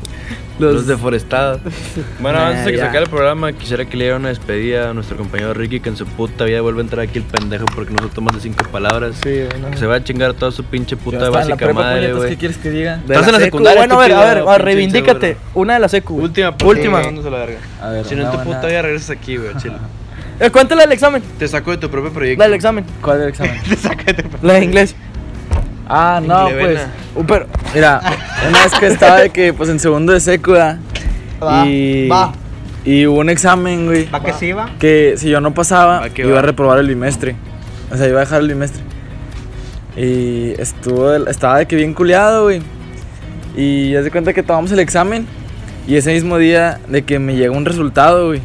S3: Los,
S5: Los, deforestados. Bueno,
S3: Nah,
S5: antes de que
S3: ya.
S5: se acabe el programa, quisiera que le diera una despedida a nuestro compañero Ricky, que en su puta vida vuelve a entrar aquí el pendejo porque no toma más de cinco palabras.
S3: Sí, güey, no.
S5: Que se va a chingar toda su pinche
S1: Yo
S5: puta
S1: estaba en la
S5: básica
S1: prepa,
S5: madre,
S1: puñetas, ¿qué
S5: güey.
S1: quieres que diga?
S3: De
S5: Estás
S3: la
S5: en la
S3: secu.
S5: secundaria,
S3: eh, Bueno, a ver, a
S5: estúpido,
S3: ver, va,
S5: pinche
S3: reivindícate.
S5: inseguro.
S3: Una de la secu. güey.
S5: Última,
S3: Última.
S6: A ver,
S5: Si no en
S6: una
S5: tu
S6: buena-
S5: puta vida regresas aquí, güey, chile.
S3: Eh, cuéntale el examen.
S5: Te sacó de tu propio proyecto.
S3: La del examen.
S6: ¿Cuál del examen?
S3: La de inglés.
S6: Ah, no, pues.
S5: Inglevena.
S6: uh, Pero, mira, una vez que estaba de que, pues en segundo de secu, ¿verdad?
S4: Va,
S6: y,
S4: va.
S6: Y hubo un examen, güey.
S4: ¿Va que sí va?
S6: Que si yo no pasaba,
S5: Va que
S6: iba
S5: va.
S6: a reprobar el bimestre. O sea, iba a dejar el bimestre. Y estuvo, del- estaba de que bien culiado, güey. Y ya se cuenta que tomamos el examen. Y ese mismo día de que me llegó un resultado, güey.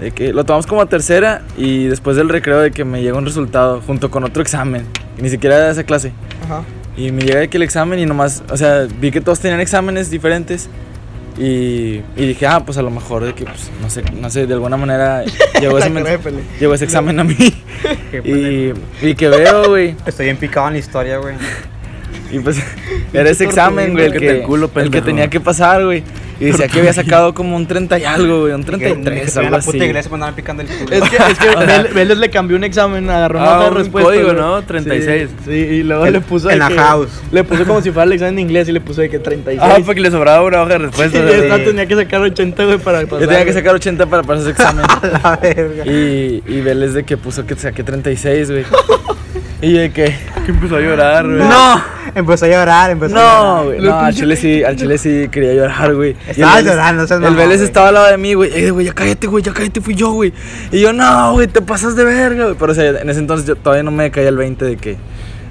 S6: De que lo tomamos como a tercera y después del recreo de que me llegó un resultado junto con otro examen. Y ni siquiera era de esa clase.
S4: Ajá.
S6: Y me llega aquí el examen y nomás, o sea, vi que todos tenían exámenes diferentes. Y, y dije, ah, pues a lo mejor de que, pues, no sé, no sé, de alguna manera llegó ese, men- llegó ese examen a mí. y, y que veo, güey.
S4: Estoy bien picado en la historia, güey.
S6: Y pues era ese examen, güey, el que,
S5: Cállate el culo,
S6: el que
S5: pendejo.
S6: tenía que pasar, güey. Y decía que había sacado como un 30 y algo, güey, un
S4: Que- que
S6: 33,
S4: estoy en
S6: algo
S4: la puta
S6: así.
S4: iglesia pues, me andaban picando el culo.
S3: Es que, es que Mel- Vélez le cambió un examen, agarró una
S5: Ah,
S3: hoja de
S5: un
S3: respuesta.
S5: código,
S3: güey.
S5: ¿no? 36.
S3: Sí, sí, y luego
S4: En-
S3: le puso. de
S4: en la
S3: que-
S4: house.
S3: Le puso como si fuera el examen de inglés y le puso de que 36.
S5: Ah, pues, porque le sobraba una hoja de
S3: y
S5: respuesta.
S3: esta tenía que sacar 80, güey, para pasar.
S6: Yo tenía que
S3: güey.
S6: sacar 80 para pasar ese examen.
S4: La verga.
S6: Y, y Vélez de que puso que saqué 36, güey. Y yo de que.
S5: Que empezó a llorar, güey.
S6: ¡No!
S4: Empezó a llorar, empezó a llorar.
S6: No, güey. No, al chile sí, al chile sí quería llorar, güey. Y el
S4: Estabas
S6: Vélez-
S4: llorando, seas
S6: El
S4: mamón,
S6: Vélez
S4: güey.
S6: estaba al lado de mí, güey. Eh, güey, ya cállate, güey, ya cállate, fui yo, güey. Y yo, no, güey, te pasas de verga, güey. Pero o sea, en ese entonces yo todavía no me caía el 20 de que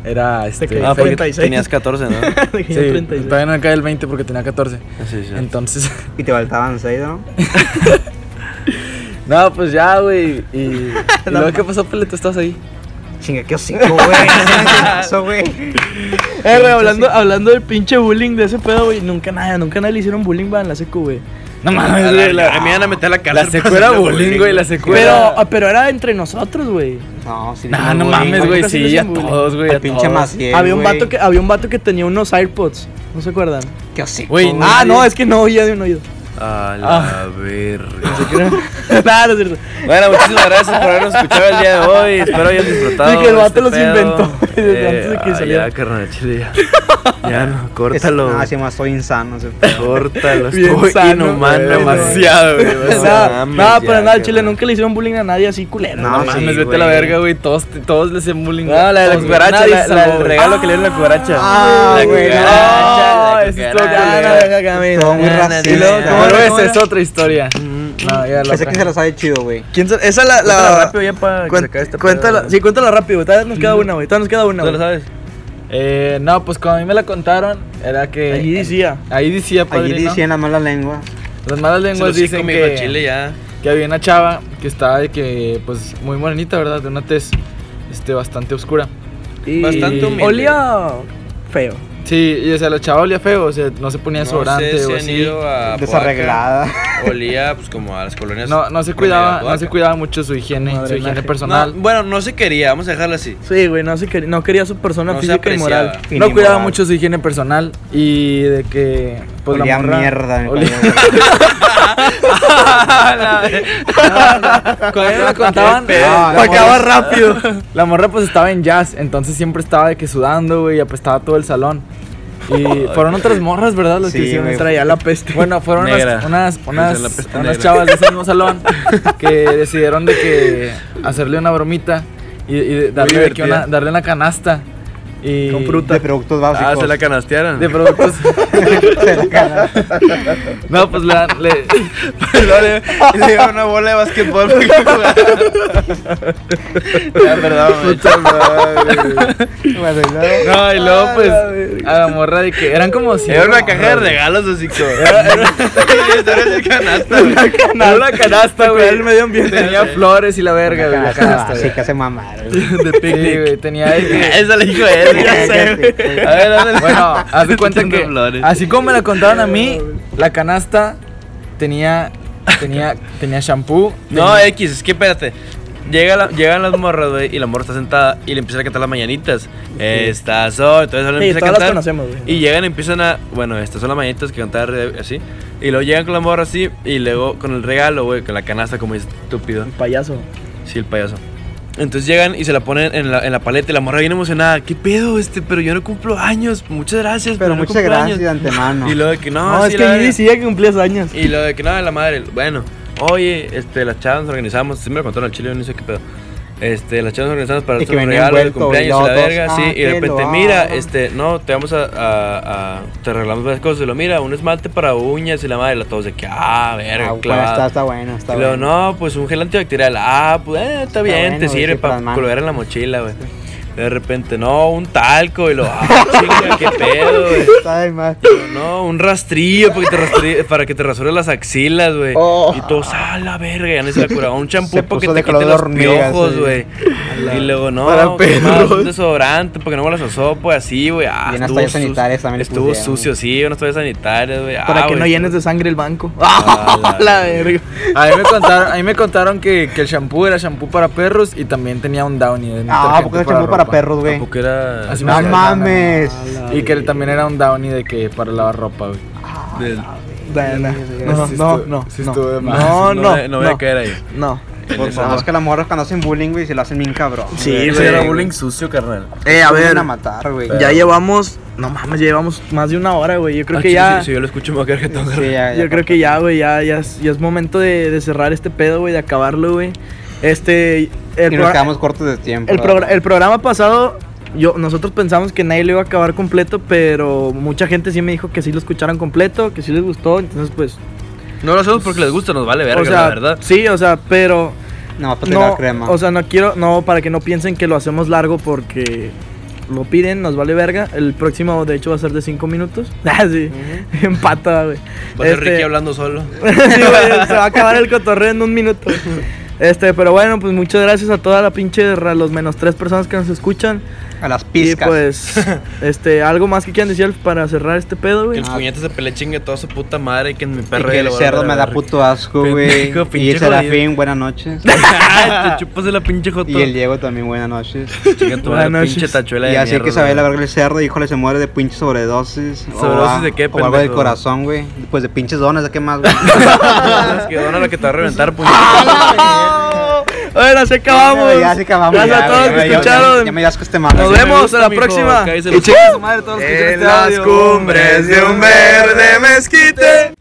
S6: era este.
S3: caía
S5: Ah,
S6: fake.
S5: porque
S3: 36.
S5: tenías 14, ¿no?
S3: De que
S6: Sí,
S3: ya 36.
S6: todavía no me caía el 20 porque tenía 14.
S5: Sí, sí.
S6: Entonces,
S4: Y te faltaban seis, ¿no?
S6: no, pues ya, güey. Y, y luego, ¿qué pasó, Pele? Tú estabas ahí.
S4: Chinga, qué hocico, güey. Eso, güey.
S3: Eh, güey, hablando, hablando del pinche bullying de ese pedo, güey. Nunca nada, nunca nada le hicieron bullying va, en la secu, güey.
S6: No
S5: A
S6: mames,
S5: la-
S6: güey.
S5: la- a mí me van a meter a la cárcel.
S6: La secuela
S5: por hacer
S6: bullying, güey, la
S3: Pero,
S6: secuela.
S3: ah, pero era entre nosotros, güey.
S4: No, sí.
S6: Nah, no mames, güey, sí, a todos, güey,
S4: El
S6: a
S4: pinche
S6: todos.
S4: Maciel,
S3: había, un
S4: güey.
S3: vato que, había un vato que tenía unos AirPods. ¿No se acuerdan?
S4: Qué hocico,
S6: Güey,
S4: güey.
S3: Ah, no, es que no oía de un oído.
S5: A la verga.
S3: Nada, no es cierto.
S5: Ah. Bueno, muchísimas gracias por habernos escuchado el día de hoy. Espero hayan disfrutado.
S3: Sí, que el vato
S5: este
S3: los
S5: pedo.
S3: inventó desde antes de que
S5: ah,
S3: saliera.
S5: Ya, carnal, chile, ya. Ya no,
S4: Es-
S5: córtalo.
S4: Ah, sí, más soy insano. ese
S6: Ah,
S5: güey. Córtalo.
S3: Bien
S5: Estuvo
S3: sano,
S5: inhumano,
S3: güey.
S5: demasiado, güey.
S3: Nada, nada, pero nada, al Chile
S5: nunca
S3: nunca le hicieron bullying a nadie así culero.
S4: No,
S6: No
S4: Ah,
S6: mames,
S4: sí,
S6: vete
S4: güey.
S6: a la verga, güey. Todos, todos les hacen bullying.
S5: No, Ah, la de la
S6: Todos, güey.
S5: cucaracha,
S6: Nadie
S5: la, la
S6: salvó,
S5: del
S6: güey.
S5: regalo que le dieron a la cucaracha.
S4: Ah,
S5: la
S4: güey,
S5: cucaracha,
S6: no,
S5: la
S6: eso estuvo
S5: cucaracha.
S6: culero.
S4: Todo muy
S6: Na, na, na,
S4: racista.
S6: y luego,
S4: ¿Cómo
S6: ¿cómo
S4: era?
S6: ves?
S4: ¿Cómo era?
S6: Es otra historia. Mm, No, ya la
S4: Ese
S6: otra.
S4: que se lo sabe chido, güey.
S6: ¿Quién se- Esa la... la...
S5: rápido ya para que se acabe este
S6: Cuéntala, cuéntala,
S5: pedo.
S6: sí, cuéntala rápido. Todavía nos queda una, güey. Todavía nos queda una,
S5: ¿Tú lo
S6: güey.
S5: sabes?
S6: Eh, no, pues cuando a mí me la contaron, era que...
S5: Eh,
S3: Allí decía.
S6: Ahí decía,
S4: Allí
S6: padrino.
S4: dicen la mala lengua.
S6: Las malas lenguas dicen que...
S5: Chile ya.
S6: que había una chava que estaba de que, pues, muy morenita, ¿verdad? De una tez, este, bastante oscura.
S3: Y-
S5: Bastante humilde.
S3: Olía feo.
S6: Sí, y o sea, la chava olía feo, o sea, no se ponía sobrante o así.
S5: a
S4: Desarreglada.
S5: Olía pues como a las colonias.
S6: No, no se cuidaba, no se cuidaba mucho su higiene, su
S3: Madrenaje.
S6: higiene personal. No,
S5: bueno, no se quería, vamos a dejarlo así.
S3: Sí, güey, no, se quería, no quería su persona
S5: No se
S3: física y moral.
S5: apreciaba.
S4: Y ni
S6: cuidaba
S4: moral.
S6: mucho su higiene personal y de que pues
S4: Olía
S6: la morra
S4: mierda. mi
S6: olía-
S4: padre, güey.
S6: Cuando me la contaban,
S4: pedo. No, la
S6: acaba
S4: morra-
S6: rápido. La morra pues estaba en jazz, entonces siempre estaba de que sudando, güey, y apestaba todo el salón. Y fueron otras morras, ¿verdad? Los
S4: Sí,
S6: que hicieron
S4: güey.
S6: esta-
S3: Traía la peste.
S6: Bueno, fueron
S5: Negra.
S6: unas, unas, unas,
S5: Dicen la peste
S6: unas
S5: negra.
S6: chavas de ese mismo salón que decidieron de que hacerle una bromita y, y de- darle, de que
S5: divertida.
S6: una, darle una canasta y
S3: Con fruta.
S4: De productos básicos.
S5: Ah, se la canastearon.
S6: de productos. no, pues le, dan- le-
S5: le, le dieron una bola de básquetbol. porque jugaba. Ya, perdón,
S4: Bueno, y luego-
S6: No, y luego pues a la morra de que eran como si
S5: Ah, pues, Era una caja de regalos, así como. Era el canasta, güey.
S6: Era una canasta, güey.
S5: el medio ambiente.
S6: Tenía flores y la verga, güey. La canasta,
S4: Así
S6: güey.
S4: que se mamaron.
S6: De picnic. güey, tenía de que-
S5: Eso le dijo él, ya sé, güey. A ver, ándale.
S6: Bueno, haz de cuenta
S5: Echando
S6: que
S5: flores.
S6: así como me la contaron a mí, la canasta tenía tenía tenía shampoo.
S5: No, eh. X, es que espérate. Llega la- llegan las morras, güey, y la morra está sentada y le empiezan a cantar las mañanitas. Estas son, entonces ahora
S3: Sí,
S5: empieza a
S3: todas las
S5: cantar.
S3: conocemos, güey.
S5: Y llegan, empiezan a. Bueno, estas son las mañanitas que cantar eh, así. Y luego llegan con la morra así, y luego con el regalo, güey, con la canasta, como estúpido.
S3: Payaso.
S5: Sí, el payaso. Entonces llegan y se la ponen en la, en la paleta y la morra bien emocionada. ¿Qué pedo este? Pero yo no cumplo años. Muchas gracias.
S4: Pero
S5: no
S4: muchas
S5: cumplo
S4: gracias de
S5: años".
S4: antemano.
S5: Y luego de que no,
S3: No,
S5: sí,
S3: es
S5: la
S3: que allí
S5: verga".
S3: decía que cumplías años.
S5: Y lo de que nada, la madre, bueno, oye, este, las chavas nos organizamos, sí me lo contaron al chile, yo no sé qué pedo. Este, las chavas organizadas para
S4: Y
S5: tu
S4: que venía
S5: regalo, el
S4: envuelto, y
S5: cumpleaños,
S4: luego
S5: la
S4: todos,
S5: verga,
S4: ah,
S5: sí. Y
S4: que
S5: de
S4: lo
S5: repente, mira,
S4: hago".
S5: este, no, te vamos a, a- a- te arreglamos varias cosas. Y lo mira, un esmalte para uñas y la madre, la todos de que, ah, verga,
S4: Ah, bueno,
S5: clavada.
S4: está, está bueno, está
S5: Y luego,
S4: bueno.
S5: no, pues un gel antibacterial. Ah, pues eh, está, bien,
S4: bueno,
S5: te
S4: güey,
S5: sirve
S4: sí, para
S5: para
S4: las manos.
S5: colgar en la mochila, güey. De repente, no, un talco. Y lo, ah, chinga, qué pedo, güey.
S4: Está de más.
S5: Pero No, un rastrillo para que te, rastri- para que te rasures las axilas, güey.
S4: Oh.
S5: Y todos, ah, la verga, ya no se la curaba. Un champú
S4: Se
S5: para que
S4: puso de
S5: te
S4: color
S5: quite
S4: de
S5: los
S4: hormiga,
S5: piojos,
S4: sí.
S5: güey. Y luego, no,
S6: Para
S5: ¿qué más?
S6: perros.
S5: un desodorante para que no huelas a sopa, así, güey. Ah,
S4: Y unas
S5: estuvo
S4: toallas
S5: sucio-
S4: sanitarias también le
S5: Estuvo
S4: pusieron.
S5: sucio, sí, unas toallas sanitarias, güey. Ah,
S3: Para que
S5: güey,
S3: no llenes
S5: estuvo-
S3: de sangre el banco.
S5: Ah, la
S3: la verga.
S6: A mí me contaron, a mí me contaron que, que el shampoo era shampoo para perros y también tenía un downy. era un
S4: Ah,
S6: detergente
S4: porque es champú para
S6: ropa.
S4: perros, güey.
S5: Tampoco era
S6: Así
S4: No
S6: me-
S4: mames.
S6: Y que también era un downy de que para lavar ropa, güey.
S5: del-
S3: Da, da. No,
S6: Sí
S3: no,
S6: estuvo-
S3: no.
S6: sí
S3: no.
S6: estuvo de más.
S3: No, no,
S5: voy- no voy a
S3: no.
S5: caer ahí.
S3: No.
S4: Pues no, es que las morras cuando hacen bullying, güey, se lo hacen bien cabrón.
S3: Sí,
S5: Ese era
S3: güey.
S5: bullying sucio, carnal.
S3: Eh, a
S4: Te
S3: ver.
S4: van a matar, güey.
S3: Ya llevamos. No mames, ya llevamos más de una hora, güey. Yo creo
S5: Ah,
S3: que
S5: chile,
S3: ya.
S5: Si, si yo lo escucho, me voy a quedar que todo
S4: Sí, ya, ya.
S3: Yo creo que ya, güey, ya, ya, es, ya es momento de, de cerrar este pedo, güey, de acabarlo, güey. Este, el,
S4: Y nos
S3: progra-
S4: quedamos cortos de tiempo.
S3: el,
S4: ¿verdad?
S3: progra- el programa pasado, yo, nosotros pensamos que nadie lo iba a acabar completo, pero mucha gente sí me dijo que sí lo escucharon completo, que sí les gustó, entonces pues,
S5: No lo hacemos porque les gusta, nos vale verga,
S3: o sea,
S5: la verdad.
S3: sí, o sea, pero
S4: No, para tirar
S3: no,
S4: crema.
S3: o sea, no quiero, no, para que no piensen que lo hacemos largo porque lo piden, nos vale verga. El próximo, de hecho, va a ser de 5 minutos. Ah, sí, empata, güey.
S5: Va a ser
S3: Este-
S5: Ricky hablando solo.
S3: Sí, güey, se va a acabar el cotorreo en un minuto. Este, pero bueno, pues muchas gracias a toda la pinche, a los menos tres personas que nos escuchan.
S4: a las
S3: Y
S4: pizcas.
S3: pues, este, algo más que quieran decir para cerrar este pedo, güey.
S5: Que el puñete se pelea chingue toda su puta madre y que en mi
S4: Ah. Y
S5: perro
S4: que el cerdo me da puto asco, güey.
S5: Pendejo,
S4: Y
S5: pinche
S4: el serafín, buenas noches.
S5: Te chupas de la pinche jota.
S4: Y el Diego también, buenas noches.
S5: Chinga tu madre,
S3: Buenas noches.
S5: pinche tachuela de
S4: Y así
S5: mierda,
S4: que sabe la
S5: güey.
S4: verga el cerdo, híjole, se muere de pinche sobredosis. o
S5: ¿Sobredosis
S4: a-
S5: de qué,
S4: O algo del
S5: pendejo?
S4: corazón, güey. Pues de pinches donas, ¿de qué más, güey?
S5: Es que dona la que te va a reventar, puñete.
S3: Bueno, se acabamos.
S4: Ya, así que vamos.
S3: Gracias
S4: ya,
S3: a todos
S4: güey,
S3: que
S4: ya, ya,
S3: escucharon.
S4: Ya me das que este mal.
S3: Nos
S5: Si me
S3: vemos,
S5: gusta,
S3: a la
S5: mijo,
S3: próxima.
S5: cállese
S3: Y
S5: los-
S3: chingue
S6: su madre, todos los que
S5: En las cumbres de un verde mezquite.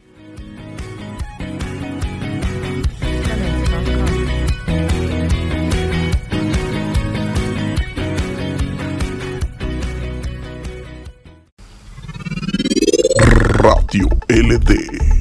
S7: Cummins.com.
S8: Radio LD.